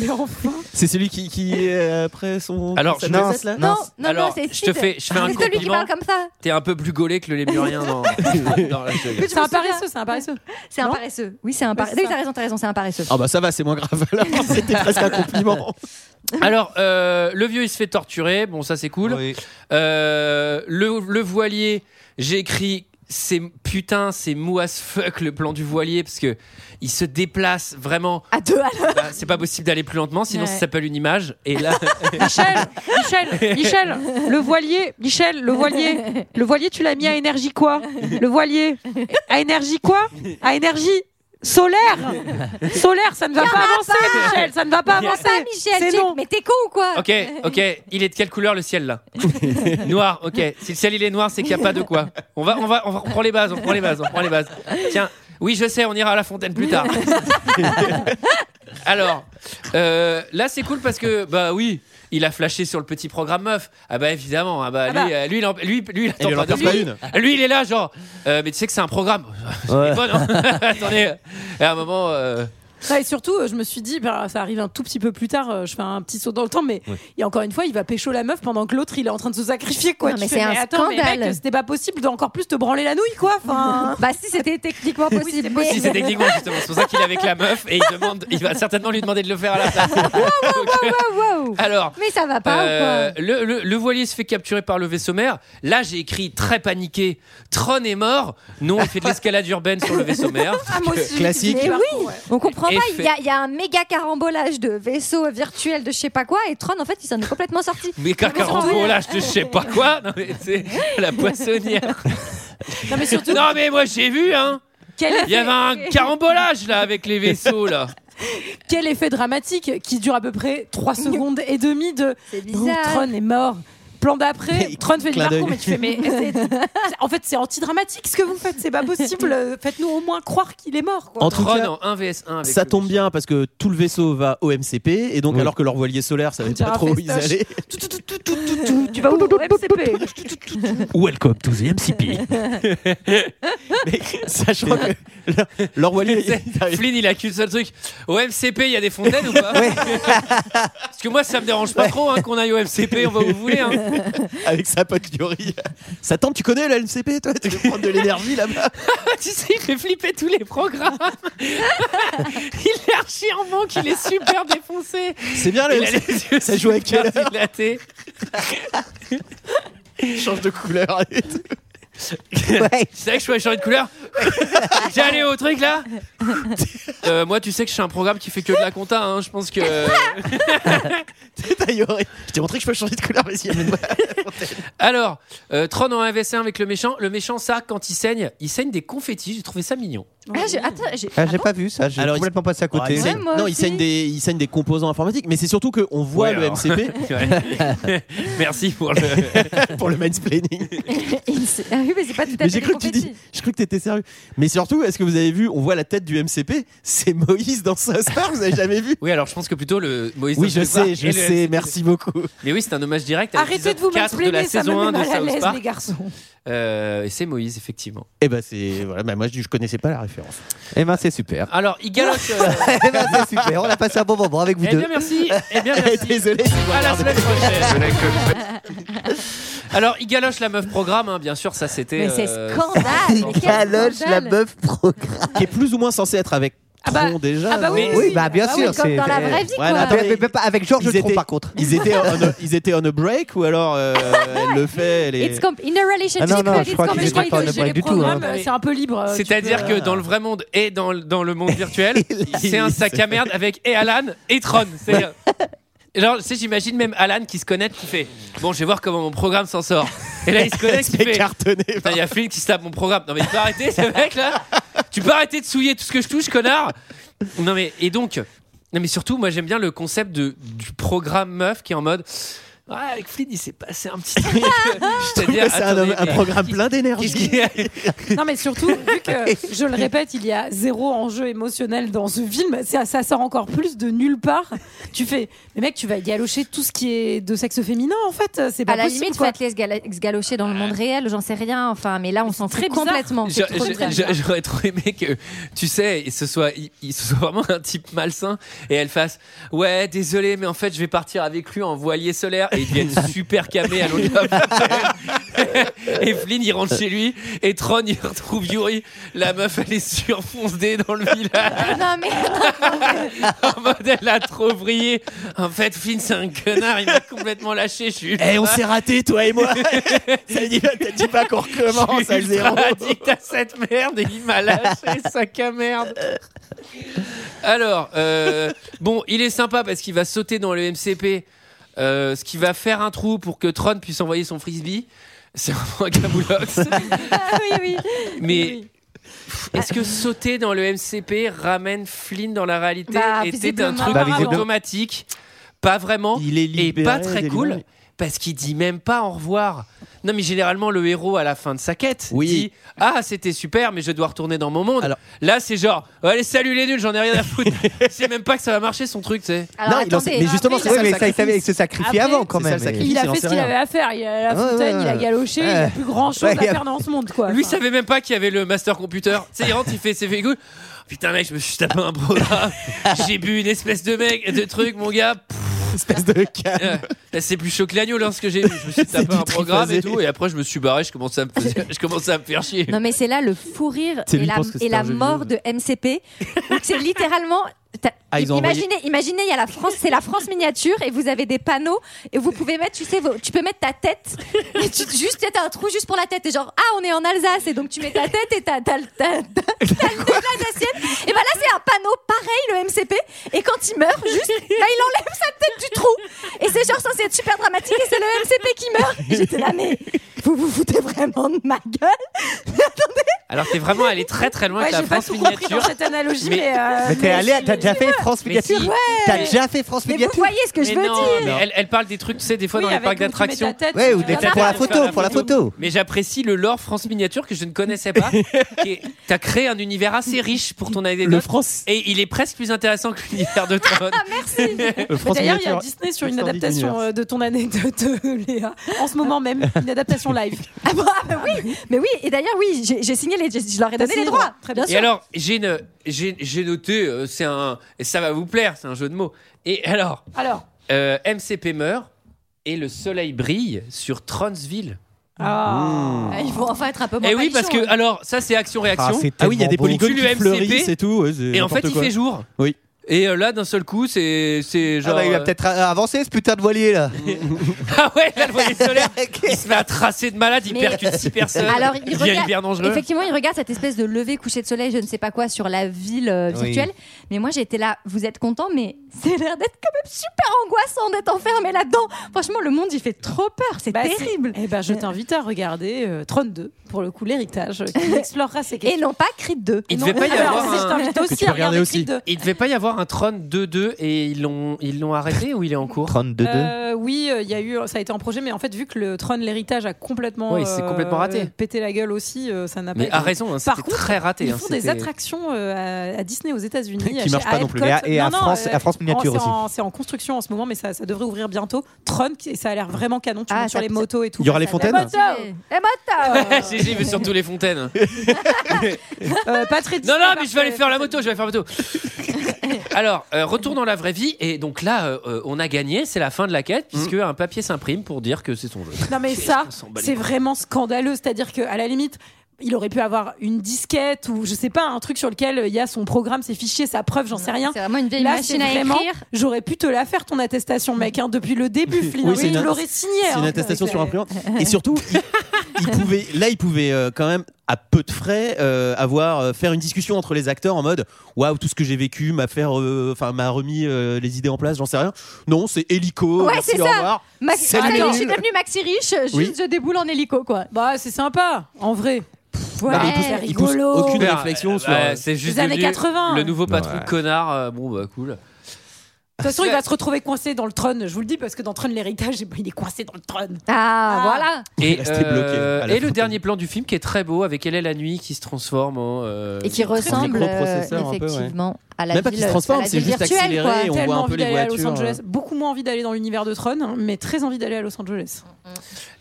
Mais enfin,
C'est celui qui, qui euh, après son.
Alors,
sa
je- non,
chaussette, là
Non, non,
Alors,
non, c'est
je te
Sid. Ah,
fais- je fais un
C'est celui qui
compliment.
parle comme ça.
T'es un peu plus gaulé que le lémurien dans, dans la gueule.
Que tu
c'est un
me souviens.
paresseux, c'est un paresseux.
C'est un paresseux. Oui, c'est un paresseux.
c'est
Oui,
ça.
t'as raison, t'as raison, c'est un paresseux.
Ah bah ça va, c'est moins grave alors. C'était presque un compliment.
Alors, euh, le vieux, il se fait torturer. Bon, ça, c'est cool. Euh, le, le voilier, j'ai écrit c'est putain, c'est mou as fuck le plan du voilier parce que il se déplace vraiment.
À deux à l'heure.
Bah, c'est pas possible d'aller plus lentement, sinon
Ouais.
ça s'appelle une image. Et là,
Michel, Michel, Michel, le voilier, Michel, le voilier, le voilier, tu l'as mis à énergie quoi Le voilier, à énergie quoi À énergie solaire Solaire, ça ne va
Y en
pas
a
avancer,
pas
Michel, ça ne va pas
Y en a
avancer.
pas, Michel,
c'est
tu-
non.
Mais t'es con ou quoi
ok, ok, il est de quelle couleur le ciel là Noir, ok. Si le ciel il est noir, c'est qu'il n'y a pas de quoi. On va, on va, on va- on prend les bases, on prend les bases, on prend les bases. Tiens, oui, je sais, on ira à la fontaine plus tard. Alors, euh, là c'est cool parce que, bah oui. Il a flashé sur le petit programme meuf. Ah bah évidemment. Ah bah,
Ah bah.
Lui, euh, lui, il en- lui, lui, il attend
lui en
pas de
perd pas
lui.
une.
Lui, il est là, genre. euh, mais tu sais que c'est un programme.
Ouais.
C'est bon, non Attendez. À un moment. euh,
Ouais, et surtout, euh, je me suis dit, ben, ça arrive un tout petit peu plus tard, euh, je fais un petit saut dans le temps, mais
Oui.
il y a encore une fois, il va pécho la meuf pendant que l'autre, il est en train de se sacrifier. Quoi.
Non,
Tu
mais
fais,
c'est un
attends, Mais
scandale.
mec, c'était pas possible d'encore plus te branler la nouille, quoi. Enfin...
Bah si, c'était techniquement possible. mais-
Si c'est techniquement justement, c'est pour ça qu'il est avec la meuf et il demande, il va certainement lui demander de le faire à la place.
Wow, wow.
Alors,
Mais ça va pas
Ah. euh,
ou quoi
le, le- le voilier se fait capturer par le vaisseau mère. Là, j'ai écrit très paniqué. Tron est mort. Non, il fait de l'escalade urbaine sur le vaisseau mère.
Mais oui, on comprend pas. Il y, a-
Effet.
il y a un méga carambolage de vaisseaux virtuels de je sais pas quoi et Tron en fait il s'en est complètement sorti.
Mais qu'à 40 euros, là, je te sais pas quoi. Non, mais c'est la poissonnière.
Non, mais surtout-
Non, mais moi, j'ai vu, hein.
Quel
Il y avait un
effet-
carambolage, là, avec les vaisseaux, là.
Quel effet dramatique qui dure à peu près 3 secondes et demie de Bon,
bizarre.
Tron est mort. Plan d'après, Tron fait le
clin
marron,
d'œil.
mais tu fais mais c'est- en fait c'est anti-dramatique ce que vous faites, c'est pas possible. Faites-nous au moins croire qu'il est mort. Quoi.
En tout
Tron
cas,
en 1 vs 1 avec
Ça
le-
tombe bien parce que tout le vaisseau va au MCP et donc alors que leur voilier solaire savait
Dira
pas trop où ils
Festoche.
allaient.
Tout, tout, tout, tout, tout, tout, Tu vas au MCP.
Welcome to the MCP. Mais sachant que leur, leur voilier.
Flynn, il accuse le truc. Au MCP, il y a des fontaines ou pas Parce que moi, ça me dérange pas trop hein, qu'on aille au MCP, on va où vous voulez. hein.
Avec sa pote Yuri. Ça tente, tu connais la MCP toi Tu veux prendre de l'énergie là-bas
tu sais, il fait flipper tous les programmes. il est archi en manque, il est super défoncé.
C'est bien Ah, le
Il a les
MCP. Ça joue à quelle
super
heure
dilatés.
Change de couleur et tout.
C'est vrai que je suis changer de couleur. J'ai allé au truc là. Euh, moi, tu sais que je suis un programme qui fait que de la compta. hein, Je pense que.
T'as Yuri. Je t'ai montré que je peux changer de couleur, vas-y, amène-moi.
Alors, euh, Tron en 1v1 avec le méchant. Le méchant, ça, quand il saigne, il saigne des confettis. J'ai trouvé ça mignon.
Ah, j'ai- attends, j'ai-
Ah, j'ai pas vu ça, j'ai
Alors, il-
complètement passé à
Ah,
côté.
il saigne- non, il saigne, des, il saigne des composants informatiques, mais c'est surtout qu'on voit
Ouais,
le
alors.
MCP
Ouais. Merci pour le.
pour le mansplaining.
Il s'est- Ah oui, mais c'est pas tout à fait.
Mais
des
j'ai cru que tu
confettis.
dis, je cru que t'étais sérieux. Mais surtout, est-ce que vous avez vu On voit la tête du MCP, c'est Moïse dans sa star. Vous avez jamais vu
Oui, alors je pense que plutôt le Moïse.
Oui,
dans
je
le
sais,
bar
je
et le-
sais. Merci beaucoup.
Mais oui, c'est un hommage direct à
Arrêtez
l'épisode
de vous
4 de la
mansplainer, ça
saison
me
1
met
de
mal à
South
l'aise les
Park.
garçons.
Euh, et c'est Moïse, effectivement.
Et ben c'est voilà. bah, moi, je, je connaissais pas la référence.
Eh ben, c'est super.
Alors, il galope. euh,
Eh ben, c'est super, on a passé un bon moment avec vous
Eh bien,
deux.
merci. Eh bien, merci.
Désolé. si vous
À la
regardez.
semaine prochaine. Alors, il galoche la meuf programme, hein, bien sûr, ça c'était.
Mais c'est
euh,
ah,
scandale.
quel
Caloche, la
scandale.
meuf programme.
Qui est plus ou moins censé être avec
Ah bah-
Tron déjà.
ah bah oui,
Oui, bah bien
Bah oui,
sûr.
comme
c'est-
dans la vraie vie,
Ouais,
quoi.
mais attends,
Mais- Ah, mais- mais pas avec Georges
Ils
Tron,
étaient-
par contre.
Ils étaient, on a, ils étaient on a break ou alors euh, elle le fait. Elle est...
It's com- in a relationship,
Ah non, non,
but
je
it's
crois qu'ils
Mais
completely-
je crois
étaient pas en
que
abri
gérer
du
les
tout. hein.
programmes, euh, c'est un peu libre.
Oh,
euh, tu
C'est-à-dire
peux-
que dans le vrai monde et dans, le- dans le monde virtuel, c'est un sac à merde avec et Alan et Tron. C'est-à-dire. Genre, tu sais, j'imagine même Alan qui se connaît, qui fait Bon, je vais voir comment mon programme s'en sort. Et là, il se connaît, qui
Elle est
fait
cartonnée.
Putain, il y a Flynn qui se tape mon programme. Non, mais tu peux arrêter, ce mec là Tu peux arrêter de souiller tout ce que je touche, connard Non, mais et donc Non, mais surtout, moi j'aime bien le concept de, du programme meuf qui est en mode. Ouais, avec Flynn, il s'est passé un petit truc.
C'est un, homme-
attendez,
un
mais
programme
qu'est-ce
plein
qu'est-ce
d'énergie.
qu'il y a
Non, mais surtout, vu que je le répète, il y a zéro enjeu émotionnel dans ce film, ça, ça sort encore plus de nulle part. Tu fais, mais mec, tu vas galocher tout ce qui est de sexe féminin en fait. C'est pas
À la
possible,
limite,
quoi.
faites-les se gala- se galocher dans le monde réel, j'en sais rien. Enfin, mais là, on s'en fout
très bizarre.
complètement.
Je-
C'est trop bizarre.
hein.
je- je- J'aurais trop aimé que, tu sais, ce soit, il, il- ce soit vraiment un type malsain et elle fasse Ouais, désolé, mais en fait, je vais partir avec lui en voilier solaire et ils deviennent super camé à l'autre bout de la et Flynn, il rentre chez lui. Et Tron, il retrouve Yuri. La meuf, elle est surfoncée dans le village.
Ah Non, mais.
en mode, elle a trop brillé. En fait, Flynn, c'est un connard. Il m'a complètement lâché. Je suis.
Eh, on s'est raté, toi et moi. ça dit, t'as dit pas qu'on recommence à zéro.
addict à cette merde et il m'a lâché, sac à merde. Alors, euh, bon, il est sympa parce qu'il va sauter dans le MCP, euh, ce qui va faire un trou pour que Tron puisse envoyer son frisbee. C'est vraiment un caboulox.
Ah oui, oui.
Mais pff, est-ce que sauter dans le MCP ramène Flynn dans la réalité
Bah,
était un
visiblement.
truc
Bah, visiblement.
automatique Pas vraiment. Il est Et
libéré,
pas très
délibéré.
cool parce qu'il dit même pas au revoir. Non, mais généralement, le héros, à la fin de sa quête, dit Ah, c'était super, mais je dois retourner dans mon monde. Là, c'est genre Oh, Allez, salut les nuls, j'en ai rien à foutre. Je sais même pas que ça va marcher son truc, tu sais.
Alors, hein.
il en sait- mais justement, c'est
Oui,
ça le
mais ça, il savait, il
sacrifice.
s'est sacrifié
Après,
avant quand
c'est ça,
même.
le
mais-
Il a fait ce qu'il avait à faire. Il a la
Ah Ouais,
fontaine,
ouais,
il a
ouais.
galoché, il a
Ouais.
plus grand chose
Ouais,
à
il a-
faire dans ce monde, quoi.
Lui
Enfin,
savait même pas qu'il y avait le master computer. Tu sais, il rentre, il fait ses écoute Putain, mec, je me suis tapé un programme. J'ai bu une espèce de mec, de truc, mon gars.
Espèce de calme.
Euh, c'est plus chaud que l'agneau lorsque j'ai vu. Je me suis tapé un programme et tout. Et après, je me suis barré. Je commençais à me, faisais- je commençais à me faire chier.
Non mais c'est là le fou rire
C'est
et
lui
la,
pense que c'est
et la
un jeu
mort de MCP. où C'est littéralement. t'as-
Ah, ils ont
imaginez, imaginez, il y a la France, c'est la France miniature et vous avez des panneaux et vous pouvez mettre, tu sais, vos- tu peux mettre ta tête. Et tu, juste, t'as un trou juste pour la tête et genre ah on est en Alsace et donc tu mets ta tête et t'as t'as le- t'as- t'as- t'as le nez de la assiette. Et bah là c'est un panneau pareil le MCP et quand il meurt juste là il enlève sa tête du trou et c'est genre censé être super dramatique et c'est le MCP qui meurt. Et J'étais là mais vous vous foutez vraiment de ma gueule.
Alors, t'es vraiment allé très très loin
Ouais,
de la
j'ai pas
France
tout
miniature.
compris dans cette analogie, mais,
Mais t'es allé, à- t'as déjà fait France
Mais
Miniature
si.
T'as déjà fait France
Mais
Miniature
vous voyez ce que je
Mais
veux
non, mais
dire
elle, elle parle des trucs, tu sais, des fois
Oui,
dans les
avec
parcs
où tu mets
d'attractions.
ta tête, Ouais, ou
des- pour la photo, pour la photo.
Mais j'apprécie le lore France Miniature que je ne connaissais pas. qui est- T'as créé un univers assez riche pour ton anecdote.
Le France-
Et il est presque plus intéressant que l'univers de Tron.
Ah,
merci. Mais D'ailleurs, il y a Disney sur une adaptation euh, de ton anecdote, euh, Léa. En ce moment même, une adaptation live.
Ah bon, ah bah oui, mais oui, et d'ailleurs oui, j'ai j'ai signé les, je leur ai
T'as
donné les
signé,
droits.
très
bien
Et
sûr.
alors, j'ai une- j'ai j'ai noté, euh, c'est un, et ça va vous plaire, c'est un jeu de mots. Et alors,
Alors.
euh, MCP meurt et le soleil brille sur Tronsville.
Mmh.
Ah.
Il faut enfin être un peu moins.
Et Eh oui, parce
palichon,
que
hein.
alors ça c'est action
Ah,
réaction.
c'est Ah oui, il y a des tellement beau. polygones qui fleurissent et tout, ouais, c'est
et en fait,
n'importe
il
quoi.
fait jour.
Oui.
Et euh, là, d'un seul coup, c'est c'est
Ah
genre.
bah, il a
euh,
peut-être euh, avancé ce putain de voilier là.
ah ouais, là, le voilier solaire, il se met à tracer de malade, il
Mais-
percute 6 personnes.
Alors, il
il devient
regarde-
hyper dangereux.
Effectivement, il regarde cette espèce de lever coucher de soleil, je ne sais pas quoi, sur la ville euh,
Oui.
virtuelle. Mais moi, j'étais là. Vous êtes content, mais c'est l'air d'être quand même super angoissant d'être enfermé là-dedans. Franchement, le monde, il fait trop peur. C'est
Bah,
terrible.
c'est- Eh ben, je t'invite à regarder euh, Tron 2 pour le coup l'héritage euh, qui explorera ces questions.
Et non pas Creed 2.
Il devait pas y
Alors,
avoir
si je
un-
t'invite aussi Que tu peux à regarder regarder aussi. Creed.
Il devait pas y avoir un Tron 2-2 et ils l'ont ils l'ont arrêté ou il est en cours
Tron 2-2
Euh, oui, euh, il y a eu, ça a été en projet, mais en fait, vu que le Tron l'héritage a complètement,
Oui, c'est
euh,
complètement raté.
pété la gueule aussi, euh, ça n'a pas.
Mais
été-
à raison, hein,
Par
c'était
contre,
très raté,
Ils
hein,
font des
c'était-
attractions euh, à, à Disney aux États-Unis
Qui
à- chez-
marchent pas
à
non plus.
Epcot.
Et à- et à
Non, non,
France- à France
en-
Miniature
c'est
aussi.
en- C'est en construction en ce moment, mais ça, ça devrait ouvrir bientôt. Tron, qui- et ça a l'air vraiment canon. Tu
Ah,
montes sur
ça-
les motos et tout.
Il y aura les fontaines
Les motos
GG veut surtout les fontaines.
Euh, pas très
Non, non, mais je vais aller faire la moto, je vais aller faire la moto. Alors, euh, retour dans la vraie vie. Et donc là, euh, euh, on a gagné, c'est la fin de la
Mm.
quête, puisque un papier s'imprime pour dire que c'est son jeu.
Non mais ça,
s'en bat les
c'est
couilles.
vraiment scandaleux. C'est-à-dire que à la limite, il aurait pu avoir une disquette ou je sais pas un truc sur lequel il y a son programme, ses fichiers, sa preuve, j'en sais rien.
C'est vraiment une vieille
Là,
machine
c'est
à
vraiment,
écrire.
J'aurais pu te la faire ton attestation, mec, hein, depuis le début. Flynn,
Oui, c'est une-
tu l'aurais signé.
C'est une
hein.
attestation sur imprimante. Et surtout, il, il pouvait, là, il pouvait euh, quand même, à peu de frais, euh, avoir euh, faire une discussion entre les acteurs en mode Waouh, tout ce que j'ai vécu m'a fait, euh, enfin, m'a remis euh, les idées en place, j'en sais rien. Non, c'est euh, Helico.
Ouais,
merci,
c'est
au
ça.
revoir.
Max-
Salut,
Ah,
les
non, je suis
nuls.
devenue Maxi riche, juste
Oui.
je déboule en hélico quoi.
Bah c'est sympa, en vrai.
Ouais,
Non, mais Bah, il pousse-
c'est
il pousse
rigolo.
aucune
Super,
réflexion
euh,
sur,
bah,
euh,
c'est juste
les années
devenu
80.
Le nouveau patron
Ouais.
connard, euh, bon bah cool.
De toute façon, il va se retrouver coincé dans le trône. Je vous le dis parce que dans Tron l'héritage, eh ben, il est coincé dans le trône.
Ah,
voilà.
Et,
rester bloqué
euh,
à la
et le dernier plan du film qui est très beau avec elle et la nuit qui se transforme en. euh,
Et qui ressemble euh,
microprocesseur un peu, ouais.
effectivement à la ville
Même pas qu'il se transforme,
à la
c'est
ville
juste
virtuelle,
accéléré
quoi.
et on- voit
Tellement
un peu
envie
les
d'aller à Los
voitures,
Angeles,
euh.
beaucoup moins envie d'aller dans l'univers de Tron, hein, mais très envie d'aller à Los Angeles. Bah,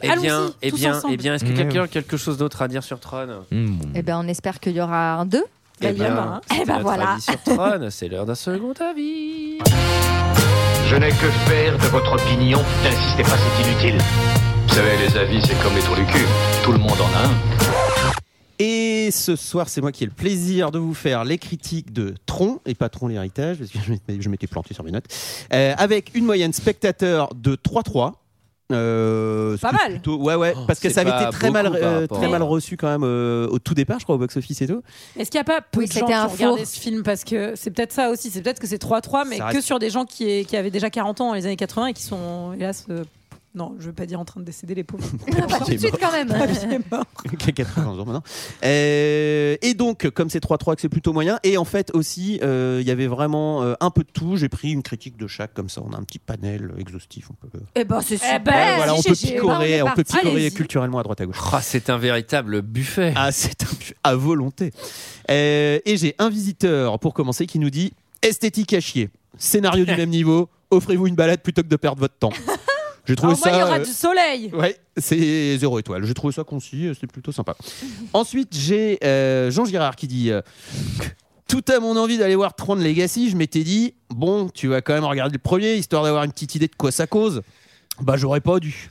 Eh
Allons-y,
bien, eh
tous
bien,
ensemble.
eh bien, est-ce que
Mm.
Mmh.
quelqu'un a quelque chose d'autre à dire sur Tron
Hmm,
Eh ben, on espère qu'il y aura un 2.
Eh
il y en a
hein.
un. Eh
c'était
ben
notre
voilà.
avis sur Tron, c'est l'heure d'un second avis.
Je n'ai que faire de votre opinion. N'insistez pas, c'est inutile.
Vous savez, les avis, c'est comme les trous du cul. Tout le monde en a un.
Et ce soir, c'est moi qui ai le plaisir de vous faire les critiques de Tron, et pas Tron l'héritage, parce que je m'étais- je m'étais planté sur mes notes, Euh, avec une moyenne spectateur de 3-3. Euh, ce
Pas
qui est
mal.
plutôt- ouais ouais parce que
Oh, c'est
ça avait
pas
été très mal
beaucoup par
euh,
rapport
très
à-
mal reçu quand même euh, au tout départ je crois au box office et tout
Est-ce qu'il n'y a pas peu
Oui,
de gens
c'était
qui
un
ont regardé
four.
ce film Parce que c'est peut-être ça aussi. C'est peut-être que c'est 3-3, mais
Ça
que
reste-
sur des gens qui, qui avaient déjà 40 ans dans les années 80 et qui sont, hélas, euh, non, je ne veux pas dire en train de décéder, les pauvres.
Pas tout de suite quand même.
qui a 91 ans maintenant. Euh, et donc, comme c'est 3-3, que c'est plutôt moyen. Et en fait, aussi, euh, il y avait vraiment euh, un peu de tout. J'ai pris une critique de chaque, comme ça, on a un petit panel euh, exhaustif. On peut,
Eh ben, c'est super.
Bah,
Ouais, voilà, on peut
GG.
picorer,
Bah,
on peut
est parti.
picorer
Allez-y.
culturellement à droite à gauche.
Ah, c'est un véritable buffet.
Ah, c'est un bu- à volonté. Euh, et j'ai un visiteur, pour commencer, qui nous dit esthétique à chier, scénario du même niveau, offrez-vous une balade plutôt que de perdre votre temps. J'ai trouvé
Alors, moi, il y
ça,
aura
euh,
du soleil.
Ouais, c'est zéro étoile. J'ai trouvé ça concis, euh, c'était plutôt sympa. Ensuite, j'ai euh, Jean Girard qui dit euh, Tout à mon envie d'aller voir Tron Legacy, je m'étais dit Bon, tu vas quand même regarder le premier, histoire d'avoir une petite idée de quoi ça cause. Bah, j'aurais pas dû.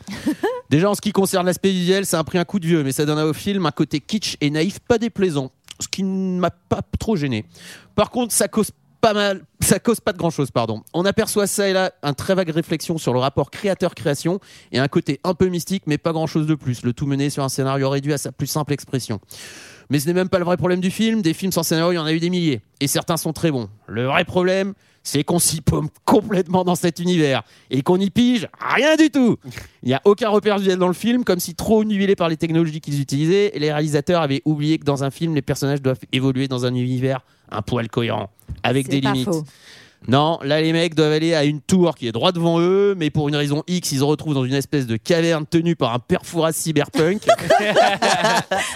Déjà, en ce qui concerne l'aspect visuel, ça a pris un coup de vieux, mais ça donne au film un côté kitsch et naïf pas déplaisant, ce qui ne m'a pas trop gêné. Par contre, ça cause pas mal, ça cause pas de grand chose, pardon. On aperçoit ça et là un très vague réflexion sur le rapport créateur-création et un côté un peu mystique, mais pas grand chose de plus. Le tout mené sur un scénario réduit à sa plus simple expression. Mais ce n'est même pas le vrai problème du film. Des films sans scénario, il y en a eu des milliers. Et certains sont très bons. Le vrai problème, c'est qu'on s'y paume complètement dans cet univers. Et qu'on y pige rien du tout. Il n'y a aucun repère visuel dans le film, comme si trop nubilé par les technologies qu'ils utilisaient, les réalisateurs avaient oublié que dans un film, les personnages doivent évoluer dans un univers un poil cohérent, avec
C'est
des
pas
limites.
faux.
Non, là les mecs doivent aller à une tour qui est droit devant eux, mais pour une raison X, ils se retrouvent dans une espèce de caverne tenue par un perforat cyberpunk.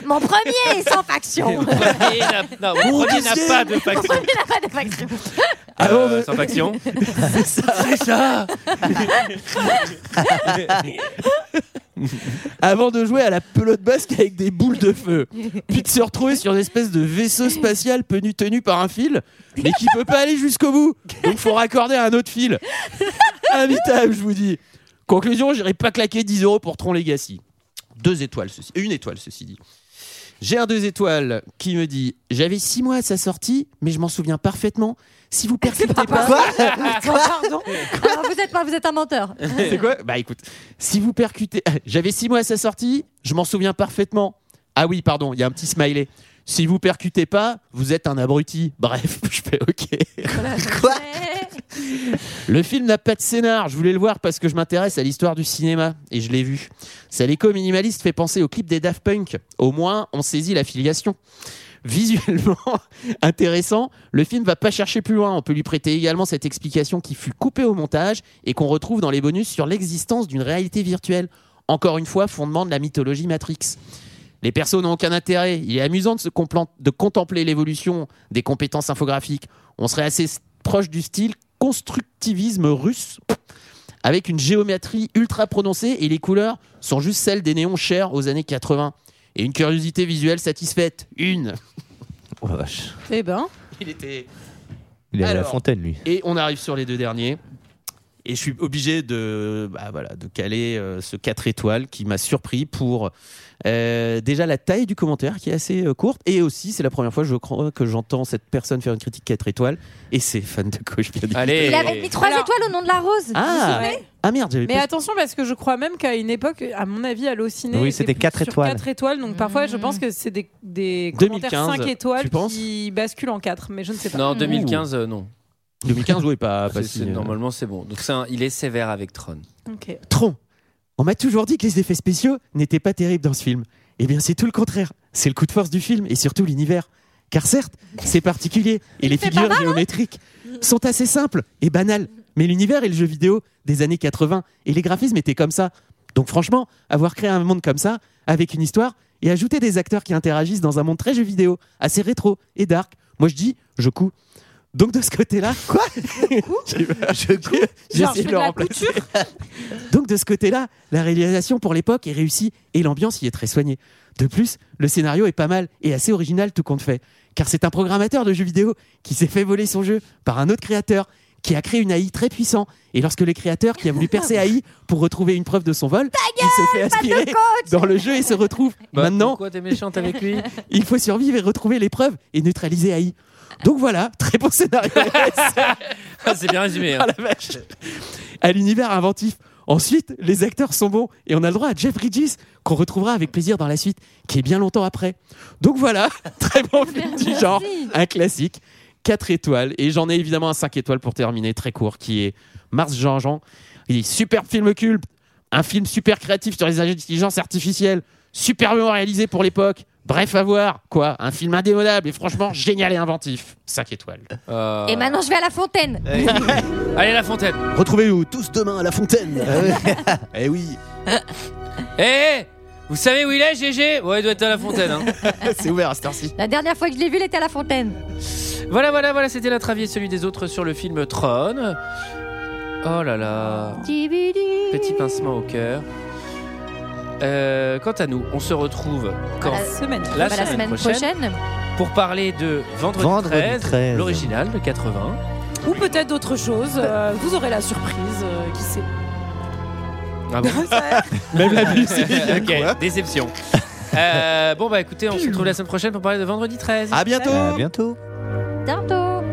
Mon premier est sans faction.
Premier n'a- non, le
Mon
premier n'a
Dieu.
pas de faction.
Il n'a pas de faction.
Euh, sans faction.
C'est ça Avant de jouer à la pelote basque avec des boules de feu, puis de se retrouver sur une espèce de vaisseau spatial tenu, tenu par un fil, mais qui peut pas aller jusqu'au bout. Donc faut raccorder à un autre fil. Invitable, je vous dis. Conclusion, j'irai pas claquer 10 euros pour Tron Legacy. Deux étoiles, ceci. Une étoile, ceci dit. J'ai un deux étoiles qui me dit J'avais six mois à sa sortie, mais je m'en souviens parfaitement. Si vous percutez pas.
Pardon. Alors, vous êtes, vous êtes un menteur.
C'est quoi Bah écoute, si vous percutez. J'avais six mois à sa sortie, je m'en souviens parfaitement. Ah oui, pardon, il y a un petit smiley. Si vous percutez pas, vous êtes un abruti. Bref, je fais OK. Le film n'a pas de scénar, je voulais le voir parce que je m'intéresse à l'histoire du cinéma et je l'ai vu. Sa déco minimaliste fait penser au clip des Daft Punk. Au moins, on saisit la filiation. Visuellement intéressant, le film va pas chercher plus loin. On peut lui prêter également cette explication qui fut coupée au montage et qu'on retrouve dans les bonus sur l'existence d'une réalité virtuelle. Encore une fois, fondement de la mythologie Matrix. Les persos n'ont aucun intérêt. Il est amusant de, se complan- de contempler l'évolution des compétences infographiques. On serait assez s- proche du style constructivisme russe, avec une géométrie ultra prononcée et les couleurs sont juste celles des néons chers aux années 80. Et une curiosité visuelle satisfaite. Une.
Eh ben.
Il était.
oh Il est à la
Alors.
fontaine, lui.
Et on arrive sur les deux derniers. Et je suis obligé de, bah voilà, de caler euh, ce 4 étoiles qui m'a surpris pour euh, déjà la taille du commentaire qui est assez euh, courte. Et aussi, c'est la première fois je crois, que j'entends cette personne faire une critique 4 étoiles. Et c'est fan de gauche, bien évidemment.
Allez.
Il avait mis trois
Alors-
étoiles au nom de la rose.
Ah,
Ouais.
ah merde, j'avais
Mais
pas-
attention parce que je crois même qu'à une époque, à mon avis, Allociné.
Oui,
était
c'était
plus
quatre
sur
étoiles.
quatre étoiles. Donc parfois,
Mmh.
je pense que c'est des, des
2015,
commentaires 5 étoiles
tu penses
qui basculent en 4. Mais je ne sais pas.
Non, 2015, euh, non.
2015, oui, pas,
C'est-
pas
c'est-
si, euh,
Normalement, c'est bon. Donc, c'est un- il est sévère avec Tron.
Mmh. Ok.
Tron, on m'a toujours dit que les effets spéciaux n'étaient pas terribles dans ce film. Eh bien, c'est tout le contraire. C'est le coup de force du film et surtout l'univers. Car certes, c'est particulier et les figures géométriques sont assez simples et banales. Mais l'univers et le jeu vidéo des années 80 et les graphismes étaient comme ça. Donc franchement, avoir créé un monde comme ça, avec une histoire, et ajouter des acteurs qui interagissent dans un monde très jeu vidéo, assez rétro et dark, moi je dis, je couds. Donc de ce côté-là, quoi Je couds
Genre, je fais
J'essaie de
de
le
la
remplacer. Donc de ce côté-là, la réalisation pour l'époque est réussie et l'ambiance y est très soignée. De plus, le scénario est pas mal et assez original tout compte fait, car c'est un programmateur de jeux vidéo qui s'est fait voler son jeu par un autre créateur qui a créé une AI très puissant. Et lorsque le créateur qui a voulu percer AI pour retrouver une preuve de son vol, il se fait aspirer dans le jeu et se retrouve
Bah,
maintenant.
pourquoi t'es méchante avec lui
Il faut survivre et retrouver les preuves et neutraliser AI. Donc voilà, très bon scénario.
Ah, c'est bien résumé. hein.
Ah, la vache. à l'univers inventif. Ensuite, les acteurs sont bons et on a le droit à Jeff Bridges qu'on retrouvera avec plaisir dans la suite, qui est bien longtemps après. Donc voilà, très bon film du genre, un classique, 4 étoiles et j'en ai évidemment un 5 étoiles pour terminer, très court, qui est Mars Jean Jean. Il dit superbe film culte, un film super créatif sur les intelligences artificielles, superbement réalisé pour l'époque. Bref, à voir, quoi, un film indémodable et franchement génial et inventif. 5 étoiles.
Et maintenant, je vais à la fontaine.
Euh, Allez, la fontaine.
Retrouvez-nous tous demain à la fontaine. eh oui.
Eh Vous savez où il est, GG Ouais, il doit être à la fontaine. hein.
c'est ouvert à cette heure-ci.
La dernière fois que je l'ai vu, il était à la fontaine.
Voilà, voilà, voilà, c'était notre avis et celui des autres sur le film Tron. Oh là là. Petit pincement au cœur. Euh, quant à nous, on se retrouve
Ah
quand
la semaine,
Bah, La semaine prochaine. pour parler de Vendredi,
Vendredi
13,
13.
l'original de 80.
Ou peut-être d'autres choses. euh, vous aurez la surprise, euh, qui sait.
Ah bon
Même la musique.
ok, déception. Euh, bon, bah écoutez, on se retrouve la semaine prochaine pour parler de Vendredi 13.
À bientôt. À
bientôt.
Bientôt.